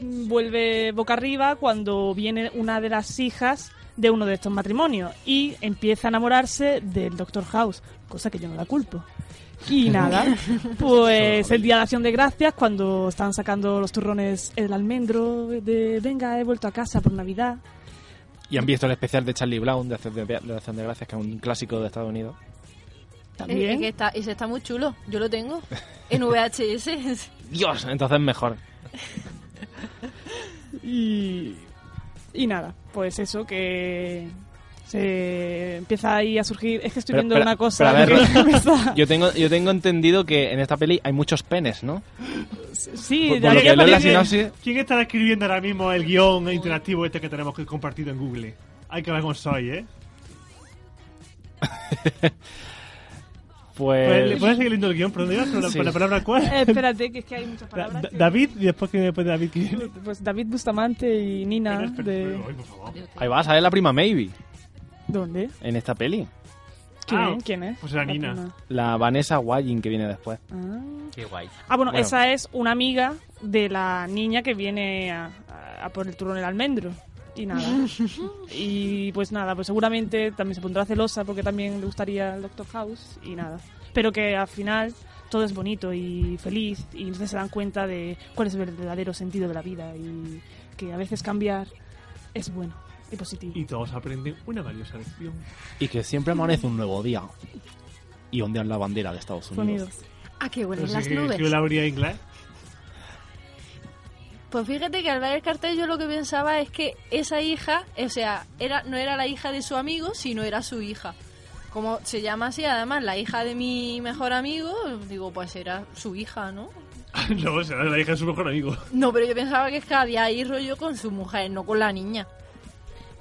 [SPEAKER 4] mm, vuelve boca arriba cuando viene una de las hijas de uno de estos matrimonios y empieza a enamorarse del Dr. House, cosa que yo no la culpo. Y nada, pues el día de acción de gracias, cuando están sacando los turrones el almendro, de venga, he vuelto a casa por Navidad.
[SPEAKER 7] Y han visto el especial de Charlie Brown de Acción de, de Acción de Gracias, que es un clásico de Estados Unidos. Eh,
[SPEAKER 4] También.
[SPEAKER 3] Es, es que está, ese está muy chulo. Yo lo tengo. En VHS.
[SPEAKER 7] Dios, entonces mejor.
[SPEAKER 4] Y, y nada, pues eso que se empieza ahí a surgir. Es que estoy
[SPEAKER 7] Pero-
[SPEAKER 4] viendo
[SPEAKER 7] pero-
[SPEAKER 4] una cosa.
[SPEAKER 7] pero a ver,
[SPEAKER 4] que me está-
[SPEAKER 7] yo, tengo, yo tengo entendido que en esta peli hay muchos penes, ¿no?
[SPEAKER 4] sí,
[SPEAKER 7] Por- por lo que leo en la sinopsis-
[SPEAKER 2] ¿Quién estará escribiendo ahora mismo el guión interactivo este que tenemos que compartido en Google? Hay que ver cómo soy, ¿eh?
[SPEAKER 7] Pues.
[SPEAKER 2] ¿Puedes puedes Pues seguir leyendo el guión? ¿Pero dónde ibas? ¿Por la-
[SPEAKER 7] Sí.
[SPEAKER 2] por la palabra cuál?
[SPEAKER 4] Eh, espérate, que es que hay muchas
[SPEAKER 2] Da-
[SPEAKER 4] palabras.
[SPEAKER 2] Da- David, y después que después de David, ¿quién?
[SPEAKER 4] Pues David Bustamante y Nina de...
[SPEAKER 7] Ahí va, sale la prima Maybe
[SPEAKER 4] ¿Dónde?
[SPEAKER 7] en esta peli.
[SPEAKER 4] ¿Quién,
[SPEAKER 2] Ah,
[SPEAKER 4] ¿Quién es?
[SPEAKER 2] pues era
[SPEAKER 4] La
[SPEAKER 2] Nina.
[SPEAKER 4] prima.
[SPEAKER 7] La Vanessa Wying que viene después.
[SPEAKER 5] Qué guay.
[SPEAKER 4] Ah, bueno,
[SPEAKER 7] Bueno.
[SPEAKER 4] esa es una amiga de la niña que viene a, a- a por el turrón el almendro. Y nada. y pues nada, pues seguramente también se pondrá celosa porque también le gustaría el Doctor House y nada. Pero que al final todo es bonito y feliz y entonces se dan cuenta de cuál es el verdadero sentido de la vida y que a veces cambiar es bueno y positivo.
[SPEAKER 2] Y todos aprenden una valiosa lección.
[SPEAKER 7] Y que siempre amanece un nuevo día. Y ondean la bandera de Estados Unidos.
[SPEAKER 3] ¿A Ah, qué huelen
[SPEAKER 2] Pues
[SPEAKER 3] las
[SPEAKER 2] sí que-
[SPEAKER 3] nubes?
[SPEAKER 2] que la habría inglés.
[SPEAKER 3] Pues fíjate que al ver el cartel yo lo que pensaba es que esa hija, o sea, era, no era la hija de su amigo, sino era su hija. Como se llama así, además, la hija de mi mejor amigo, digo, pues era su hija, ¿no?
[SPEAKER 2] no, será la hija de su mejor amigo.
[SPEAKER 3] No, pero yo pensaba que es que había ahí rollo con su mujer, no con la niña.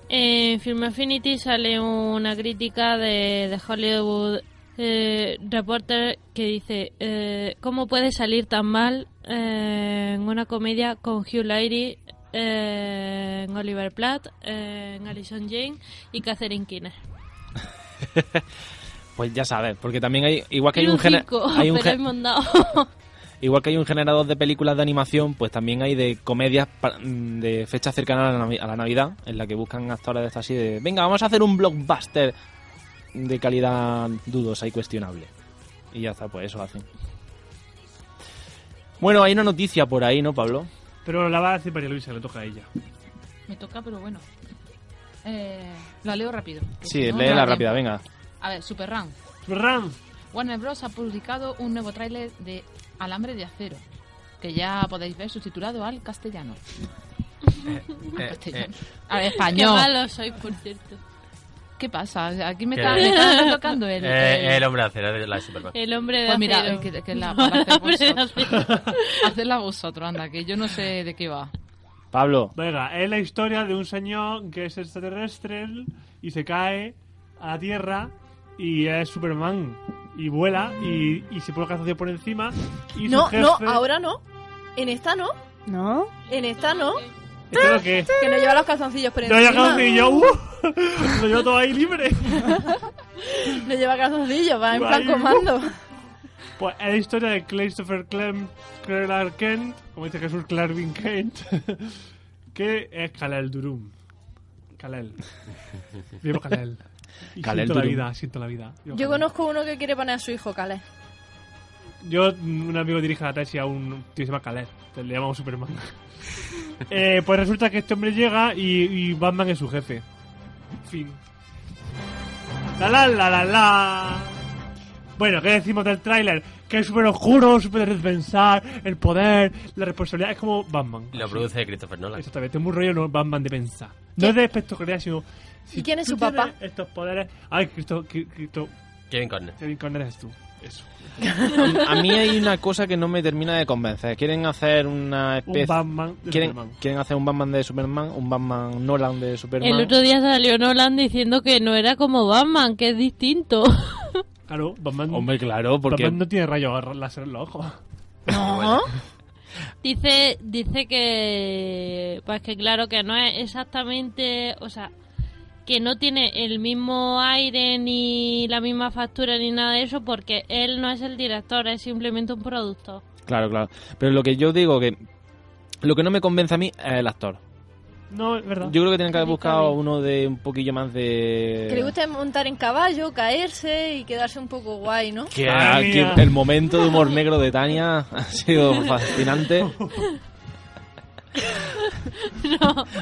[SPEAKER 6] En Film Affinity sale una crítica de, de Hollywood eh, Reporter que dice eh, ¿Cómo puede salir tan mal eh, en una comedia con Hugh Laurie, eh, en Oliver Platt, eh, en Alison Jane y Catherine Keener?
[SPEAKER 7] Pues ya sabes, porque también hay. Igual que hay
[SPEAKER 6] Era
[SPEAKER 7] un, gener-
[SPEAKER 6] circo,
[SPEAKER 7] hay un
[SPEAKER 6] pero
[SPEAKER 7] gen-
[SPEAKER 6] es mondado.
[SPEAKER 7] Igual que hay un generador de películas de animación, pues también hay de comedias pa- mm, de fecha cercana a la, Navi- a la Navidad, en la que buscan actores de esta así de, venga, vamos a hacer un blockbuster de calidad dudosa y cuestionable. Y ya está, pues eso hacen. Bueno, hay una noticia por ahí, ¿no, Pablo?
[SPEAKER 2] Pero la va a decir María Luisa, le toca a ella.
[SPEAKER 1] Me toca, pero bueno. Eh, la leo rápido.
[SPEAKER 7] Sí,
[SPEAKER 1] No, no
[SPEAKER 7] léela
[SPEAKER 1] da
[SPEAKER 7] rápida,
[SPEAKER 1] tiempo.
[SPEAKER 7] venga.
[SPEAKER 1] A ver, Superran.
[SPEAKER 2] Superran.
[SPEAKER 1] Warner Bros. ha publicado un nuevo tráiler de Alambre de Acero, que ya podéis ver subtitulado al castellano.
[SPEAKER 5] Eh,
[SPEAKER 1] Castellano.
[SPEAKER 5] eh,
[SPEAKER 1] Al
[SPEAKER 6] Qué
[SPEAKER 1] español.
[SPEAKER 6] malo soy, por cierto.
[SPEAKER 1] ¿Qué pasa? Aquí me
[SPEAKER 5] ¿Qué?
[SPEAKER 1] está, me está tocando el...
[SPEAKER 5] eh, el hombre de acero de la de Superman.
[SPEAKER 6] El hombre de
[SPEAKER 1] Pues mira,
[SPEAKER 6] acero.
[SPEAKER 1] que, que la,
[SPEAKER 6] No,
[SPEAKER 1] la
[SPEAKER 6] el hombre de
[SPEAKER 1] hacéis vosotros. Hacedla vosotros, anda, que yo no sé de qué va.
[SPEAKER 7] Pablo.
[SPEAKER 2] Venga, es la historia de un señor que es extraterrestre y se cae a la Tierra y es Superman. Y vuela y, y se pone calzoncillo por encima. Y su
[SPEAKER 3] No,
[SPEAKER 2] jefe-
[SPEAKER 3] no, ahora no. En esta no.
[SPEAKER 4] ¿No?
[SPEAKER 3] En esta no.
[SPEAKER 2] Creo que...
[SPEAKER 3] Que no lleva los calzoncillos por
[SPEAKER 2] Yo
[SPEAKER 3] encima.
[SPEAKER 2] había calzoncillo, ¡uh! lo llevo todo ahí libre.
[SPEAKER 3] No lleva calzoncillos, va en plan
[SPEAKER 2] Guay.
[SPEAKER 3] comando.
[SPEAKER 2] Pues es la historia de Christopher Clem, Clark Kent, como dice Jesús Clarvin Kent, que es Kalel Durum. Kalel. Vivo Kalel. Y
[SPEAKER 7] Kal-El
[SPEAKER 2] siento la
[SPEAKER 7] Durum.
[SPEAKER 2] vida, siento la vida. Yo,
[SPEAKER 3] Yo conozco uno que quiere poner a su hijo Calais.
[SPEAKER 2] yo, un amigo dirige la tesis a un tío que se llama Kalel, le llamamos Superman. Eh, pues resulta que este hombre llega y, y Batman es su jefe. Fin. La la la la la. Bueno, ¿qué decimos del tráiler? Que es súper oscuro, súper pensar, el poder, la responsabilidad. Es como Batman.
[SPEAKER 5] Lo produce Christopher Nolan.
[SPEAKER 2] Exactamente, es muy rollo no- Batman de pensar. No es de espectacularidad, sino... si
[SPEAKER 3] ¿Y quién es
[SPEAKER 2] tú
[SPEAKER 3] su
[SPEAKER 2] tienes
[SPEAKER 3] papá?
[SPEAKER 2] Estos poderes... Ay, Cristo... Cri- Cristo
[SPEAKER 5] Kevin Conner.
[SPEAKER 2] Kevin Conner es tú. Eso.
[SPEAKER 7] A mí hay una cosa que no me termina de convencer. Quieren hacer una especie.
[SPEAKER 2] Un Batman de
[SPEAKER 7] quieren,
[SPEAKER 2] Superman.
[SPEAKER 7] quieren hacer un Batman de Superman, un Batman Nolan de Superman.
[SPEAKER 6] El otro día salió Nolan diciendo que no era como Batman, que es distinto.
[SPEAKER 2] Claro, Batman...
[SPEAKER 7] Hombre, claro, porque.
[SPEAKER 2] Batman no tiene rayos láser en los ojos.
[SPEAKER 6] Dice, dice que, pues que claro que no es exactamente, o sea, que no tiene el mismo aire ni la misma factura ni nada de eso porque él no es el director, es simplemente un productor.
[SPEAKER 7] Claro, claro. Pero lo que yo digo que. Lo que no me convence a mí es el actor.
[SPEAKER 2] No, es verdad.
[SPEAKER 7] Yo creo que tienen que haber buscado uno de un poquillo más de.
[SPEAKER 3] Que le gusta montar en caballo, caerse y quedarse un poco guay, ¿no?
[SPEAKER 7] Que,
[SPEAKER 2] Madre
[SPEAKER 7] que
[SPEAKER 2] mía.
[SPEAKER 7] el momento de humor negro de Tania ha sido fascinante.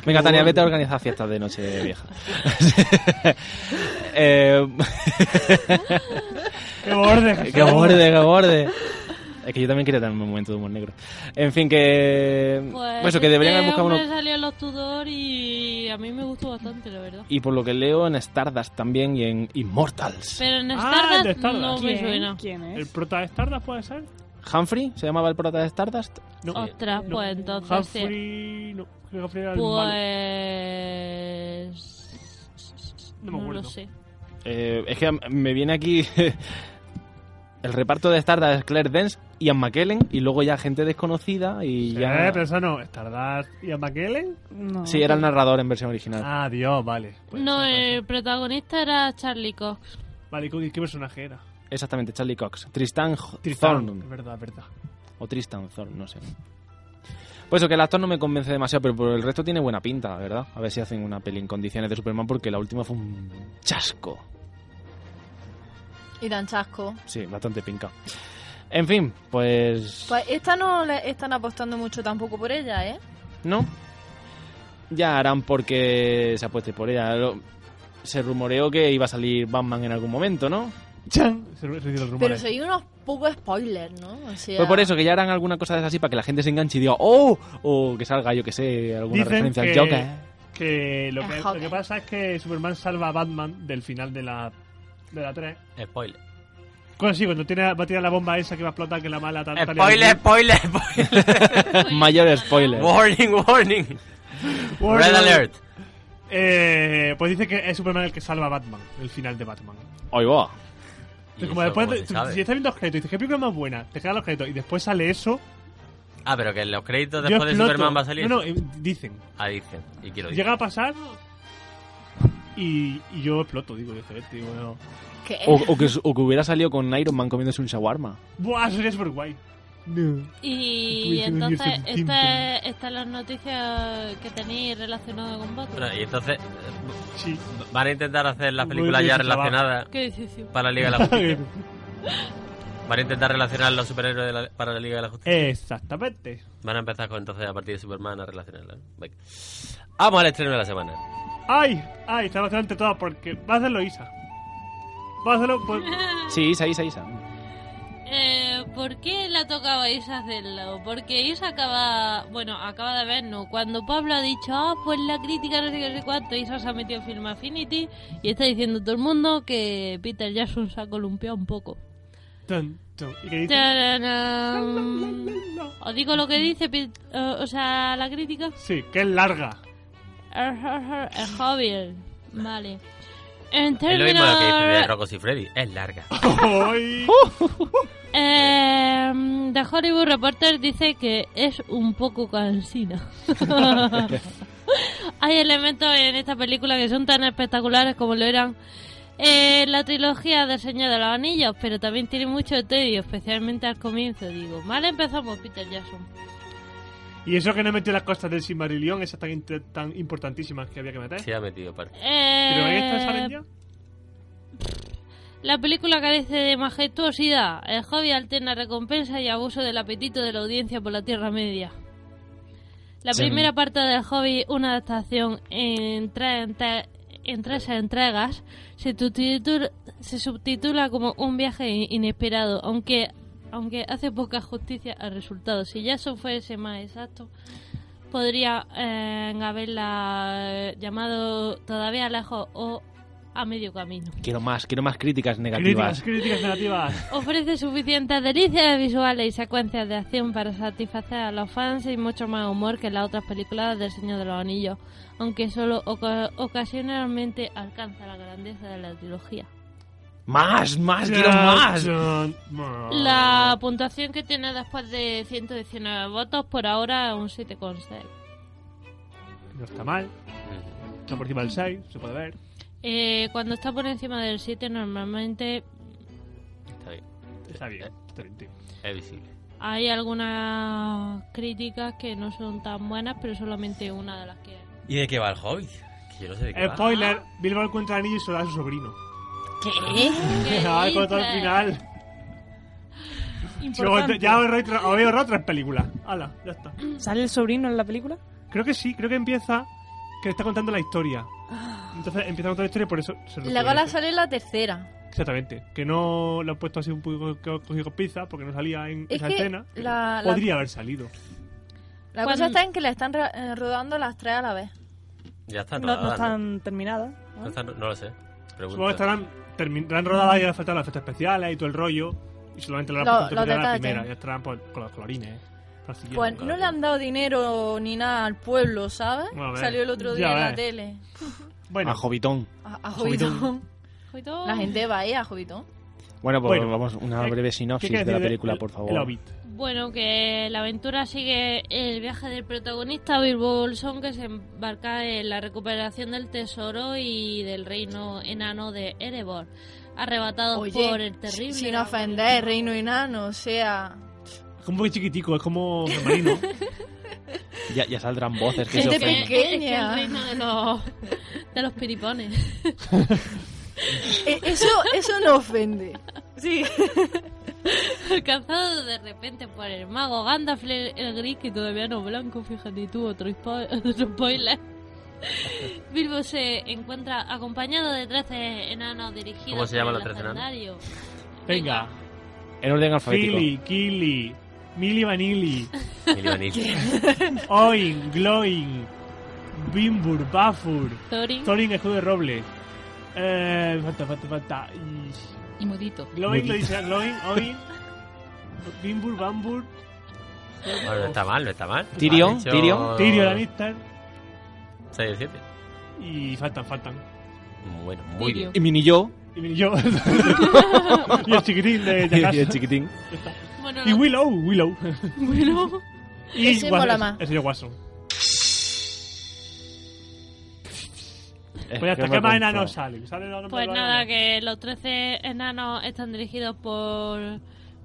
[SPEAKER 7] Venga, Tania, vete a organizar fiestas de noche vieja. Eh,
[SPEAKER 2] ¡Qué borde, Jesús!
[SPEAKER 7] ¡Qué borde, qué borde! Es que yo también quería tener un momento de humor negro. En fin, que...
[SPEAKER 6] Pues
[SPEAKER 7] eso, que deberían
[SPEAKER 6] este
[SPEAKER 7] haber buscado uno...
[SPEAKER 6] hombre salió en los Tudor y a mí me gustó bastante, la verdad.
[SPEAKER 7] Y por lo que leo, en Stardust también y en Immortals.
[SPEAKER 6] Pero en
[SPEAKER 2] Ah, el de
[SPEAKER 6] Stardust no
[SPEAKER 2] Stardust.
[SPEAKER 6] me suena.
[SPEAKER 4] ¿Quién es?
[SPEAKER 2] ¿El prota de Stardust puede ser?
[SPEAKER 7] ¿Humphrey? ¿Se llamaba el prota de Stardust?
[SPEAKER 2] No. Eh,
[SPEAKER 6] Ostras,
[SPEAKER 2] No.
[SPEAKER 6] pues entonces sí.
[SPEAKER 2] Humphrey... No, creo que Humphrey era el malo.
[SPEAKER 6] Pues...
[SPEAKER 2] No me acuerdo.
[SPEAKER 6] lo sé.
[SPEAKER 7] Eh, es que me viene aquí... el reparto de Stardust es Claire Dance, Ian McKellen y luego ya gente desconocida y
[SPEAKER 2] Eh,
[SPEAKER 7] ya...
[SPEAKER 2] pero esa no. ¿Stardust y a McKellen?
[SPEAKER 4] No.
[SPEAKER 7] Sí, era el narrador en versión original.
[SPEAKER 2] Ah, Dios, vale. Pues
[SPEAKER 6] no,
[SPEAKER 2] me parece.
[SPEAKER 6] el protagonista era Charlie Cox.
[SPEAKER 2] Vale, ¿y ¿qué personaje era?
[SPEAKER 7] Exactamente, Charlie Cox. Tristan H-
[SPEAKER 2] Tristán.
[SPEAKER 7] Thorne.
[SPEAKER 2] Es verdad, es verdad.
[SPEAKER 7] O Tristan Thorne, no sé. Pues eso, que el actor no me convence demasiado, pero por el resto tiene buena pinta, la ¿verdad? A ver si hacen una peli en condiciones de Superman, porque la última fue un chasco.
[SPEAKER 3] Y dan chasco.
[SPEAKER 7] Sí, bastante pinca. En fin, pues...
[SPEAKER 3] Pues esta no le están apostando mucho tampoco por ella, ¿eh?
[SPEAKER 7] ¿No? Ya harán porque se apueste por ella. Lo- Se rumoreó que iba a salir Batman en algún momento, ¿no?
[SPEAKER 2] ¡Chan! Se, se dieron
[SPEAKER 3] Pero
[SPEAKER 2] rumores.
[SPEAKER 3] soy unos poco spoiler, ¿no? O sea,
[SPEAKER 7] Pues por eso, que ya harán alguna cosa de esas así para que la gente se enganche y diga ¡Oh! O que salga, yo que sé, alguna
[SPEAKER 2] Dicen
[SPEAKER 7] referencia al
[SPEAKER 2] que-
[SPEAKER 7] Joker.
[SPEAKER 2] Que lo, que
[SPEAKER 3] Es
[SPEAKER 2] lo que
[SPEAKER 3] Hawkeye.
[SPEAKER 2] pasa es que Superman salva a Batman del final de la, de la 3.
[SPEAKER 5] Spoiler.
[SPEAKER 2] Bueno, sí, cuando tiene, va a tirar la bomba esa que va a explotar, que la mala... tan- tan-
[SPEAKER 5] Spoiler, spoiler, spoiler.
[SPEAKER 7] Mayor spoiler.
[SPEAKER 5] warning, warning.
[SPEAKER 2] Bueno,
[SPEAKER 5] Red alert.
[SPEAKER 2] Eh, pues dice que es Superman el que salva a Batman, el final de Batman.
[SPEAKER 7] Ahí va.
[SPEAKER 5] ¿Y
[SPEAKER 2] como
[SPEAKER 5] eso
[SPEAKER 2] después,
[SPEAKER 5] cómo
[SPEAKER 2] de-
[SPEAKER 5] se
[SPEAKER 2] tú-
[SPEAKER 5] sabe?
[SPEAKER 2] si estás viendo los créditos y dices, ¿qué película más buena? Te quedan los créditos y después sale eso.
[SPEAKER 5] Ah, pero que en los créditos
[SPEAKER 2] yo
[SPEAKER 5] después de
[SPEAKER 2] exploto.
[SPEAKER 5] Superman va a salir.
[SPEAKER 2] No, no, eh, dicen.
[SPEAKER 5] Ah, dicen. Y quiero decir.
[SPEAKER 2] Llega a pasar y, y yo exploto, digo, yo "Joder, digo, no".
[SPEAKER 3] ¿qué?
[SPEAKER 7] O, o que, o que hubiera salido con Iron Man comiéndose un shawarma.
[SPEAKER 2] Buah, sería súper guay.
[SPEAKER 6] Y
[SPEAKER 2] Tuviste un
[SPEAKER 6] entonces,
[SPEAKER 2] Houston
[SPEAKER 6] esta es- estas son las noticias que tenéis relacionadas con
[SPEAKER 5] Bueno,
[SPEAKER 6] Batman.
[SPEAKER 5] Y entonces eh,
[SPEAKER 2] Sí.
[SPEAKER 5] van a intentar hacer las
[SPEAKER 2] Muy
[SPEAKER 5] películas
[SPEAKER 2] bien
[SPEAKER 5] ya
[SPEAKER 2] su trabajo.
[SPEAKER 5] relacionadas
[SPEAKER 6] Qué decisión.
[SPEAKER 5] para la Liga de la Justicia. Van a intentar relacionar los superhéroes de la- para la Liga de la Justicia.
[SPEAKER 2] Exactamente.
[SPEAKER 5] Van a empezar con entonces a partir de Superman a relacionarla. Venga. Vamos al estreno de la semana.
[SPEAKER 2] ¡Ay! ¡Ay! Está bastante todo porque va a hacerlo Isa. Va a hacerlo por...
[SPEAKER 7] Sí, Isa, Isa, Isa.
[SPEAKER 6] Eh, ¿Por qué la tocaba a Isa hacerlo? Porque Isa acaba, bueno, acaba de vernos. Cuando Pablo ha dicho, ah, pues la crítica no sé qué, no sé cuánto, Isa se ha metido en Film Affinity y está diciendo todo el mundo que Peter Jackson se ha columpiado un poco.
[SPEAKER 2] Tun, tun. ¿Y qué dice?
[SPEAKER 6] Tararán. Os digo lo que dice, Pit- eh, o sea, la crítica. Er,
[SPEAKER 2] Sí, que es larga.
[SPEAKER 6] Es Javier. Vale. En
[SPEAKER 5] Es lo mismo que dice de
[SPEAKER 6] términos
[SPEAKER 5] Rocco y Freddy. Es larga.
[SPEAKER 2] ¡Ay!
[SPEAKER 6] eh, de Hollywood Reporter dice que es un poco cansina. Hay elementos en esta película que son tan espectaculares como lo eran eh, la trilogía del Señor de los Anillos, pero también tiene mucho tedio, especialmente al comienzo, digo. Mal empezamos, Peter Jackson.
[SPEAKER 2] Y eso que no metió las costas del Silmarillion, esas tan, inte- tan importantísimas que había que meter.
[SPEAKER 5] Sí, ha metido parte.
[SPEAKER 6] Eh,
[SPEAKER 2] ¿Pero en esta salen ya?
[SPEAKER 6] La película carece de majestuosidad. El hobby alterna recompensa y abuso del apetito de la audiencia por la Tierra Media. La
[SPEAKER 13] Sí.
[SPEAKER 6] primera parte del hobby, una adaptación en, tre- en te- en tres entregas, se tutitula- se subtitula, como un viaje in- inesperado, aunque, aunque hace poca justicia al resultado. Si ya eso fuese más exacto, podría eh, haberla eh, llamado todavía lejos o a medio camino.
[SPEAKER 7] Quiero más, quiero más críticas negativas.
[SPEAKER 2] Críticas, críticas negativas.
[SPEAKER 6] Ofrece suficientes delicias visuales y secuencias de acción para satisfacer a los fans y mucho más humor que las otras películas del Señor de los Anillos, aunque solo oca- ocasionalmente alcanza la grandeza de la trilogía.
[SPEAKER 7] Más, más, quiero más.
[SPEAKER 6] La puntuación que tiene después de 119 votos por ahora es un 7,6.
[SPEAKER 2] No está mal. Está por encima del 6, se puede ver.
[SPEAKER 6] Eh, cuando está por encima del 7 normalmente
[SPEAKER 5] Está bien. Eh,
[SPEAKER 2] Está bien, está bien, tío. Eh,
[SPEAKER 5] Es visible.
[SPEAKER 6] hay algunas críticas que no son tan buenas, pero solamente una de las que...
[SPEAKER 5] ¿Y de qué va el Hobbit? Que yo no sé de qué va.
[SPEAKER 2] Spoiler, Bilbo encuentra el anillo y se lo da a su sobrino.
[SPEAKER 6] ¿Qué?
[SPEAKER 2] Ah, corto al
[SPEAKER 6] dices?
[SPEAKER 2] final.
[SPEAKER 4] Importante.
[SPEAKER 2] Yo- ya os he retro- os he ahorrado tres películas. Hala, ya está.
[SPEAKER 4] ¿Sale el sobrino en la película?
[SPEAKER 2] Creo que sí, creo que empieza que le está contando la historia. Entonces empieza a contar la historia y por eso se lo
[SPEAKER 3] Luego la sale la tercera.
[SPEAKER 2] Exactamente. Que no lo han puesto así un poco co- cogido con pizza porque no salía en
[SPEAKER 3] Es
[SPEAKER 2] esa
[SPEAKER 3] que
[SPEAKER 2] escena.
[SPEAKER 3] la- la-
[SPEAKER 2] Podría haber salido.
[SPEAKER 3] La
[SPEAKER 6] Cuando-
[SPEAKER 3] cosa está en que la están ra- eh, rodando las tres a la vez.
[SPEAKER 5] Ya está
[SPEAKER 4] No, no
[SPEAKER 5] rodada, ¿no?
[SPEAKER 4] están terminadas. ¿no?
[SPEAKER 5] No está- no lo sé. Pregunto.
[SPEAKER 2] Supongo que estarán, termin- estarán rodadas y le faltan las efectos especiales y todo el rollo. Y solamente lo han
[SPEAKER 3] Lo-
[SPEAKER 2] puesto en
[SPEAKER 3] los
[SPEAKER 2] la
[SPEAKER 3] detalles.
[SPEAKER 2] primera. Ya estarán pues, con los colorines. para el siguiente.
[SPEAKER 3] Pues no le han dado dinero ni nada al pueblo, ¿sabes?
[SPEAKER 2] A ver,
[SPEAKER 3] Salió el otro
[SPEAKER 2] ya
[SPEAKER 3] día en la
[SPEAKER 2] ves.
[SPEAKER 3] tele.
[SPEAKER 2] Bueno.
[SPEAKER 7] A Jobitón.
[SPEAKER 3] A, a
[SPEAKER 2] Jovitón.
[SPEAKER 3] Jovitón. La gente va ahí a Jovitón.
[SPEAKER 7] Bueno, pues
[SPEAKER 2] Bueno,
[SPEAKER 7] vamos, una
[SPEAKER 2] ¿qué-
[SPEAKER 7] breve
[SPEAKER 2] ¿Qué
[SPEAKER 7] sinopsis
[SPEAKER 2] quieres
[SPEAKER 7] de la
[SPEAKER 2] decir
[SPEAKER 7] película,
[SPEAKER 2] el-
[SPEAKER 7] por favor.
[SPEAKER 2] el Hobbit?
[SPEAKER 6] Bueno, que la aventura sigue el viaje del protagonista Bilbo Bolsón que se embarca en la recuperación del tesoro y del reino enano de Erebor, arrebatados
[SPEAKER 3] Oye,
[SPEAKER 6] por el terrible.
[SPEAKER 3] sin ofender, reino enano, o sea...
[SPEAKER 2] Es como muy chiquitico, es como marino.
[SPEAKER 7] Ya, ya saldrán voces que se
[SPEAKER 6] Gente
[SPEAKER 7] ofenden.
[SPEAKER 6] pequeña. Es que
[SPEAKER 3] pequeña.
[SPEAKER 6] el reino de los, de los piripones.
[SPEAKER 3] E- Eso, eso no ofende. Sí.
[SPEAKER 6] Alcanzado de repente por el mago Gandalf el, el gris que todavía no blanco, fíjate tú, otro, spo- otro spoiler. Bilbo se encuentra acompañado de 13 enanos dirigidos
[SPEAKER 5] ¿Cómo se llaman
[SPEAKER 6] por
[SPEAKER 5] los
[SPEAKER 6] el
[SPEAKER 5] 13 enanos?
[SPEAKER 6] legendario.
[SPEAKER 2] Venga.
[SPEAKER 7] En orden alfabético.
[SPEAKER 2] Philly, Killy, Milli Vanilli,
[SPEAKER 5] Mili Vanilli.
[SPEAKER 2] Oin, Gloin, Bimbur, Bafur,
[SPEAKER 6] Thorin.
[SPEAKER 2] Thorin Escudo de Roble. Eh, falta, falta, falta. Y-
[SPEAKER 1] Y mudito.
[SPEAKER 2] Gloin lo
[SPEAKER 1] Mudito.
[SPEAKER 2] dice, Gloin, Oin, Bimbur, Bambur,
[SPEAKER 5] Bueno, no está mal, no está mal.
[SPEAKER 7] Tyrion,
[SPEAKER 5] Ha dicho-
[SPEAKER 7] Tyrion.
[SPEAKER 2] Tyrion Lannister.
[SPEAKER 5] 6 de 7.
[SPEAKER 2] Y faltan, faltan.
[SPEAKER 5] Bueno, muy bien.
[SPEAKER 7] Y mini yo.
[SPEAKER 2] Y yo. y el chiquitín de Jackass.
[SPEAKER 7] Y el chiquitín.
[SPEAKER 6] Bueno,
[SPEAKER 2] Y Willow, Willow.
[SPEAKER 6] Willow.
[SPEAKER 2] y
[SPEAKER 3] Ese mola
[SPEAKER 2] Watson,
[SPEAKER 3] más.
[SPEAKER 2] el señor Watson.
[SPEAKER 7] Es
[SPEAKER 2] Pues
[SPEAKER 7] que me
[SPEAKER 2] hasta que más
[SPEAKER 7] confundo.
[SPEAKER 2] enanos salen. Salen los
[SPEAKER 6] Pues
[SPEAKER 2] los
[SPEAKER 6] nada,
[SPEAKER 2] enanos.
[SPEAKER 6] que los 13 enanos están dirigidos por,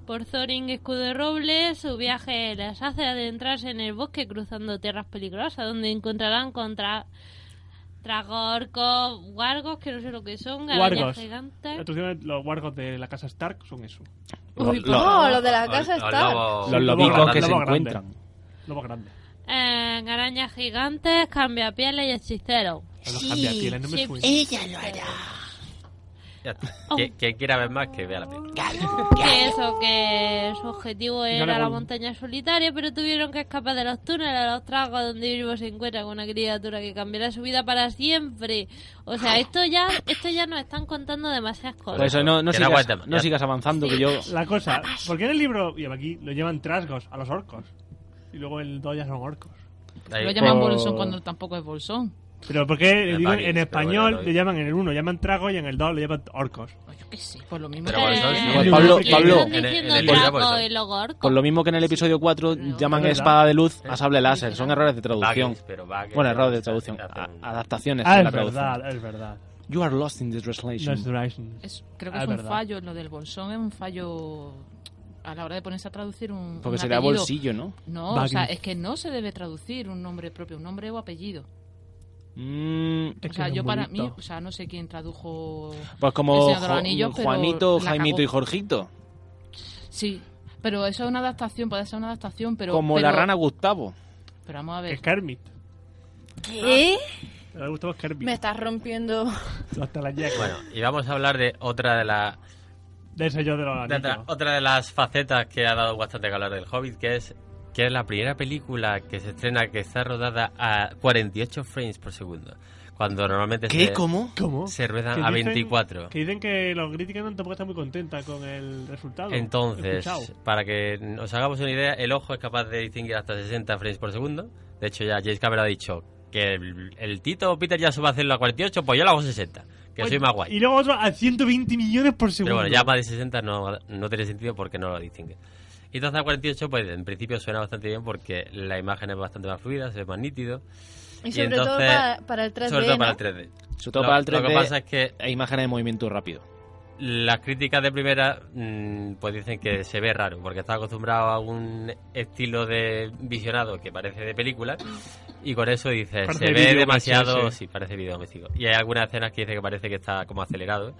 [SPEAKER 6] por Thorin Escudo de Roble. Su viaje les hace adentrarse en el bosque cruzando tierras peligrosas, donde encontrarán contra tragorcos, wargos, que no sé lo que son, arañas
[SPEAKER 2] Wargos.
[SPEAKER 6] gigantes.
[SPEAKER 2] La traducción de los wargos de la casa Stark son eso.
[SPEAKER 7] Uy, Lo-
[SPEAKER 3] No, lo de la
[SPEAKER 5] Al-
[SPEAKER 3] casa
[SPEAKER 5] al
[SPEAKER 3] está...
[SPEAKER 5] lobo-
[SPEAKER 7] Los
[SPEAKER 2] Lobo
[SPEAKER 7] lobicos
[SPEAKER 2] grande,
[SPEAKER 7] que se
[SPEAKER 2] lobo grande.
[SPEAKER 7] encuentran.
[SPEAKER 2] Lobos grandes.
[SPEAKER 6] Eh, arañas gigantes, cambiapieles y hechiceros.
[SPEAKER 2] Los cambiapieles, no me
[SPEAKER 6] sí,
[SPEAKER 2] suena.
[SPEAKER 6] ella lo hará.
[SPEAKER 5] Ya está. Que- Quien quiera ver más, que vea la película.
[SPEAKER 6] Que eso, que su objetivo
[SPEAKER 5] le
[SPEAKER 6] era la
[SPEAKER 5] vuelvo.
[SPEAKER 6] montaña solitaria, pero tuvieron que escapar de los túneles a los tragos donde Bilbo se encuentra con una criatura que cambiará su vida para siempre. O sea, esto ya, esto ya nos están contando demasiadas cosas.
[SPEAKER 7] Por eso no, no,
[SPEAKER 5] Que no
[SPEAKER 7] sigas,
[SPEAKER 5] aguantan.
[SPEAKER 7] no
[SPEAKER 5] Ya.
[SPEAKER 7] sigas avanzando, que yo.
[SPEAKER 2] La cosa, ¿por qué en el libro y aquí lo llevan trasgos a los orcos? Y luego en el 2 ya son orcos.
[SPEAKER 1] Lo llaman bolsón cuando tampoco es bolsón.
[SPEAKER 2] Pero ¿por qué le
[SPEAKER 5] Eh,
[SPEAKER 2] digo-
[SPEAKER 5] varios,
[SPEAKER 2] en
[SPEAKER 5] pero
[SPEAKER 2] español
[SPEAKER 5] bueno, lo-
[SPEAKER 2] le llaman en el 1 llaman tragos y en el 2 le llaman orcos?
[SPEAKER 1] Yo qué sé, por lo mismo.
[SPEAKER 5] Pero
[SPEAKER 1] que-
[SPEAKER 5] bolsón, sí.
[SPEAKER 7] Pues Pablo-
[SPEAKER 5] Y-
[SPEAKER 7] Pablo-
[SPEAKER 5] en el- pues, en
[SPEAKER 6] Diciendo
[SPEAKER 5] el-
[SPEAKER 6] trago y luego orco.
[SPEAKER 7] Por lo mismo que en el episodio 4 llaman
[SPEAKER 2] Es verdad.
[SPEAKER 7] espada de luz a sable láser. Son errores de traducción.
[SPEAKER 5] Buggins, pero Buggins,
[SPEAKER 7] Bueno, errores de
[SPEAKER 5] o sea,
[SPEAKER 7] traducción.
[SPEAKER 5] hacen-
[SPEAKER 7] a- adaptaciones
[SPEAKER 2] Ah,
[SPEAKER 7] en la
[SPEAKER 2] es
[SPEAKER 7] traducción.
[SPEAKER 2] verdad, es verdad.
[SPEAKER 7] You are lost in this translation.
[SPEAKER 2] Las translation.
[SPEAKER 1] Es- creo que
[SPEAKER 7] Ah,
[SPEAKER 1] es, un
[SPEAKER 7] verdad.
[SPEAKER 1] fallo, lo del bolsón es un fallo a la hora de ponerse a traducir un.
[SPEAKER 7] Porque
[SPEAKER 1] un
[SPEAKER 7] sería
[SPEAKER 1] apellido.
[SPEAKER 7] bolsillo, ¿no?
[SPEAKER 1] No, o
[SPEAKER 7] Baggy.
[SPEAKER 1] sea, es que no se debe traducir un nombre propio, un nombre o apellido.
[SPEAKER 7] Mm,
[SPEAKER 1] o sea, yo para mí, o sea, no sé quién tradujo.
[SPEAKER 7] Pues
[SPEAKER 1] El
[SPEAKER 7] como
[SPEAKER 1] Señor de los
[SPEAKER 7] Jo-
[SPEAKER 1] Anillos, pero
[SPEAKER 7] Juanito,
[SPEAKER 1] la
[SPEAKER 7] Jaimito
[SPEAKER 1] cagó.
[SPEAKER 7] y Jorgito.
[SPEAKER 1] Sí, pero eso es una adaptación, puede ser una adaptación, pero.
[SPEAKER 7] como la
[SPEAKER 1] pero-
[SPEAKER 7] rana Gustavo.
[SPEAKER 1] Pero vamos a ver.
[SPEAKER 2] Es Kermit.
[SPEAKER 1] ¿Eh?
[SPEAKER 3] ¿Qué?
[SPEAKER 2] La Gustavo es Kermit.
[SPEAKER 3] Me estás rompiendo.
[SPEAKER 2] Hasta la ñaca.
[SPEAKER 5] Bueno, y vamos a hablar de otra de las
[SPEAKER 2] Del señor de los
[SPEAKER 5] de
[SPEAKER 2] anillos.
[SPEAKER 5] otra, otra de las facetas que ha dado bastante que hablar del Hobbit, que es que es la primera película que se estrena que está rodada a 48 frames por segundo. Cuando normalmente
[SPEAKER 7] ¿Qué?
[SPEAKER 5] se,
[SPEAKER 7] ¿Cómo? ¿Cómo?
[SPEAKER 5] se
[SPEAKER 2] Que
[SPEAKER 5] ruedan a
[SPEAKER 2] dicen-
[SPEAKER 5] 24.
[SPEAKER 2] Que dicen que los críticos tampoco están muy contentas con el resultado. He
[SPEAKER 5] Entonces,
[SPEAKER 2] escuchado.
[SPEAKER 5] para que nos hagamos una idea, el ojo es capaz de distinguir hasta 60 frames por segundo. De hecho, ya James Cameron ha dicho que el, el Tito Peter ya se va a hacerlo a 48, pues yo lo hago a 60, que soy más guay.
[SPEAKER 2] Y luego otro a 120 millones por
[SPEAKER 5] Pero
[SPEAKER 2] segundo.
[SPEAKER 5] bueno, ya más de 60 no, no tiene sentido porque no lo distingue. Y entonces a 48, pues en principio suena bastante bien porque la imagen es bastante más fluida, se ve más nítido.
[SPEAKER 3] Y sobre todo para- para el 3D,
[SPEAKER 5] Sobre todo para
[SPEAKER 3] ¿no?
[SPEAKER 5] el 3D.
[SPEAKER 7] Sobre todo
[SPEAKER 5] Lo-
[SPEAKER 7] para el
[SPEAKER 5] Lo
[SPEAKER 7] 3D
[SPEAKER 5] que pasa es que
[SPEAKER 7] e imágenes de movimiento rápido.
[SPEAKER 5] las críticas de primera mm, pues dicen que se ve raro porque está acostumbrado a un estilo de visionado que parece de película y con eso dice
[SPEAKER 7] Parece
[SPEAKER 5] se ve
[SPEAKER 7] vídeo
[SPEAKER 5] demasiado
[SPEAKER 7] VHS.
[SPEAKER 5] sí parece video doméstico y hay algunas escenas que dice que parece que está como acelerado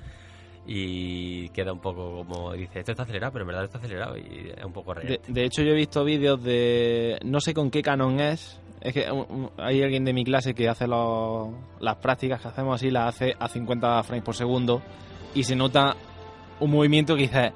[SPEAKER 5] y queda un poco como dice esto está acelerado pero en verdad está acelerado y es un poco
[SPEAKER 7] De,
[SPEAKER 5] real
[SPEAKER 7] de hecho, yo he visto vídeos de. No sé con qué canon es. Es que un- un- hay alguien de mi clase que hace los- las prácticas que hacemos así, las hace a 50 frames por segundo. Y se nota un movimiento que dice.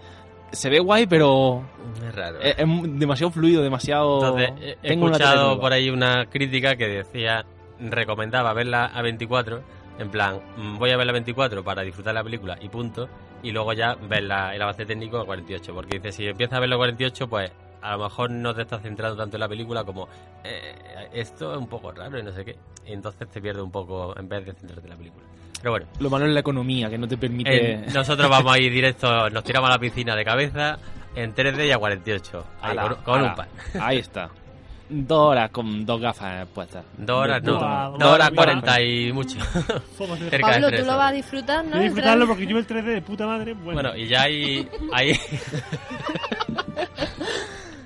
[SPEAKER 7] Se ve guay, pero.
[SPEAKER 5] es raro ¿eh?
[SPEAKER 7] Es, es demasiado fluido, demasiado.
[SPEAKER 5] Entonces, he- he,
[SPEAKER 7] Tengo una tele
[SPEAKER 5] escuchado
[SPEAKER 7] nueva.
[SPEAKER 5] por ahí una crítica que decía, recomendaba verla a 24, en plan, mm, voy a verla a 24 para disfrutar la película y punto, y luego ya verla el avance técnico a 48, porque dice, si empiezas a verlo a 48, pues a lo mejor no te estás centrando tanto en la película como, "Eh, esto es un poco raro y no sé qué, y entonces te pierde un poco en vez de centrarte en la película. Pero bueno.
[SPEAKER 7] Lo malo es la economía, que no te permite.
[SPEAKER 5] Eh, nosotros vamos ahí directo, nos tiramos a la piscina de cabeza en 3D y a 48. Ahí,
[SPEAKER 7] Ala,
[SPEAKER 5] con, con
[SPEAKER 7] ala.
[SPEAKER 5] un pan.
[SPEAKER 7] Ahí está. Dos horas con dos gafas puestas.
[SPEAKER 5] Dos horas,
[SPEAKER 7] De
[SPEAKER 5] no.
[SPEAKER 7] puta madre.
[SPEAKER 5] Dos horas cuarenta y mucho. Cerca
[SPEAKER 3] Pablo,
[SPEAKER 5] de
[SPEAKER 3] tú
[SPEAKER 5] tres
[SPEAKER 3] lo
[SPEAKER 5] horas.
[SPEAKER 3] vas a disfrutar, ¿no?
[SPEAKER 2] Voy a disfrutarlo porque yo el 3D de puta madre. Bueno,
[SPEAKER 5] Bueno, y ya hay. hay-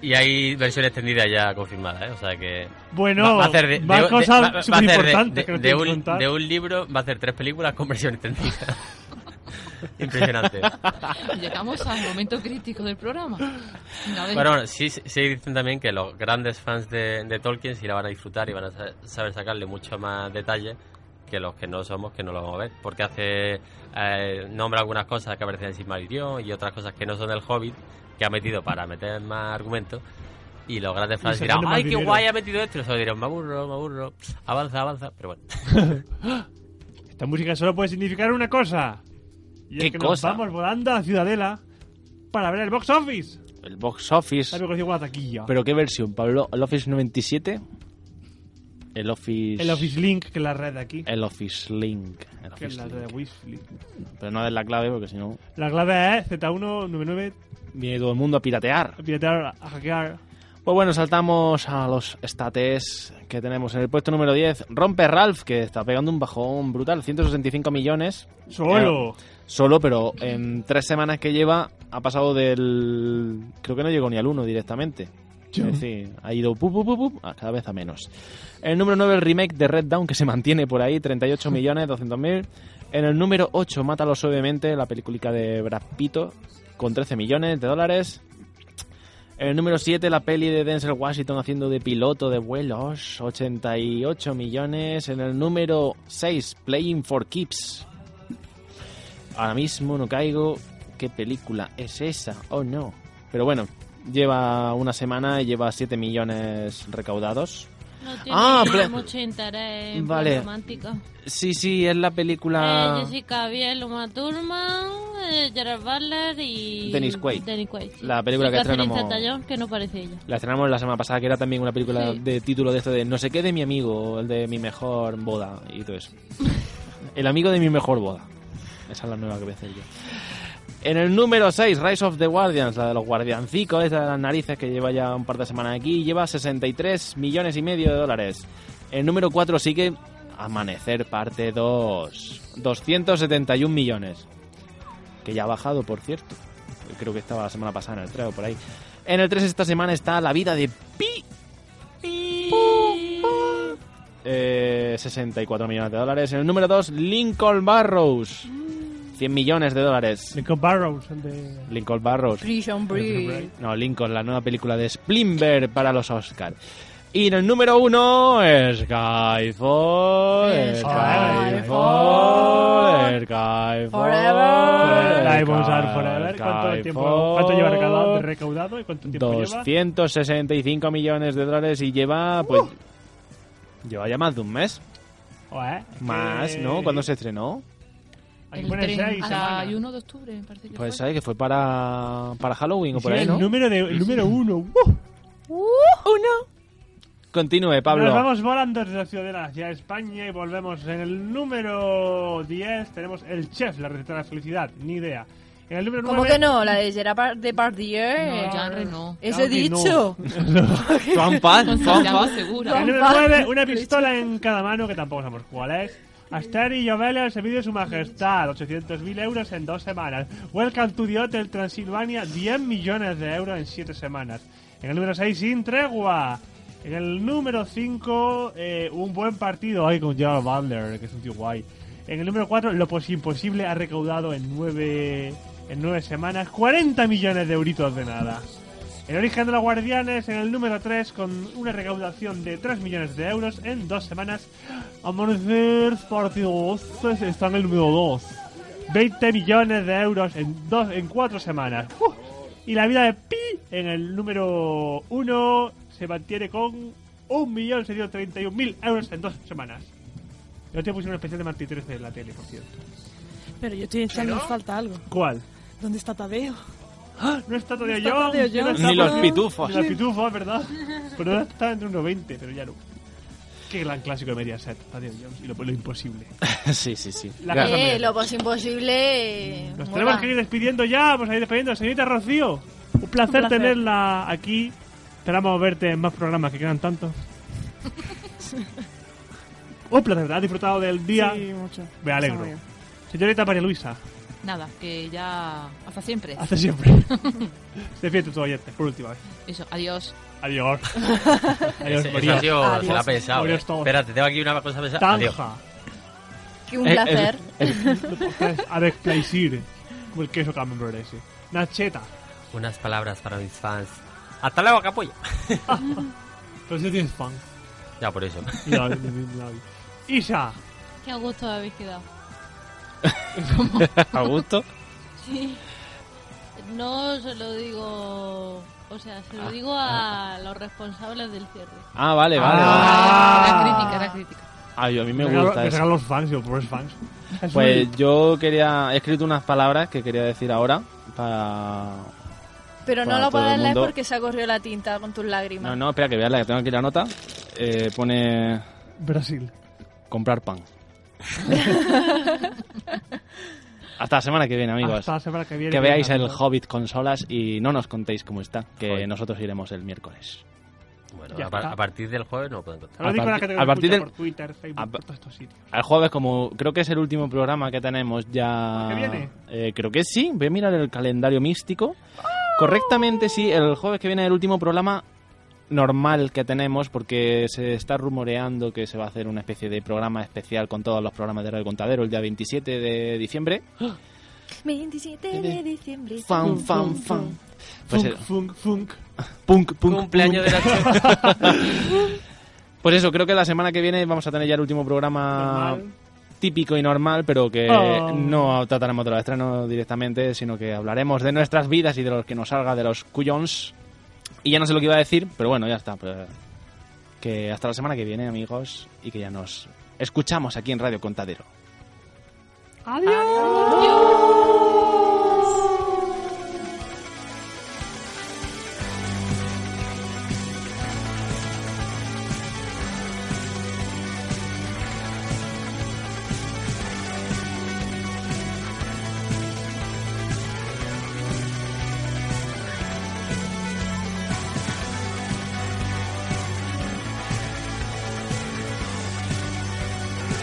[SPEAKER 5] y hay versión extendida ya confirmada, ¿eh? O sea que.
[SPEAKER 2] Bueno,
[SPEAKER 5] va, va a hacer de,
[SPEAKER 2] más
[SPEAKER 5] de- de-
[SPEAKER 2] cosas
[SPEAKER 5] va- va a hacer de-
[SPEAKER 2] superimportantes
[SPEAKER 5] de-
[SPEAKER 2] que nos
[SPEAKER 5] de
[SPEAKER 2] tienes que
[SPEAKER 5] un,
[SPEAKER 2] contar.
[SPEAKER 5] de un libro va a hacer tres películas con versión extendida. Impresionante.
[SPEAKER 1] Llegamos al momento crítico del programa. Venga, venga.
[SPEAKER 5] Bueno, bueno, sí, sí, sí dicen también que los grandes fans de, de Tolkien sí la van a disfrutar y van a sa- saber sacarle mucho más detalle que los que no somos, que no lo vamos a ver. Porque hace eh, nombra algunas cosas que aparecen en Silmarillion y otras cosas que no son del Hobbit, que ha metido para meter más argumentos. Y los grandes
[SPEAKER 2] Y
[SPEAKER 5] fans
[SPEAKER 2] se
[SPEAKER 5] dirán,
[SPEAKER 2] vende más
[SPEAKER 5] ¡ay, qué
[SPEAKER 2] dinero".
[SPEAKER 5] guay ha metido esto! Y nosotros dirán, me aburro, me aburro, avanza, avanza. Pero bueno,
[SPEAKER 2] Esta música solo puede significar una cosa. Y es
[SPEAKER 7] ¿Qué
[SPEAKER 2] que
[SPEAKER 7] cosa?
[SPEAKER 2] nos vamos volando a la Ciudadela para ver el box office.
[SPEAKER 7] El box office.
[SPEAKER 2] También conocido como la taquilla.
[SPEAKER 7] ¿Pero qué versión, Pablo? ¿El Office 97? El Office...
[SPEAKER 2] El Office Link, que es la red de aquí.
[SPEAKER 7] El Office Link. El
[SPEAKER 2] Que
[SPEAKER 7] Office
[SPEAKER 2] es la
[SPEAKER 7] Link.
[SPEAKER 2] de Wisfly.
[SPEAKER 7] Pero no es la clave porque si no
[SPEAKER 2] La clave es Z199
[SPEAKER 7] viene todo el mundo a piratear.
[SPEAKER 2] piratear a hackear.
[SPEAKER 7] Pues bueno, saltamos a los states que tenemos en el puesto número 10. Rompe Ralph, que está pegando un bajón brutal. 165 millones.
[SPEAKER 2] Solo.
[SPEAKER 7] Eh, solo, pero en tres semanas que lleva ha pasado del... Creo que no llegó ni al 1 directamente. Es decir, ha ido pu, pu, pu, pu, a cada vez a menos. En el número 9, el remake de Red Down, que se mantiene por ahí, 38 millones, 200 mil. En el número 8, Mátalo Suavemente, la película de Brad Pito, con 13 millones de dólares. En el número 7, la peli de Denzel Washington haciendo de piloto de vuelos, 88 millones. En el número 6, Playing for Keeps. Ahora mismo no caigo. ¿Qué película es esa? Oh no. Pero bueno, lleva una semana y lleva 7 millones recaudados.
[SPEAKER 6] No tiene
[SPEAKER 7] Ah, Bla-
[SPEAKER 6] mucho interés en
[SPEAKER 7] Vale. Ah.
[SPEAKER 6] plan romántico.
[SPEAKER 7] Sí, sí, es la
[SPEAKER 6] Eh,
[SPEAKER 7] película.
[SPEAKER 6] Jessica Biel, Uma Thurman, eh, Gerard Butler y...
[SPEAKER 7] Dennis Quaid.
[SPEAKER 6] Dennis Quaid, sí.
[SPEAKER 7] La película
[SPEAKER 6] Y
[SPEAKER 7] que
[SPEAKER 6] Catherine
[SPEAKER 7] estrenamos-
[SPEAKER 6] Zeta-Jones, que no parece ella.
[SPEAKER 7] La estrenamos la semana pasada, que era también una película
[SPEAKER 6] Sí.
[SPEAKER 7] de título de esto de no sé qué de mi amigo, o el de mi mejor boda y todo eso. el amigo de mi mejor boda. Esa es la nueva que voy a hacer yo. En el número 6, Rise of the Guardians, la de los guardiancicos, esa de las narices que lleva ya un par de semanas aquí, lleva 63 millones y medio de dólares. El número 4 sigue Amanecer parte 2. 271 millones. Que ya ha bajado, por cierto. Creo que estaba la semana pasada en el 3 o por ahí. En el 3 esta semana está La vida de Pi. Eh, 64 millones de dólares. En el número 2, Lincoln Barrows. 100 millones de dólares.
[SPEAKER 2] Lincoln Barrows. el de-
[SPEAKER 7] Lincoln Barrows.
[SPEAKER 3] Prison Break.
[SPEAKER 7] No, Lincoln, la nueva película de Splimber para los Oscars. Y en el número uno, Skyfall, Skyfall, Skyfall,
[SPEAKER 2] Forever. Diamonds are
[SPEAKER 7] Skyfall,
[SPEAKER 2] forever. ¿Cuánto, tiempo, cuánto lleva recaudado, de recaudado y cuánto tiempo lleva?
[SPEAKER 7] 265 millones de dólares y
[SPEAKER 2] Uh.
[SPEAKER 7] lleva, pues, lleva ya más de un mes.
[SPEAKER 2] Joder, es que-
[SPEAKER 7] Más,
[SPEAKER 2] eh.
[SPEAKER 7] ¿no? ¿Cuándo se estrenó?
[SPEAKER 1] El
[SPEAKER 2] pone seis
[SPEAKER 1] 31 de octubre, me parece que
[SPEAKER 7] Pues,
[SPEAKER 1] fue.
[SPEAKER 7] ¿sabes? Que fue para, para Halloween o por
[SPEAKER 2] Sí,
[SPEAKER 7] ahí,
[SPEAKER 2] el
[SPEAKER 7] ¿no?
[SPEAKER 2] número de- el número uno. ¡Uh!
[SPEAKER 7] Uh-huh. Continúe, Pablo.
[SPEAKER 2] Nos vamos volando desde la ciudadela hacia España y volvemos en el número 10. Tenemos el chef, la receta de la felicidad. Ni idea. En el número
[SPEAKER 3] ¿Cómo
[SPEAKER 2] 9,
[SPEAKER 3] que no? La de Gerard Depardieu.
[SPEAKER 2] No, Jeanre no.
[SPEAKER 3] Eso he
[SPEAKER 2] Claro que
[SPEAKER 3] dicho.
[SPEAKER 2] no.
[SPEAKER 7] Juan Pan,
[SPEAKER 2] Con
[SPEAKER 7] Juan
[SPEAKER 2] Santiago
[SPEAKER 7] Pan.
[SPEAKER 2] En el número 9, una pistola en cada mano, que tampoco sabemos cuál es. Aster y Llobel al servicio de su majestad, 800.000 euros en dos semanas. Welcome to the Hotel Transilvania, 10 millones de euros en 7 semanas. En el número 6, Sin Tregua. En el número 5, eh, Un Buen Partido, ay, con Gerard Butler, que es un tío guay. En el número 4, Lo Pos- Imposible ha recaudado en 9, en 9 semanas 40 millones de euritos de nada. El origen de los guardianes en el número 3 con una recaudación de 3 millones de euros en dos semanas. Amanecer Partido 2 pues está en el número 2. 20 millones de euros en, dos, en cuatro semanas. ¡Uh! Y la vida de Pi en el número 1 se mantiene con 1.631.000 euros en dos semanas. Yo te puse un especial de Martí 13 en la tele, por cierto.
[SPEAKER 4] Pero yo estoy echando
[SPEAKER 2] ¿Pero?
[SPEAKER 4] falta algo.
[SPEAKER 2] ¿Cuál?
[SPEAKER 4] ¿Dónde está Tadeo?
[SPEAKER 2] ¡Ah! No está
[SPEAKER 4] No
[SPEAKER 2] todavía
[SPEAKER 4] está
[SPEAKER 2] yo.
[SPEAKER 4] Tadeo
[SPEAKER 2] yo
[SPEAKER 4] Jones.
[SPEAKER 2] no está
[SPEAKER 7] Ni los
[SPEAKER 2] por-
[SPEAKER 7] pitufos.
[SPEAKER 2] Ni los pitufos, ¿verdad? Pero ahora está entre 1,20, pero ya no. Qué gran clásico de Mediaset, Tadeo Jones, y lo, lo imposible.
[SPEAKER 7] sí, sí, sí.
[SPEAKER 2] La
[SPEAKER 7] Claro.
[SPEAKER 2] cosa
[SPEAKER 3] Eh,
[SPEAKER 2] mía.
[SPEAKER 3] lo pues imposible. eh,
[SPEAKER 2] Nos
[SPEAKER 3] mola.
[SPEAKER 2] tenemos que ir despidiendo ya, vamos a ir despidiendo. Señorita Rocío, un placer,
[SPEAKER 3] placer.
[SPEAKER 2] tenerla aquí. Esperamos verte en más programas que quedan tantos. un placer, has disfrutado del día.
[SPEAKER 4] Sí, mucho.
[SPEAKER 2] Me alegro.
[SPEAKER 4] Está muy
[SPEAKER 2] Señorita María Luisa,
[SPEAKER 1] Nada, que ya. Hasta siempre.
[SPEAKER 2] hasta siempre. Defiende tu oyente, por última vez.
[SPEAKER 1] Eso, adiós.
[SPEAKER 2] Adiós. Adiós,
[SPEAKER 5] Ese-
[SPEAKER 2] María.
[SPEAKER 5] Eso ha sido- se la ha
[SPEAKER 2] Adiós.
[SPEAKER 5] pensado.
[SPEAKER 2] Adiós
[SPEAKER 5] eh.
[SPEAKER 2] todos.
[SPEAKER 5] Espérate, tengo aquí una cosa pensada. Adiós.
[SPEAKER 2] Tanja.
[SPEAKER 3] Que un Eh, placer.
[SPEAKER 2] A ver, plaisir. Como el queso camembert ese. Nacheta.
[SPEAKER 5] Unas palabras para mis fans. Hasta luego, capullo.
[SPEAKER 2] Pero si no tienes fan.
[SPEAKER 5] Ya por eso.
[SPEAKER 2] La- la- la- Isa.
[SPEAKER 6] Qué a gusto habéis quedado.
[SPEAKER 7] ¿A gusto?
[SPEAKER 6] Sí. No se lo digo. O sea, se lo digo a los responsables del cierre.
[SPEAKER 7] Ah, vale, vale.
[SPEAKER 6] Era
[SPEAKER 7] vale.
[SPEAKER 6] crítica, era crítica.
[SPEAKER 7] Ay, a mí me
[SPEAKER 2] Me regalo-
[SPEAKER 7] gusta
[SPEAKER 2] me
[SPEAKER 7] eso.
[SPEAKER 2] regalan los fans, yo, pobres fans. Es
[SPEAKER 7] Pues
[SPEAKER 2] muy-
[SPEAKER 7] yo quería. He escrito unas palabras que quería decir ahora para.
[SPEAKER 3] Pero no
[SPEAKER 7] para
[SPEAKER 3] lo
[SPEAKER 7] todo
[SPEAKER 3] puedes
[SPEAKER 7] el
[SPEAKER 3] leer
[SPEAKER 7] mundo.
[SPEAKER 3] porque se ha corrido la tinta con tus lágrimas.
[SPEAKER 7] No, no, espera que veas la que tengo aquí la nota. Eh, pone.
[SPEAKER 2] Brasil.
[SPEAKER 7] Comprar pan. Hasta la semana que viene, amigos.
[SPEAKER 2] Hasta la semana que viene.
[SPEAKER 7] veáis el
[SPEAKER 2] amigos.
[SPEAKER 7] Hobbit consolas y no nos contéis cómo está, que nosotros iremos el miércoles.
[SPEAKER 5] Bueno,
[SPEAKER 2] Ya
[SPEAKER 5] a, par-
[SPEAKER 2] está.
[SPEAKER 5] a partir del jueves no lo puedo encontrar.
[SPEAKER 2] Ahora
[SPEAKER 7] a
[SPEAKER 2] dijo la
[SPEAKER 7] partir-
[SPEAKER 2] que te
[SPEAKER 7] a partir
[SPEAKER 2] escucha
[SPEAKER 7] del-
[SPEAKER 2] por Twitter, Facebook,
[SPEAKER 7] a-
[SPEAKER 2] por todos estos sitios.
[SPEAKER 7] Al jueves, como creo que es el último programa que tenemos ya.
[SPEAKER 2] ¿El que viene?
[SPEAKER 7] Eh, creo que sí. Voy a mirar el calendario místico. Correctamente, sí. El jueves que viene es el último programa normal que tenemos porque se está rumoreando que se va a hacer una especie de programa especial con todos los programas de Radio Contadero el día 27 de diciembre.
[SPEAKER 3] 27 de diciembre.
[SPEAKER 7] Fan, fan, fan. Pues
[SPEAKER 2] Funk,
[SPEAKER 7] el-
[SPEAKER 2] funk, funk.
[SPEAKER 7] Punk, punk,
[SPEAKER 5] Cumpleaños
[SPEAKER 7] punk.
[SPEAKER 5] de
[SPEAKER 7] Pues eso, creo que la semana que viene vamos a tener ya el último programa
[SPEAKER 2] Normal.
[SPEAKER 7] típico y normal, pero que
[SPEAKER 2] Oh.
[SPEAKER 7] no trataremos de los estrenos directamente, sino que hablaremos de nuestras vidas y de los que nos salga de los cuyons. Y ya no sé lo que iba a decir, pero bueno, ya está. pues, que hasta la semana que viene, amigos, y que ya nos escuchamos aquí en Radio Contadero.
[SPEAKER 11] Thank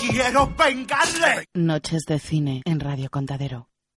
[SPEAKER 14] ¡Quiero vengarle!
[SPEAKER 1] Noches de cine en Radio Contadero.